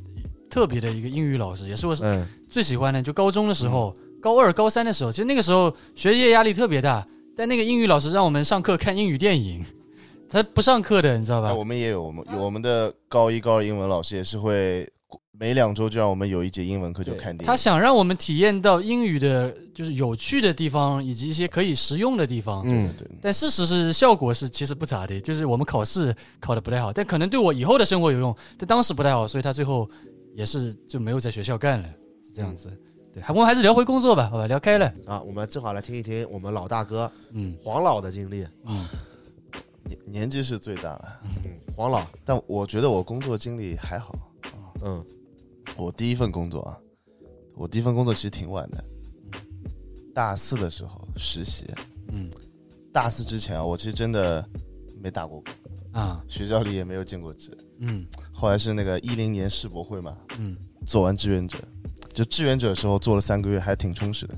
B: 特别的一个英语老师，也是我
A: 嗯，
B: 最喜欢的，就高中的时候，高二、高三的时候，其实那个时候学业压力特别大，但那个英语老师让我们上课看英语电影，他不上课的，你知道吧
D: 啊哎，？我们也有，我们有我们的高一、高二英文老师也是会每两周就让我们有一节英文课就
B: 对
D: 看电
B: 他
D: 影。
B: 想让我们体验到英语的，就是有趣的地方，以及一些可以实用的地方。
A: 嗯，
D: 对，
B: 但事实是，效果是其实不咋的，就是我们考试考的不太好，但可能对我以后的生活有用，但当时不太好，所以他最后也是就没有在学校干了，是这样子。对，我们还是聊回工作吧，好吧，聊开了。
A: 啊，我们正好来听一听我们老大哥
B: 嗯
A: 黄老的经历。
B: 嗯，
D: 年年纪是最大了，
A: 嗯，黄老，
D: 但我觉得我工作经历还好。
A: 嗯，
D: 我第一份工作啊，我第一份工作其实挺晚的，大四的时候实习。
B: 嗯
D: 大四之前啊，我其实真的没打过工，
B: 啊
D: 学校里也没有进过职。
B: 嗯
D: 后来是那个一零年世博会嘛，
B: 嗯
D: 做完志愿者，就志愿者的时候做了三个月，还挺充实的。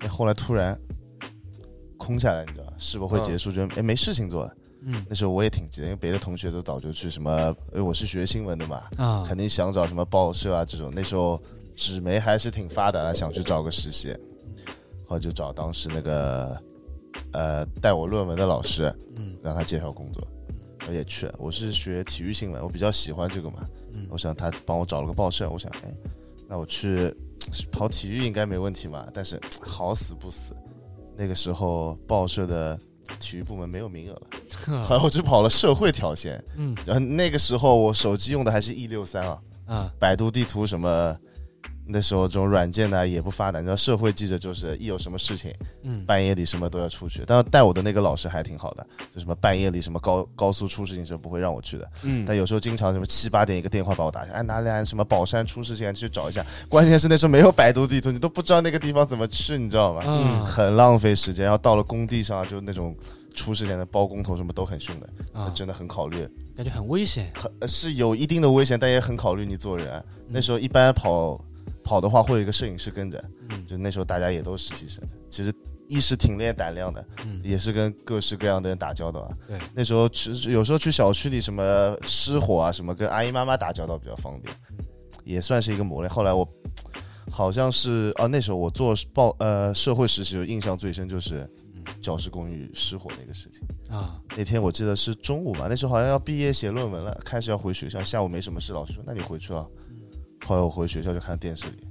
D: 哎，后来突然空下来，你知道吧？世博会结束就哎没事情做了。
B: 嗯
D: 那时候我也挺急的，因为别的同学都早就去什么，因为我是学新闻的嘛，
B: 啊
D: 肯定想找什么报社啊这种。那时候纸媒还是挺发达的，想去找个实习，后来就找当时那个呃带我论文的老师，
B: 嗯
D: 让他介绍工作，我也去了。我是学体育新闻，我比较喜欢这个嘛，
B: 嗯
D: 我想他帮我找了个报社，我想哎，那我去跑体育应该没问题嘛。但是好死不死，那个时候报社的体育部门没有名额了。 后来我只跑了社会条线，
B: 嗯
D: 然后那个时候我手机用的还是 E 六三啊，
B: 啊
D: 百度地图什么，那时候这种软件呢、也不发达。你知道社会记者就是一有什么事情，
B: 嗯
D: 半夜里什么都要出去。但带我的那个老师还挺好的，就什么半夜里什么高高速出事情是不会让我去的。
A: 嗯
D: 但有时候经常什么七八点一个电话把我打下，哎哪里啊什么宝山出事情啊，你去找一下。 关键是那时候没有百度地图，你都不知道那个地方怎么去，你知道吗？
B: 嗯
D: 很浪费时间。然后到了工地上啊就那种。出事情的包工头什么都很凶的，
B: 啊，
D: 真的很考虑，
B: 感觉很危险。
D: 很呃是有一定的危险，但也很考虑你做人啊。
B: 嗯
D: 那时候一般跑跑的话，会有一个摄影师跟着，
B: 嗯
D: 就那时候大家也都是实习生，其实一是挺练胆量的，
B: 嗯
D: 也是跟各式各样的人打交道啊。
B: 对，
D: 那时候去有时候去小区里什么失火啊，什么跟阿姨妈妈打交道比较方便，
B: 嗯
D: 也算是一个磨练。后来我好像是啊，那时候我做报呃社会实习，我印象最深就是
B: 嗯
D: 教师公寓失火那个事情。
B: 啊
D: 那天我记得是中午吧，那时候好像要毕业写论文了，开始要回学校。下午没什么事，老师说那你回去啊。后来我回学校就看电视里，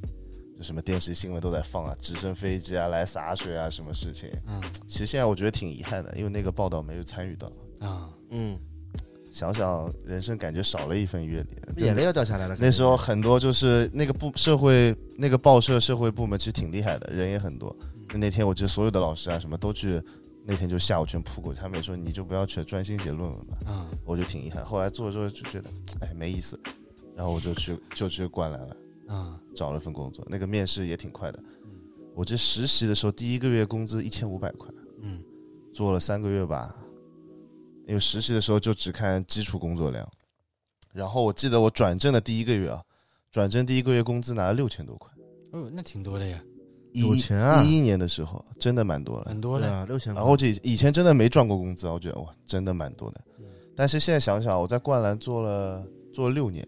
D: 就什么电视新闻都在放啊，直升飞机啊来洒水啊，什么事情。
B: 嗯
D: 其实现在我觉得挺遗憾的，因为那个报道没有参与到。
B: 啊
A: 嗯，
D: 想想人生感觉少了一份阅历，
A: 眼
D: 真的
A: 泪要掉下来了。
D: 那时候很多就是那个部社会那个报社社会部门其实挺厉害的，人也很多。
B: 嗯
D: 那天我记得所有的老师啊什么都去，那天就下午全扑过去，他们也说你就不要去了，专心写论文吧。
B: 啊
D: 我就挺遗憾。后来做着做着就觉得，哎，没意思，然后我就 去就去灌篮了，
B: 啊嗯
D: 找了份工作。那个面试也挺快的，我这实习的时候第一个月工资一千五百块，
B: 嗯
D: 做了三个月吧。因为实习的时候就只看基础工作量，然后我记得我转正的第一个月啊，转正第一个月工资拿了六千多块，
B: 哦，那挺多嗯的呀，
A: 有
D: 一
A: 钱啊
D: 一一年的时候真的蛮多了，
B: 很多
A: 对
B: 了。
A: 啊，六千块。
D: 然后这以前真的没赚过工资啊，我觉得哇，真的蛮多的。但是现在想想，我在灌篮做了做了六年，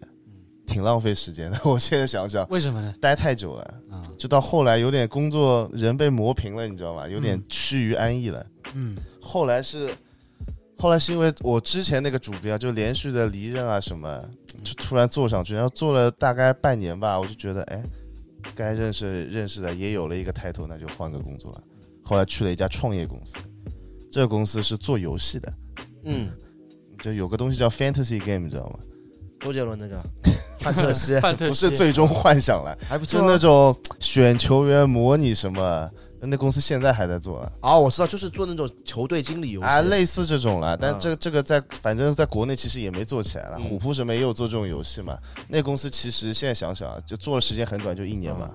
D: 挺浪费时间的。 我现在想想，
B: 为什么呢？
D: 待太久了，
B: 啊
D: 就到后来有点工作人被磨平了，你知道吗？有点
B: 嗯
D: 趋于安逸了。
B: 嗯
D: 后来是，后来是因为我之前那个主编啊，就连续的离任啊什么，
A: 嗯
D: 就突然坐上去，然后做了大概半年吧，我就觉得哎，该认识认识的也有了一个 title，那就换个工作吧。后来去了一家创业公司，这个公司是做游戏的，
A: 嗯，
D: 就有个东西叫 fantasy game，你知道吗？
A: 周杰伦那个 范特西
B: 范特
D: 不
B: 西
D: 是最终幻想了，
A: 还不
D: 是
A: 错
D: 那
A: 啊。
D: 种选球员模拟什么，那公司现在还在做啊。
A: 哦，我知道，就是做那种球队经理游戏
D: 啊，类似这种了，但
A: 嗯
D: 这个这个在反正在国内其实也没做起来了，虎扑什么也有做这种游戏嘛。那公司其实现在想想啊，就做的时间很短，就一年嘛，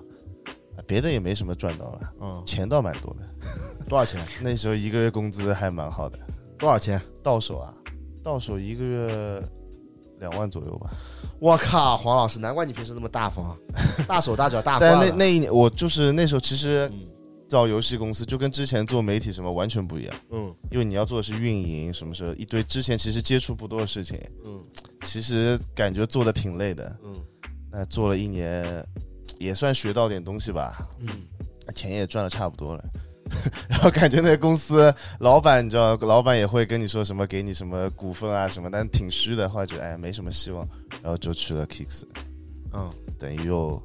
D: 啊别的也没什么赚到了，
A: 嗯，
D: 钱倒蛮多的。
A: 多少钱？
D: 那时候一个月工资还蛮好的，
A: 多少钱？
D: 到手啊，到手一个月两万左右吧。
A: 我靠，黄老师，难怪你平时那么大方，啊 大手大脚大
D: 但
A: 褂
D: 那
A: 了。
D: 那一年我就是那时候其实
A: 嗯
D: 找游戏公司就跟之前做媒体什么完全不一样，
A: 嗯
D: 因为你要做的是运营什么时候一堆之前其实接触不多的事情，
A: 嗯
D: 其实感觉做的挺累的。
A: 嗯
D: 那做了一年，也算学到点东西吧，
B: 嗯
D: 钱也赚的差不多了。 然后感觉那个公司老板，你知道，老板也会跟你说什么，给你什么股份啊什么，但挺虚的。后来觉得哎没什么希望，然后就去了 Kicks，
A: 嗯，
D: 等于又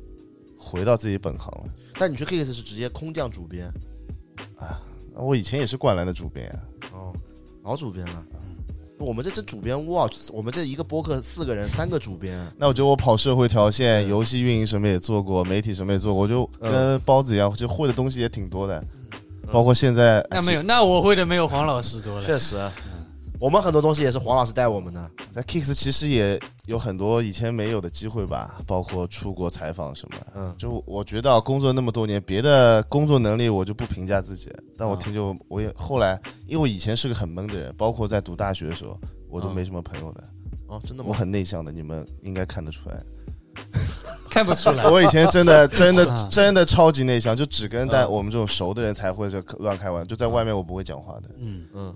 D: 回到自己本行了。
A: 但你去 Kicks 是直接空降主编，
D: 我以前也是灌篮的主编啊，
A: 哦，老主编了。我们这这主编哇，我们这一个播客四个人，三个主编，
D: 那我觉得我跑社会条线、
A: 嗯
D: 游戏运营什么也做过，媒体什么也做过，我就跟包子一样，其实会的东西也挺多的，
A: 嗯
D: 包括现在哎
B: 那没有，那我会的没有黄老师多了。
A: 确实，我们很多东西也是黄老师带我们的。
D: 在 Kicks 其实也有很多以前没有的机会吧，包括出国采访什么。
A: 嗯，
D: 就我觉得工作那么多年，别的工作能力我就不评价自己，但
A: 嗯
D: 我听就我也后来，因为我以前是个很闷的人，包括在读大学的时候，我都
A: 嗯
D: 没什么朋友的，
A: 哦，真的
D: 我
A: 吗？
D: 很内向的，你们应该看得出来。
B: 看不出来。
D: 我以前 真的真的
B: 啊
D: 真的超级内向，就只跟但
A: 嗯
D: 我们这种熟的人才会就乱开玩笑，就在外面我不会讲话的。
B: 嗯，
A: 嗯，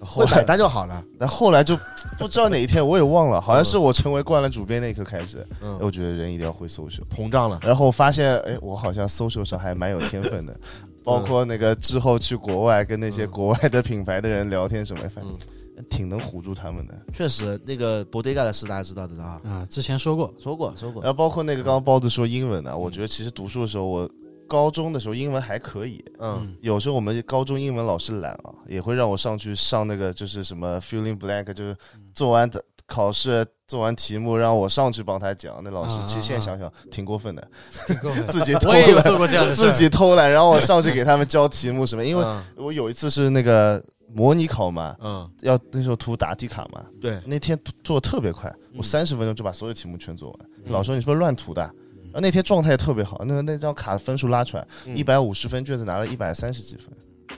D: 后
A: 会买
D: 来，
A: 单就好了。
D: 但后来就 不知道哪一天我也忘了，好像是我成为灌篮主编那一刻开始，哎
A: 嗯，
D: 我觉得人一定要会 social。
A: 膨胀了。
D: 然后我发现，哎，我好像 social 上还蛮有天分的，包括那个之后去国外跟那些
A: 嗯
D: 国外的品牌的人聊天什么，哎反
A: 嗯，
D: 正挺能唬住他们的。
A: 确实，那个 Bodega 的事大家知道的啊，
B: 啊，之前说过，
A: 说过说过
D: 然。后包括那个刚刚包子说英文啊呢，我
B: 嗯
D: 觉得其实读书的时候，我高中的时候英文还可以，
A: 嗯
D: 有时候我们高中英文老师懒啊，也会让我上去上那个就是什么 filling blank，就是
B: 嗯
D: 做完的考试做完题目让我上去帮他讲，那老师
B: 啊
D: 其实现在
B: 啊
D: 想想挺过分的，
B: 挺过 分。
D: 自己 偷
B: 我也有
D: 懒，
B: 做过这样的事
D: 自
B: 儿，嗯
D: 己偷懒，然后我上去给他们教题目什么，因为。
A: 嗯
D: 我有一次是那个模拟考嘛，
A: 嗯，
D: 要那时候涂答题卡嘛，
A: 对，
D: 那天涂做的特别快，
A: 嗯
D: 我三十分钟就把所有题目全做完。老师说你是不是乱涂的？然后那天状态特别好，那个那张卡分数拉出来，
A: 嗯
D: 一百五十分卷子拿了一百三十几分，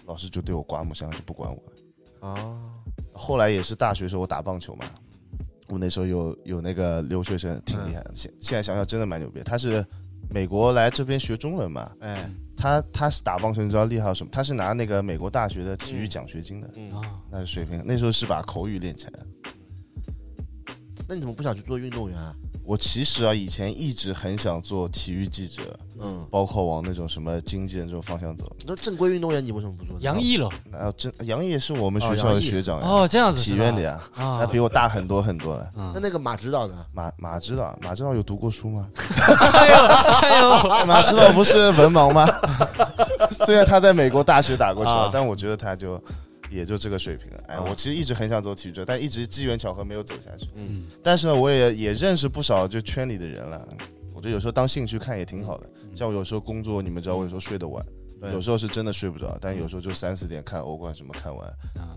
D: 老师就对我刮目相看，就不管我了。
A: 哦，
D: 后来也是大学时候我打棒球嘛，我那时候有有那个留学生挺厉害
A: 嗯
D: 的，现、现在想想真的蛮牛逼的。他是美国来这边学中文嘛，
A: 哎，
D: 他他是打棒球，你知道厉害到什么？他是拿那个美国大学的体育奖学金的。
A: 嗯，
B: 啊，
D: 那是水平，那时候是把口语练起来。
A: 那你怎么不想去做运动员啊？
D: 我其实啊，以前一直很想做体育记者，
A: 嗯，
D: 包括往那种什么经纪人这种方向走。
A: 那正规运动员你为什么不做？
B: 杨毅了。
D: 那真杨毅也是我们学
A: 哦
D: 校的
A: 杨毅
D: 学长呀，
B: 哦，这样子
D: 体
B: 是吧
D: 院的呀，他
B: 啊，
D: 比我大很多很多了。
A: 那那个马指导呢？
D: 马马指导，马指导有读过书吗？
B: 哎呦哎 呦，
D: 马指导不是文盲吗？ 虽然他在美国大学打过球，
A: 啊
D: 但我觉得他就也就这个水平了。哎，
A: 啊
D: 我其实一直很想走体育者，但一直机缘巧合没有走下去。
A: 嗯，
D: 但是呢，我也也认识不少就圈里的人了。我觉得有时候当兴趣看也挺好的。
A: 嗯
D: 像我有时候工作，你们知道，我有时候睡得晚，
A: 对嗯
D: 有时候是真的睡不着，但有时候就三四点看欧冠什么看完，
B: 啊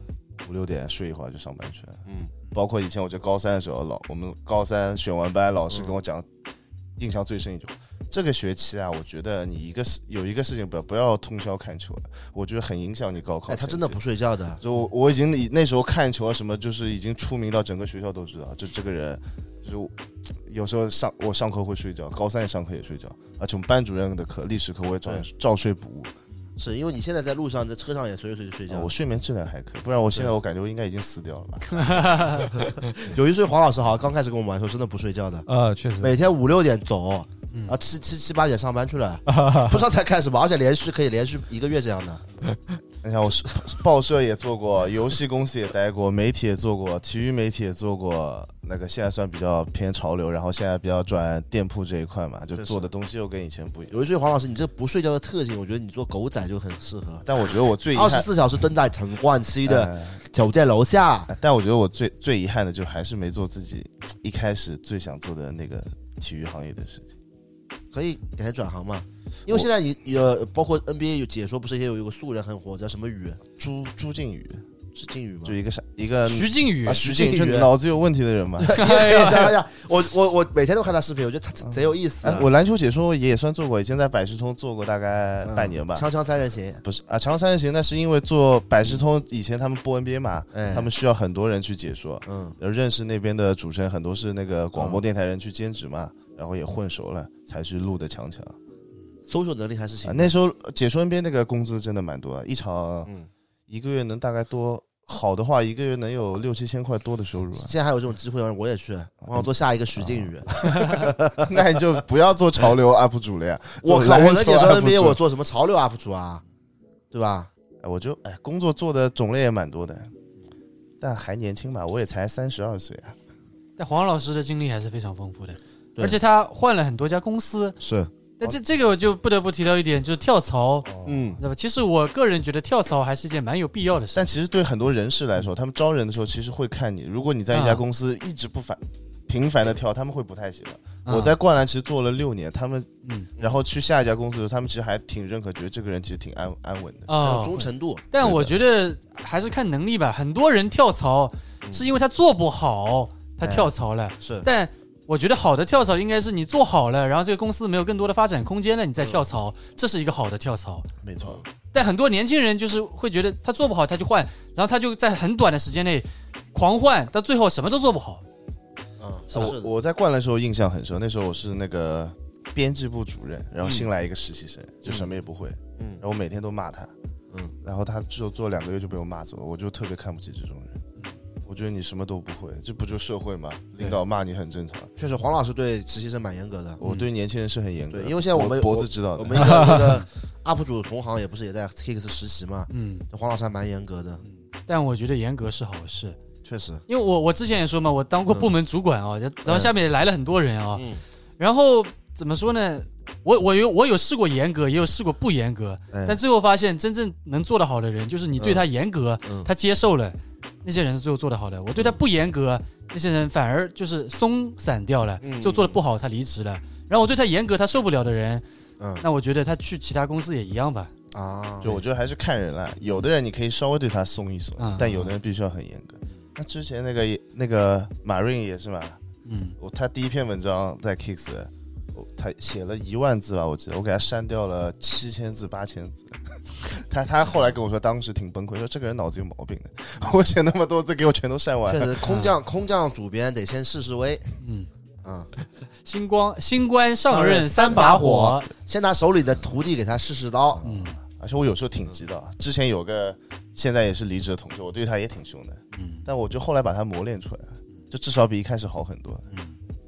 D: 五六点睡一会儿就上班去了。
A: 嗯，
D: 包括以前我在高三的时候，老我们高三选完班，老师跟我讲，印象最深一句话：这个学期啊，我觉得你一个事有一个事情不要不要通宵看球了，我觉得很影响你高考。
A: 哎，他真的不。睡觉的。
D: 就我我已经以那时候看球啊什么，就是已经出名到整个学校都知道，就这个人，就是我有时候上我上课会睡觉，高三也上课也睡觉，而且我们班主任的课历史课我也照照睡不误、
A: 是哦因为你现在在路上，在车上也随时随地睡
D: 啊
A: 觉
D: 我。睡眠质量还可以，不然我现在我感觉我应该已经死掉了 吧。
A: 有一岁黄老师好像刚开始跟我们玩的时候，真的不睡觉的，
C: 啊，确实，
A: 每天五六点走
B: 嗯，
A: 啊七七七八点上班去 了，不知道才开始吧，而且连续可以连续一个月这样的。
D: 你看，我是 报社也做过，游戏公司也待过，媒体也做过，体育媒体也做过。那个现在算比较偏潮流，然后现在比较转店铺这一块嘛，就
A: 确实
D: 做的东西又跟以前不一样。
A: 有一岁黄老师，你这不睡觉的特性，我觉得你做狗仔就很适合。
D: 但我觉得我最遗
A: 二十
D: 憾
A: 四小时蹲在陈冠希的
D: 呃
A: 酒店楼下，
D: 哎但我觉得我最最遗憾的就还是没做自己一开始最想做的那个体育行业的事情。
A: 可以给他转行嘛？因为现在也呃，包括 NBA 有解说，不是也有一个素人很火，叫什么宇？
D: 朱朱靖宇，
A: 是金宇吗？
D: 就一个傻一个
B: 徐靖宇
D: 啊，徐靖宇，
A: 徐
D: 就
A: 靖宇
D: 脑子有问题的人嘛。
B: 哎
A: 哎
B: 呀
A: 呀呀！我我我每天都看他视频，我觉得他贼有意思啊
D: 哎。我篮球解说也算做过，以前在百事通做过大概
A: 嗯
D: 半年吧。
A: 锵锵三人行，
D: 不是啊，长三人行那是因为做百事通以前他们播 NBA 嘛，
A: 哎
D: 他们需要很多人去解说，
A: 嗯，
D: 然后认识那边的主持人很多是那个广播电台人去兼职嘛，然后也混熟了才去录的强强。
A: 搜索能力还是
D: 啊
A: 行。，
D: 那时候解说 NBA 那个工资真的蛮多的，一场
A: 嗯
D: 一个月能大概多好的话，一个月能有六七千块多的收入啊。
A: 现在还有这种机会，我也去，我想做下一个徐靖宇。
D: 啊那你就不要做潮 流 UP 主了呀！
A: 我靠，我
D: 做篮
A: 能
D: 球
A: 解说
D: UP 主
A: NBA，我做什么潮流 UP 主啊？对吧？
D: 哎我就哎，工作做的种类也蛮多的，但还年轻嘛，我也才三十二岁啊。
B: 但黄老师的经历还是非常丰富的，
A: 对
B: 而且他换了很多家公司。
A: 是，
B: 那
D: 哦
B: 这这个我就不得不提到一点，就是跳槽，
D: 嗯
B: 你。知道吧？其实我个人觉得跳槽还是一件蛮有必要的事
D: 但
B: 情。
D: 其实对很多人事来说，他们招人的时候其实会看你。如果你在一家
B: 啊
D: 公司一直不反频繁的跳，他们会不太喜欢。
B: 嗯
D: 我在灌篮其实做了六年，他们
B: 嗯
D: 然后去下一家公司的时候，他们其实还挺认可，觉得这个人其实挺安安稳的。
A: 还
B: 啊
A: 有，忠诚度，
B: 但我觉得还是看能力吧。很多人跳槽
D: 嗯
B: 是因为他做不好，他跳槽了。
D: 哎
A: 是
B: 但我觉得好的跳槽应该是你做好了，然后这个公司没有更多的发展空间了，你再跳槽，这是一个好的跳槽。
D: 没错，
B: 但很多年轻人就是会觉得他做不好他就换，然后他就在很短的时间内狂换，到最后什么都做不好。
A: 嗯，是
D: 我
A: 的，
D: 我在灌篮的时候印象很深，那时候我是那个编辑部主任，然后新来一个实习生，就什么也不会，
A: 嗯
D: 然后我每天都骂他，
A: 嗯，
D: 然后他就做两个月就被我骂走了，我就特别看不起这种人。
A: 嗯
D: 我觉得你什么都不会，这不就社会吗？领导骂你很正常。
A: 确实黄老师对实习生蛮严格的。
D: 我对年轻人是很严格
A: 嗯
D: 的，
A: 对，因为现在我们
D: 脖子知道
A: 我
D: 的，
A: 们一个那个 UP 主同行也不是也在 Kicks 实习嘛，
B: 嗯，
A: 黄老师还蛮严格
D: 嗯
A: 的，
B: 但我觉得严格是好事，
A: 确实，
B: 因为我我之前也说嘛，我当过部门主管啊、然后下面也来了很多人啊、
A: 嗯
B: 然后怎么说呢？我我有我有试过严格，也有试过不严格，
A: 哎
B: 但最后发现真正能做得好的人，就是你对他严格，
A: 嗯
B: 他接受了，那些人是最后做得好的。我对他不严格，那些人反而就是松散掉了，
A: 嗯
B: 就做的不好，他离职了。然后我对他严格，他受不了的人，
A: 嗯
B: 那我觉得他去其他公司也一样吧。
A: 啊，
D: 就我觉得还是看人啦。有的人你可以稍微对他松一松，
B: 嗯
D: 但有的人必须要很严格。那之前那个那个马润也是嘛，
B: 嗯，
D: 我他第一篇文章在 Kicks，我他写了一万字吧，我记得我给他删掉了七千字八千字。 他他后来跟我说，当时挺崩溃，说这个人脑子有毛病的。 我写那么多字，给我全都删 完
A: 确
D: 了。
A: 实空降空降主编得先试试威，
B: 嗯
A: 嗯，
B: 新光新官上
A: 上
B: 任
A: 任三
B: 三把
A: 把火
B: 火，
A: 先拿手里的徒弟给他试试刀，
B: 嗯
D: 而且我有时候挺急的，啊之前有个现在也是离职的同学，我对他也挺凶的，
B: 嗯
D: 但我就后来把他磨练出来了，就至少比一开始好很多。
B: 嗯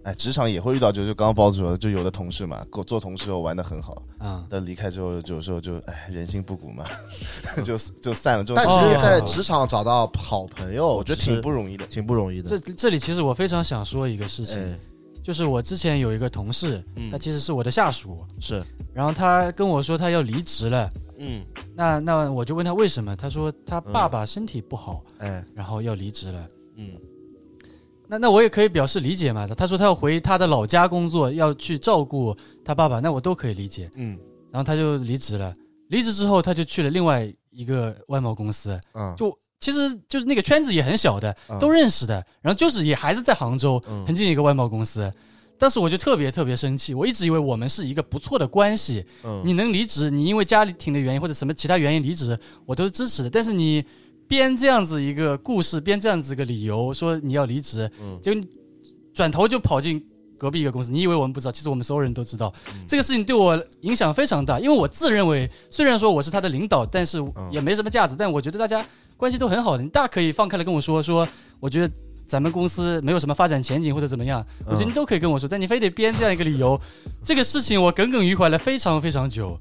D: 哎，职场也会遇到，就是刚刚包子说的，就有的同事嘛，跟我做同事后玩的很好，
B: 啊，
D: 但离开之后，有时候就哎人心不古嘛， 就就散了。就
A: 但其
B: 哦
A: 实，在职场找到好朋友，
D: 我觉得
A: 其实
D: 挺不容易的。
A: 挺不容易的
B: 这，这里其实我非常想说一个事情，
A: 哎，
B: 就是我之前有一个同事，
A: 嗯
B: 他其实是我的下属，
A: 是，
B: 然后他跟我说他要离职了，
A: 嗯，
B: 那那我就问他为什么，他说他爸爸身体不好，
A: 哎，
B: 然后要离职了。
A: 嗯，
B: 那那我也可以表示理解嘛，他说他要回他的老家工作，要去照顾他爸爸，那我都可以理解。
A: 嗯，
B: 然后他就离职了，离职之后他就去了另外一个外贸公司，
A: 啊，
B: 就其实就是那个圈子也很小的，
A: 嗯
B: 都认识的，然后就是也还是在杭州，
A: 嗯
B: 很近一个外贸公司。当时我就特别特别生气，我一直以为我们是一个不错的关系，
A: 嗯，
B: 你能离职，你因为家里庭的原因或者什么其他原因离职，我都是支持的。但是你编这样子一个故事，编这样子一个理由，说你要离职，
A: 嗯
B: 结果你转头就跑进隔壁一个公司，你以为我们不知道，其实我们所有人都知道。
A: 嗯
B: 这个事情对我影响非常大，因为我自认为虽然说我是他的领导，但是
A: 嗯
B: 也没什么架子，但我觉得大家关系都很好的，你大可以放开了跟我说说，我觉得。咱们公司没有什么发展前景或者怎么样，
A: 嗯
B: 我觉得你都可以跟我说，但你非得编这样一个理 由，这个事情我耿耿于怀了非常非常久。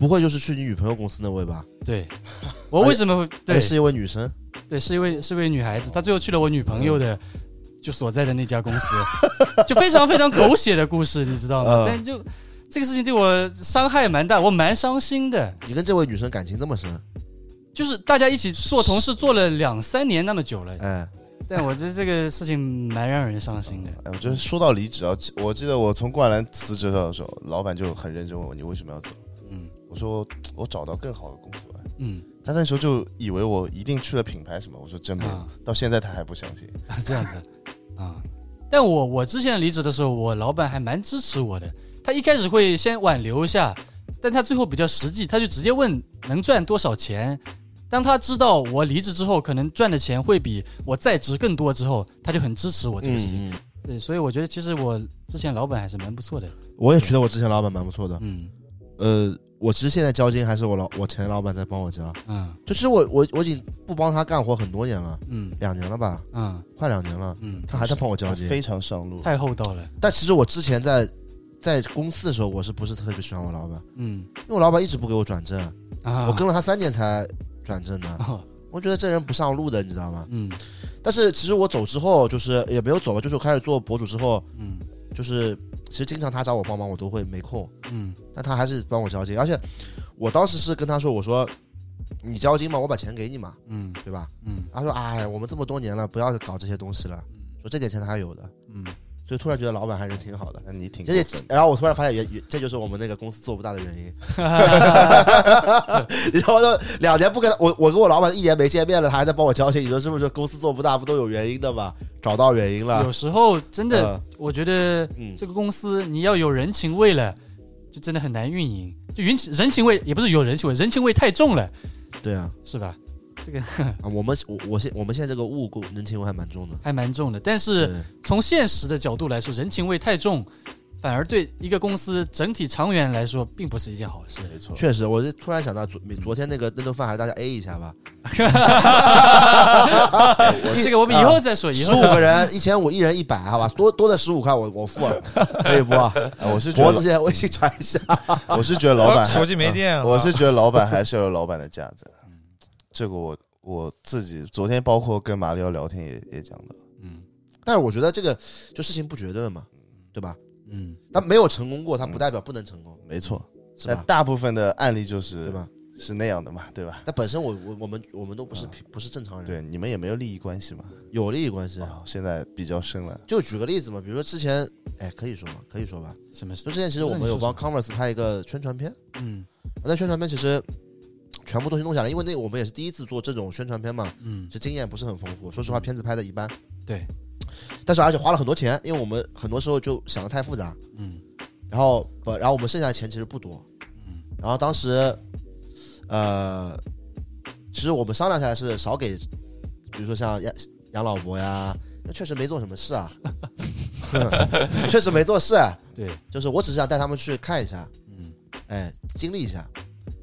A: 不会就是去你女朋友公司那位吧？
B: 对， 我为什么会对
A: 哎是一哦位女生，
B: 对是一位是一位女孩子，她最后去了我女朋友的
A: 嗯
B: 就所在的那家公司， 就非常非常狗血的故事，你知道吗
D: 嗯？
B: 但就这个事情对我伤害蛮大，我蛮伤心的。
A: 你跟这位女生感情这么深，
B: 就是大家一起做同事做了两三年那么久了，
A: 哎，
B: 但我觉得这个事情蛮让人伤心的。
D: 哎，我觉得说到离职啊，我记得我从灌篮辞职的时候，老板就很认真问我你为什么要走。
B: 嗯
D: 我说我找到更好的工作了。
B: 嗯，
D: 他那时候就以为我一定去了品牌什么，我说真没有，
B: 啊
D: 到现在他还不相信。
B: 这样子啊。但我我之前离职的时候，我老板还蛮支持我的。他一开始会先挽留一下，但他最后比较实际，他就直接问能赚多少钱。当他知道我离职之后，可能赚的钱会比我在职更多之后，他就很支持我这个事情。
A: 嗯，嗯
B: 对，所以我觉得其实我之前老板还是蛮不错的。
A: 我也觉得我之前老板蛮不错的，
B: 嗯
A: 呃，我其实现在交金还是我老我前老板在帮我交，
B: 嗯
A: 就其实我我我已经不帮他干活很多年了，
B: 嗯
A: 两年了吧，
B: 嗯
A: 快两年了，
B: 嗯，
A: 他还在帮我交
D: 他
A: 金。
D: 非常上路，
B: 太厚道了。
A: 但其实我之前在在公司的时候，我是不是特别喜欢我老板？
B: 嗯
A: 因为我老板一直不给我转正，
B: 啊，
A: 我跟了他三年才转正的。
B: 哦
A: 我觉得这人不上路的，你知道吗？
B: 嗯
A: 但是其实我走之后，就是也没有走吧，就是我开始做博主之后，
B: 嗯
A: 就是其实经常他找我帮忙，我都会没空，
B: 嗯
A: 但他还是帮我交接。而且我当时是跟他说，我说你交接嘛，我把钱给你嘛，
B: 嗯
A: 对吧？
B: 嗯
A: 他说，哎，我们这么多年了，不要搞这些东西了，说这点钱他有的，
B: 嗯，
A: 所以突然觉得老板还人挺好的。
D: 那你挺
A: 这
D: 过
A: 也
D: 分，的。
A: 然后我突然发现也，也这就是我们那个公司做不大的原因。 你知道吗？都两年不跟他，我，我跟我老板一年没见面了，他还在帮我交接，你说是不是？公司做不大不都有原因的吗？找到原因了
B: 有，时候真的，
A: 呃
B: 我觉得
A: 嗯，
B: 这个公司你要有人情味了，就真的很难运营。就人情人情味也不是有人情味，人情味太重了，
A: 对啊，
B: 是吧？这个
A: 啊，我们我我现我们现在这个务工人情味还蛮重的，
B: 还蛮重的。但是
A: 对
B: 从现实的角度来说，人情味太重，反而对一个公司整体长远来说，并不是一件好事。
D: 没错，
A: 确实，我是突然想到昨昨天那个那顿饭，还是大家 A 一 下吧。
B: 这个我们以后再说，以
A: 十
B: 后
A: 五个人，一千五，一人一百，好吧，多多的十五块我我付，可以不？
D: 啊我是觉
A: 脖子
D: 得
A: 现在微信传一下，
D: 我是觉得老 板还
C: 手机没电了，
D: 我
A: 啊
D: 是觉得老板还是要有老板的架子，这个我我自己昨天包括跟马里奥聊天也也讲的，
B: 嗯
A: 但是我觉得这个就事情不绝对嘛，对吧？
B: 嗯，
A: 他没有成功过，他不代表不能成功，
D: 没错，
A: 嗯是
D: 但
A: 吧？
D: 大部分的案例就
A: 对
D: 是
A: 吧？
D: 是那样的嘛，对吧？
A: 但本身我我我们我们都不是平不是正常人，
D: 对，你们也没有利益关系嘛，
A: 有利益关系。啊
D: 哦，现在比较深了，
A: 就举个例子嘛，比如说之前，哎，可以说吗？可以说吧。
B: 什么事
A: 就？之前其实我们有帮 Converse 拍一个宣传片，啊
B: 嗯
A: 那宣传片其实全部东西弄下来，因为那我们也是第一次做这种宣传片嘛，
B: 嗯，
A: 这经验不是很丰富。说实话，片子拍的一般，
B: 对，
A: 但是而且花了很多钱，因为我们很多时候就想的太复杂，
B: 嗯
A: 然后不，然后我们剩下的钱其实不多，
B: 嗯
A: 然后当时，呃，其实我们商量下来是少给，比如说像养养老伯呀，那确实没做什么事 啊，确实没做事、啊，
B: 对，
A: 就是我只是想带他们去看一下，
B: 嗯
A: 哎，经历一下，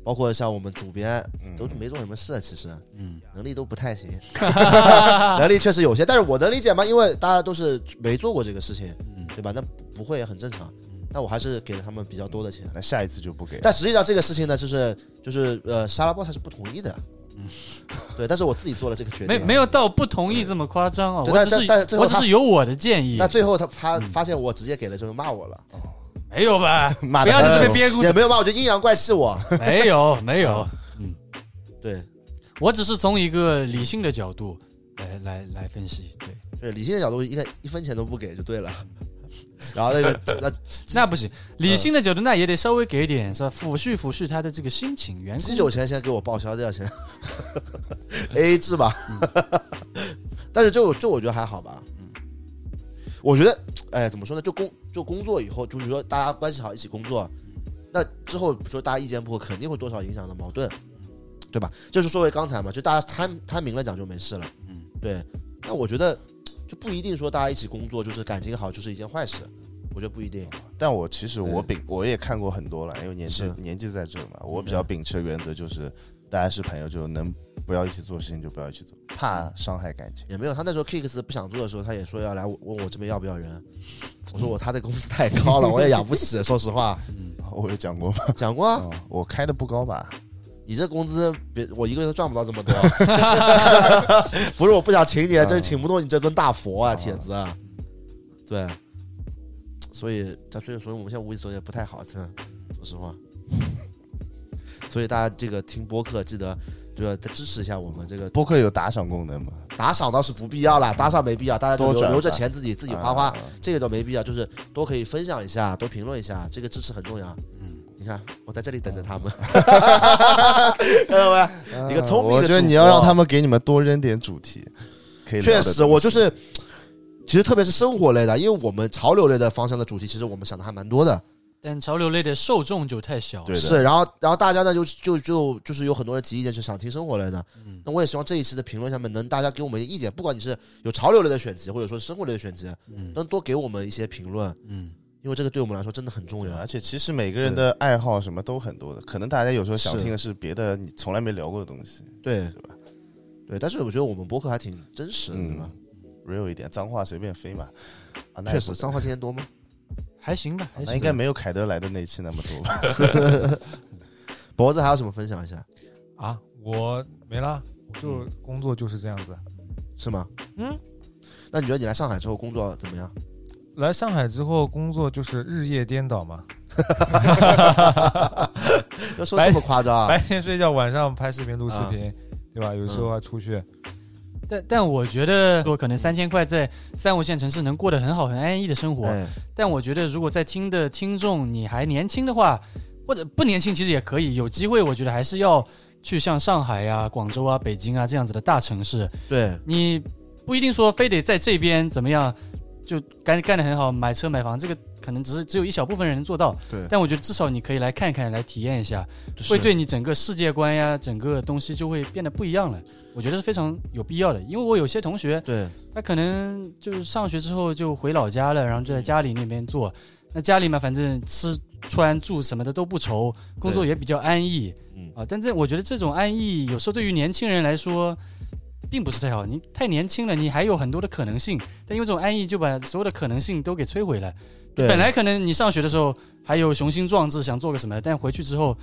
A: 包括像我们主编
D: 嗯
A: 都没做什么事、啊，其实
B: 嗯
A: 能力都不太 行，能力确实有些，但是我能理解嘛，因为大家都是没做过这个事情，
B: 嗯
A: 对吧？那不不会也很正常，但我还是给了他们比较多的钱。
D: 那下一次就不给了。
A: 但实际上这个事情呢，就是就是呃，沙拉包他是不同意的， 对，但是我自己做了这个决定，
B: 没没有到不同意这么夸张哦，
A: 对
B: 我
A: 但
B: 只
A: 但但
B: 是
A: 最后
B: 我只
A: 他
B: 是有我的建议
A: 但，最后他他发现我直接给了之后骂我了，
B: 没有 吧？
D: 骂
B: 不要在这边编
D: 的，
B: 故
A: 也
B: 事，
A: 没有骂我，就阴阳怪气我，
B: 没有没有，
A: 对，
B: 我只是从一个理性的角度来来来分析，对，
A: 对，理性的角度应该一分钱都不给就对了。 然后那个那
B: 那不行，理性的角度那也得稍微给点是吧？抚恤抚恤他的这个心情，员
A: 鸡
B: 工
A: 酒钱先 给我报销掉先，A A 制吧。
B: 嗯
A: 但是就就我觉得还好吧。我觉得哎怎么说呢？就工就工作以后，就比如说大家关系好一起工作，
B: 嗯
A: 那之后比如说大家意见不合，肯定会多少影响到矛盾，
B: 嗯
A: 对吧？就是说回刚才嘛，就大家摊摊明了讲就没事了。
B: 嗯
A: 对。那我觉得就不一定说大家一起工作就是感情好就是一件坏事，我觉得不一定。
D: 但我其实我秉我也看过很多了，因为年纪
A: 是嗯
D: 年纪在这嘛，我比较秉持的原则就是，大家是朋友，就能不要一起做事情就不要一起做，怕伤害感情。
A: 也没有，他那时候 Kicks 不想做的时候，他也说要来我问我这边要不要人。我说我他的工资太高了，我也养不起。说实话，
D: 我有讲过吗？
A: 讲过啊，
D: 哦我开的不高吧？
A: 你这工资别我一个人都赚不到这么多。 不是我不想请你，啊真是请不动你这尊大佛啊，铁子。对，所以他所以所以我们现在无意中也不太好，真的说实话。 所以大家这个听播客，记得就是再支持一下我们这个
D: 播客有打赏功能吗？
A: 打赏倒是不必要啦，打赏没必要，大家就
D: 嗯多
A: 留
D: 转
A: 留着
D: 发
A: 钱自己自己花花
D: 啊，
A: 这个倒没必要，就是多可以分享一下，多评论一下，这个支持很重要。嗯，你看我在这里等着他们， 看到没？一个聪明的，
D: 啊呃
A: 啊
D: 我觉得你要让他。们给你们多扔点主题，可以聊
A: 确
D: 的
A: 实，
D: 东西
A: 我就是，其实特别是生活类的，因为我们潮流类的方向的主题，其实我们想的还蛮多的。
B: 但潮流类的受众就太小了。
D: 对的
A: 是，然后然后大家呢就就就就是有很多人提意见，就想听生活类的。那我也希望这一期的评论下面能大家给我们意见，不管你是有潮流类的选题，或者说是生活类的选题，
B: 嗯
A: 能多给我们一些评论，
B: 嗯，
A: 因为这个对我们来说真的很重
D: 对啊
A: 要
D: 而。且其实每个人的爱好什么都很多的，可能大家有时候想
A: 是
D: 听的是别的你从来没聊过的东西，
A: 对
D: 吧，
A: 对，但是我觉得我们博客还挺真实的，对吧
D: 嗯？，real 一点，脏话随便飞嘛。啊，那也
A: 确
D: 不
A: 实，脏话今天多吗？
B: 还行吧，还
D: 那
B: 行。
D: 应该没有凯德来的那期那么多吧？
A: 脖子还有什么分享一下？
C: 啊，我没了，我就工作就是这样子。
A: 是吗？
C: 嗯，
A: 那你觉得你来上海之后工作怎么样？
C: 来上海之后工作就是日夜颠倒嘛，
A: 要说这么夸张啊
C: 白？天睡觉，晚上拍视频、录视频，对吧？有时候还出去，
B: 但但我觉得，说可能三千块在三五线城市能过得很好、很安逸的生活。
A: 哎
B: 但我觉得，如果在听的听众你还年轻的话，或者不年轻其实也可以，有机会我觉得还是要去像上海呀、广州啊、北京啊这样子的大城市，
A: 对，
B: 你不一定说非得在这边怎么样就干干得很好，买车买房，这个可能只是只有一小部分人能做到。
A: 对
B: 但我觉得至少你可以来看看，来体验一下，会
A: 是
B: 对你整个世界观呀、整个东西就会变得不一样了。我觉得是非常有必要的，因为我有些同学
A: 对
B: 他可能就是上学之后就回老家了，然后就在家里那边做。那家里嘛，反正吃穿住什么的都不愁，工作也比较安逸
A: 嗯
B: 啊。但这我觉得这种安逸有时候对于年轻人来说，并不是太好。你太年轻了，你还有很多的可能性，但因为这种安逸就把所有的可能性都给摧毁了。
A: 对，
B: 本来可能你上学的时候还有雄心壮志想做个什么，但回去之后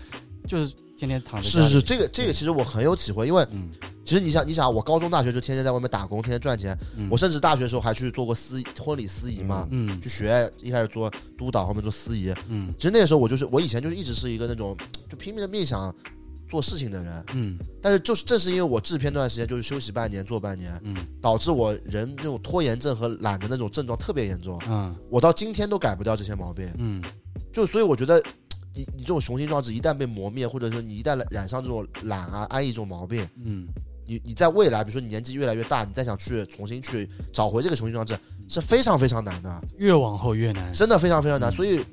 B: 就是天天躺着。
A: 是是，，这个这个其实我很有体会，因为
B: 嗯
A: 其实你想，你啊想，我高中、大学就天天在外面打工，天天赚钱。
B: 嗯
A: 我甚至大学的时候还去做过司仪婚礼司仪嘛，
B: 嗯
A: 去学，一开始做督导，后面做司仪。
B: 嗯
A: 其实那个时候我就是，我以前就是一直是一个那种就拼命的命想做事情的人，
B: 嗯
A: 但是就是正是因为我制片那段时间就是休息半年做半年，
B: 嗯
A: 导致我人那种拖延症和懒的那种症状特别严重，
B: 嗯
A: 我到今天都改不掉这些毛病。
B: 嗯
A: 就所以我觉得，你你这种雄心壮志一旦被磨灭，或者说你一旦染上这种懒啊、安逸这种毛病，
B: 嗯，
A: 你你在未来，比如说你年纪越来越大，你再想去重新去找回这个雄心壮志，是非常非常难的，
B: 越往后越难。
A: 真的非常非常难。
B: 嗯
A: 所以，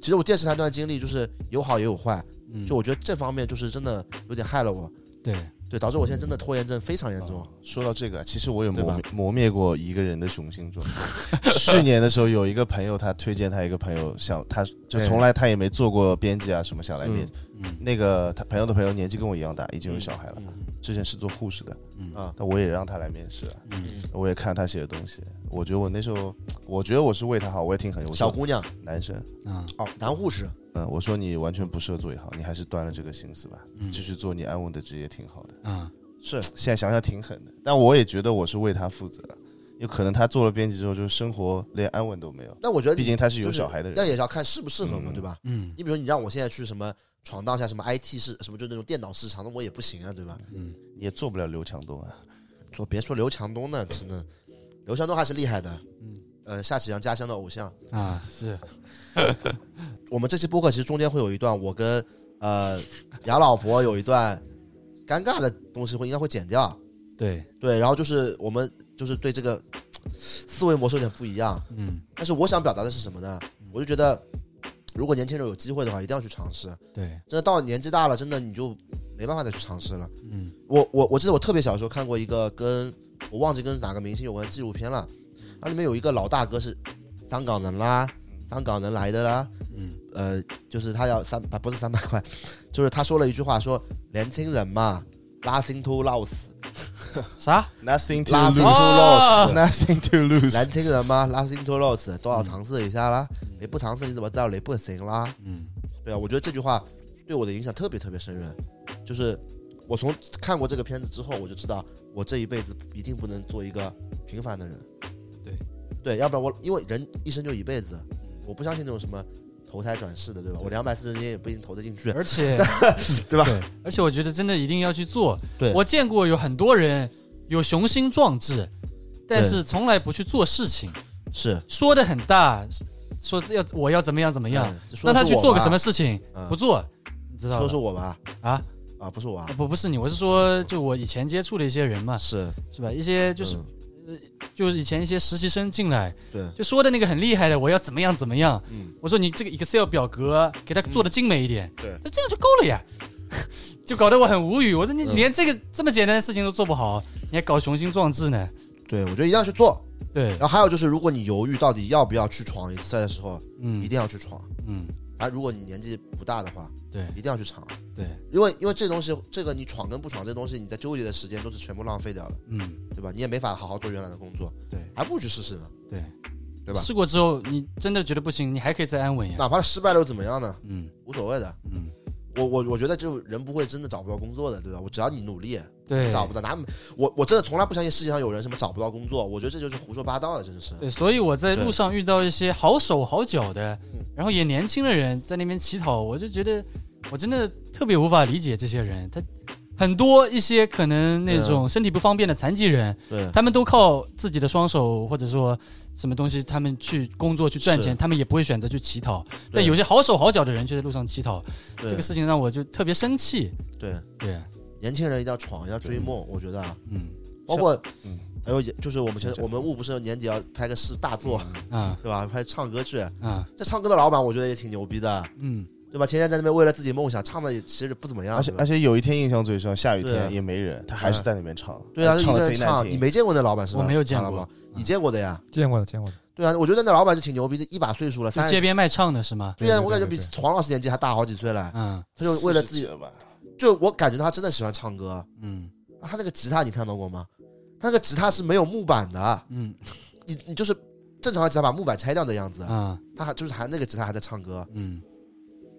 A: 其实我电视台那段经历就是有好也有坏，
B: 嗯
A: 就我觉得这方面就是真的有点害了我，
B: 对，
A: 对，导致我现在真的拖延症非常严重。
D: 说到这个，其实我有
A: 对吧
D: 磨磨灭过一个人的雄心壮志。 去年的时候，有一个朋友，他推荐他一个朋友想，他就
A: 哎
D: 从来他也没做过编辑啊什么，想来编。
B: 嗯
D: 那个他朋友的朋友年纪跟我一样大，已经有小孩了，
A: 嗯
D: 之前是做护士的，
B: 嗯
A: 啊，
D: 那我也让他来面试啊，
B: 嗯
D: 我也看他写的东西，我觉得我那时候，我觉得我是为他好，我也挺狠，我
A: 小
D: 说
A: 姑娘
D: 男生，
B: 啊
A: 哦，男护士，
D: 嗯，我说你完全不适合做一行，你还是端了这个心思吧，
B: 嗯
D: 继续做你安稳的职业挺好的。
B: 啊
A: 是
D: 现在想想挺狠的，但我也觉得我是为他负责，有可能他做了编辑之后，就是生活连安稳都没有。
A: 那我觉得
D: 毕
A: 你
D: 竟他是有
A: 呃就是
D: 小孩的人，
A: 那也要看适不适合嘛，
D: 嗯
A: 对吧？
B: 嗯
A: 你比如你让我现在去什么闯荡一下什么 IT 市，什么就那种电脑市场，那我也不行啊，对吧？
B: 嗯
D: 你也做不了刘强东啊。
A: 说别说刘强东呢，真的，刘强东还是厉害的，
B: 嗯
A: 呃，夏启阳家乡的偶像。
B: 啊是
A: 我们这期播客其实中间会有一段我跟呃杨老伯有一段尴尬的东西会应该会剪掉，
B: 对
A: 对，然后就是我们就是对这个嘖思维模式有点不一样，
B: 嗯
A: 但是我想表达的是什么呢？我就觉得如果年轻人有机会的话，一定要去尝试，
B: 对
A: 真的到年纪大了，真的你就没办法再去尝试了。
B: 嗯
A: 我我我记得我特别小的时候看过一个跟我忘记跟哪个明星有关的纪录片了，它里面有一个老大哥是香港人啦，香港人来的啦，
B: 嗯
A: 呃，就是他要三百不是三百块，就是他说了一句话说年轻人嘛，nothing to lose，
B: 啥
D: Nothing to
A: 拉辛
D: lose，nothing
A: 托洛 斯
D: to
A: 年
D: lose。
A: 轻人嘛，nothing to lose，都要尝试一下啦，你不尝试你怎么知道你不行啦？
B: 嗯
A: 对啊，我觉得这句话对我的影响特别特别深远，就是我从看过这个片子之后，我就知道我这一辈子一定不能做一个平凡的人。
B: 对，
A: 对，要不然我因为人一生就一辈子，我不相信那种什么投胎转世的，对吧？我两百四十斤也不一定投得进去。
B: 而且
A: 对吧
B: 而且我觉得真的一定要去做，
A: 对
B: 我见过有很多人有雄心壮志，但
A: 对
B: 是从来不去做事情，
A: 是，
B: 说的很大，说要我要怎么样怎么样，
A: 嗯说
B: 让
A: 的
B: 哎他
A: 是
B: 去
A: 我
B: 做个
A: 吧
B: 什么事情
A: 嗯
B: 不做，你知道
A: 说
B: 吧
A: 是我吧，
B: 啊
A: 啊，不是我啊，
B: 不不是你，我是说就我以前接触的一些人嘛，
A: 是
B: 是吧？一些啊就是
A: 嗯
B: 就是以前一些实习生进来。
A: 对，
B: 就说的那个很厉害的，我要怎么样怎么样。
A: 嗯
B: 我说你这个 Excel 表格给它做的精美一点，
A: 对
B: 那这样就够了呀， 就搞得我很无语。我说你
A: 嗯
B: 连这个这么简单的事情都做不好，你还搞雄心壮志呢？
A: 对，我觉得一定要去做。
B: 对
A: 然，后还有就是，如果你犹豫到底要不要去闯一次的时候，一
B: 嗯
A: 定要去闯。
B: 嗯，
A: 啊，如果你年纪不大的话，
B: 对
A: 一定要去闯。
B: 对，
A: 因为因为这东西，这个你闯跟不闯，这东西你在纠结的时间都是全部浪费掉了，
B: 嗯
A: 对吧？你也没法好好做原来的工作，
B: 对
A: 还不如去试试呢。
B: 对
A: 对吧
B: 试过之后，你真的觉得不行，你还可以再安稳呀。
A: 哪怕失败了又怎么样呢？
B: 嗯
A: 无所谓的。
B: 嗯，
A: 我我我觉得就人不会真的找不到工作的，对吧？我只要你努力，
B: 对，
A: 找不到，哪我我真的从来不相信世界上有人什么找不到工作，我觉得这就是胡说八道的，真的是。
B: 对，所以我在路上遇到一些好手好脚的
A: 嗯，
B: 然后也年轻的人在那边乞讨，我就觉得我真的特别无法理解这些人。他很多一些可能那种身体不方便的残疾人，
A: 啊对，
B: 他们都靠自己的双手或者说什么东西，他们去工作去赚
A: 是
B: 钱，他们也不会选择去乞讨。但
A: 对
B: 有些好手好脚的人却在路上乞讨，
A: 对
B: 这个事情让我就特别生气。
A: 对，
B: 对，
A: 年轻人一定要闯，要追梦，我觉得啊，
B: 嗯
A: 包括
D: 嗯
A: 还有也就是我们现
D: 是
A: 在我们务不是年底要拍个是大作，
B: 啊
A: 对吧？拍唱歌去，
B: 啊
A: 这唱歌的老板我觉得也挺牛逼的，
B: 嗯，
A: 对吧？天天在那边为了自己梦想唱的，也其实不怎么样，
D: 而且
A: 对吧
D: 而且有一天印象最深，下雨
A: 嗯对啊
D: 天也没人，他还是在那边唱，呃
A: 对啊，就
D: 唱
A: 一个
D: 的
A: 人
D: 贼难
A: 唱，你
D: 听。
A: 没见过那老板是吧？
B: 我没有见
A: 看了
B: 过
A: 吗，你见过的呀？
C: 见过的，见过的。
A: 对啊，我觉得那老板就挺牛逼的，一把岁数了，
B: 就
A: 三
B: 街
A: 十。
B: 边卖唱的是吗？
A: 对啊，
C: 对对
A: 我感觉比
C: 对对
A: 黄老师年纪还大好几岁了。
B: 嗯
A: 他就为了自己
D: 四十几吧，
A: 就我感觉他真的喜欢唱歌。
B: 嗯
A: 啊他那个吉他你看到过吗？他那个吉他是没有木板的，
B: 嗯
A: 你你就是正常的吉他把木板拆掉的样子。
B: 啊
A: 他还就是还那个吉他还在唱歌，
B: 嗯。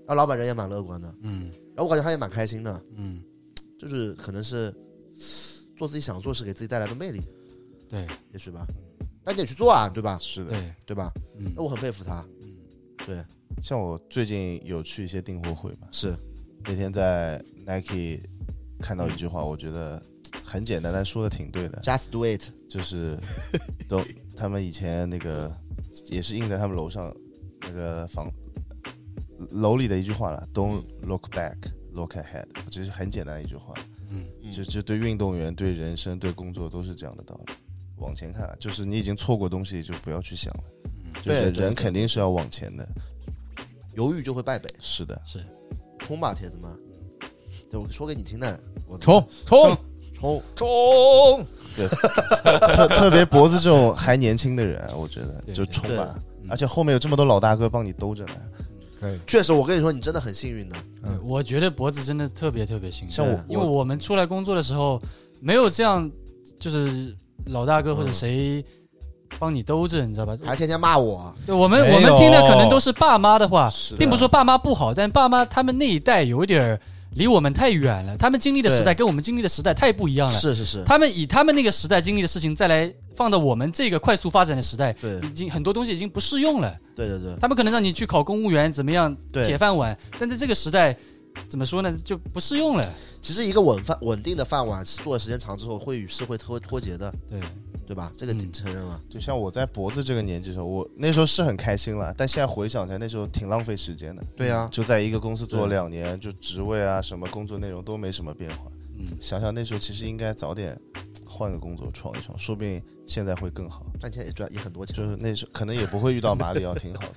A: 然后老板人也蛮乐观的，
B: 嗯
A: 然后我感觉他也蛮开心的，
B: 嗯，
A: 就是可能是做自己想做的事给自己带来的魅力，
B: 对
A: 也许吧。但你得去做啊，对吧？
D: 是的。
B: 对，
A: 对吧？
B: 嗯
A: 那我很佩服他，
B: 嗯
D: 像我最近有去一些订货会嘛，
A: 是
D: 那天在 Nike 看到一句话，我觉得很简单，但说的挺对的，
A: just do it，
D: 就是都他们以前那个也是印在他们楼上那个房楼里的一句话了，Don't look back, look ahead，这是很简单的一句话，
B: 嗯
A: 嗯
D: 就就对运动员、对人生、对工作都是这样的道理。往前看啊，就是你已经错过东西，就不要去想了。
B: 嗯
D: 就是
A: 对对
D: 人
A: 对
D: 肯定是要往前的，
A: 犹豫就会败北，
D: 是的。
B: 是
A: 冲吧，铁子们！对，我说给你听的，我
C: 冲冲
A: 冲！
C: 冲！
D: 特特别脖子这种还年轻的人，啊我觉得
B: 对嗯
D: 就冲吧
B: 对，
D: 而且后面有这么多老大哥帮你兜着呢。
C: 可以，
A: 确实，我跟你说，你真的很幸运的，
B: 对，
C: 嗯
B: 我觉得脖子真的特别特别幸运，
D: 像我，
B: 因为
D: 我
B: 我们出来工作的时候没有这样，就是老大哥或者谁帮你兜着，你知道吧？
A: 还天天骂我，啊
B: 对我们
C: 没有
B: 我们听的可能都是爸妈的话，
D: 是的
B: 啊并不是说爸妈不好，但爸妈他们那一代有点儿离我们太远了，他们经历的时代跟我们经历的时代太不一样了。
A: 是是是，
B: 他们以他们那个时代经历的事情，再来放到我们这个快速发展的时代，
A: 对
B: 已经很多东西已经不适用了。
A: 对对对
B: 他们可能让你去考公务员，怎么样
A: 对
B: 铁饭碗，但在这个时代，怎么说呢，就不适用了。
A: 其实一个稳饭稳定的饭碗，做的时间长之后，会与社会脱脱节的，
B: 对，
A: 对吧？这个
B: 嗯
A: 承认了。
D: 就像我在脖子这个年纪的时候，我那时候是很开心了，但现在回想起来，那时候挺浪费时间的。
A: 对啊，
D: 就在一个公司做
A: 对
D: 两年，就职位啊、什么工作内容都没什么变化。
B: 嗯，
D: 想想那时候其实应该早点换个工作闯一闯，说不定现在会更好。
A: 但现在也赚也很多 钱。
D: 就是那时候可能也不会遇到马里奥，挺好的。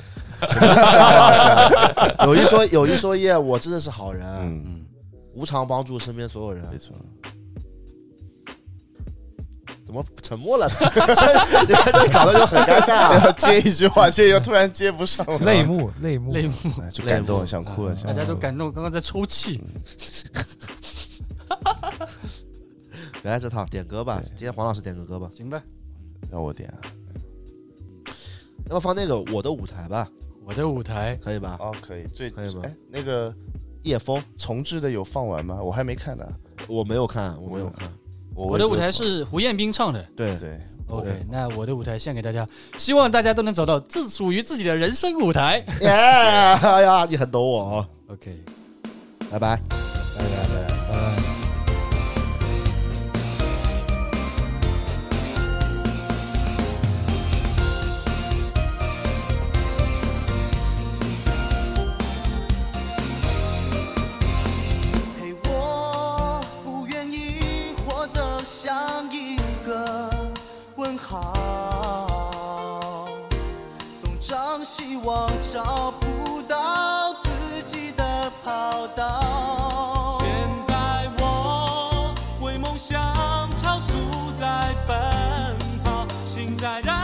A: 有一说有一说一，我真的是好人，
D: 嗯，
A: 无偿帮助身边所有
D: 没
A: 人。
D: 错。
A: 怎么沉默了？你看这搞得就很尴尬。
D: 要接一句话，接又突然接不上了，嗯
C: 泪目泪目
B: 泪目，
D: 哎就感
A: 泪
D: 动，
A: 目
D: 想哭了。
B: 大
D: 想
B: 家都感动，刚刚在抽泣。
A: 原来这套点歌吧，
D: 对
A: 今天黄老师点个歌吧。
B: 行吧，
D: 要我点啊？
A: 要不放那个我的舞台吧，
B: 我的舞台，
A: 可以吧？
D: 哦，可以，最
A: 可以吗
D: 哎，那个
A: 叶枫，
D: 重置的有放完吗？我还没看呢。
A: 我没有看，我没有看。
D: 我
B: 我的舞台是胡彦斌唱的。
A: 对，
D: 对，
B: OK，那我的舞台献给大家，希望大家都能找到自属于自己的人生舞台。
A: 耶！哎呀，你很懂我哦。
B: OK，
A: 拜拜。
D: 拜拜拜拜。
B: 拜拜。
E: 嘿，我不愿意活得像一个问号，东张西望找不到自己的跑道。
F: 现在我为梦想超速在奔跑，心在燃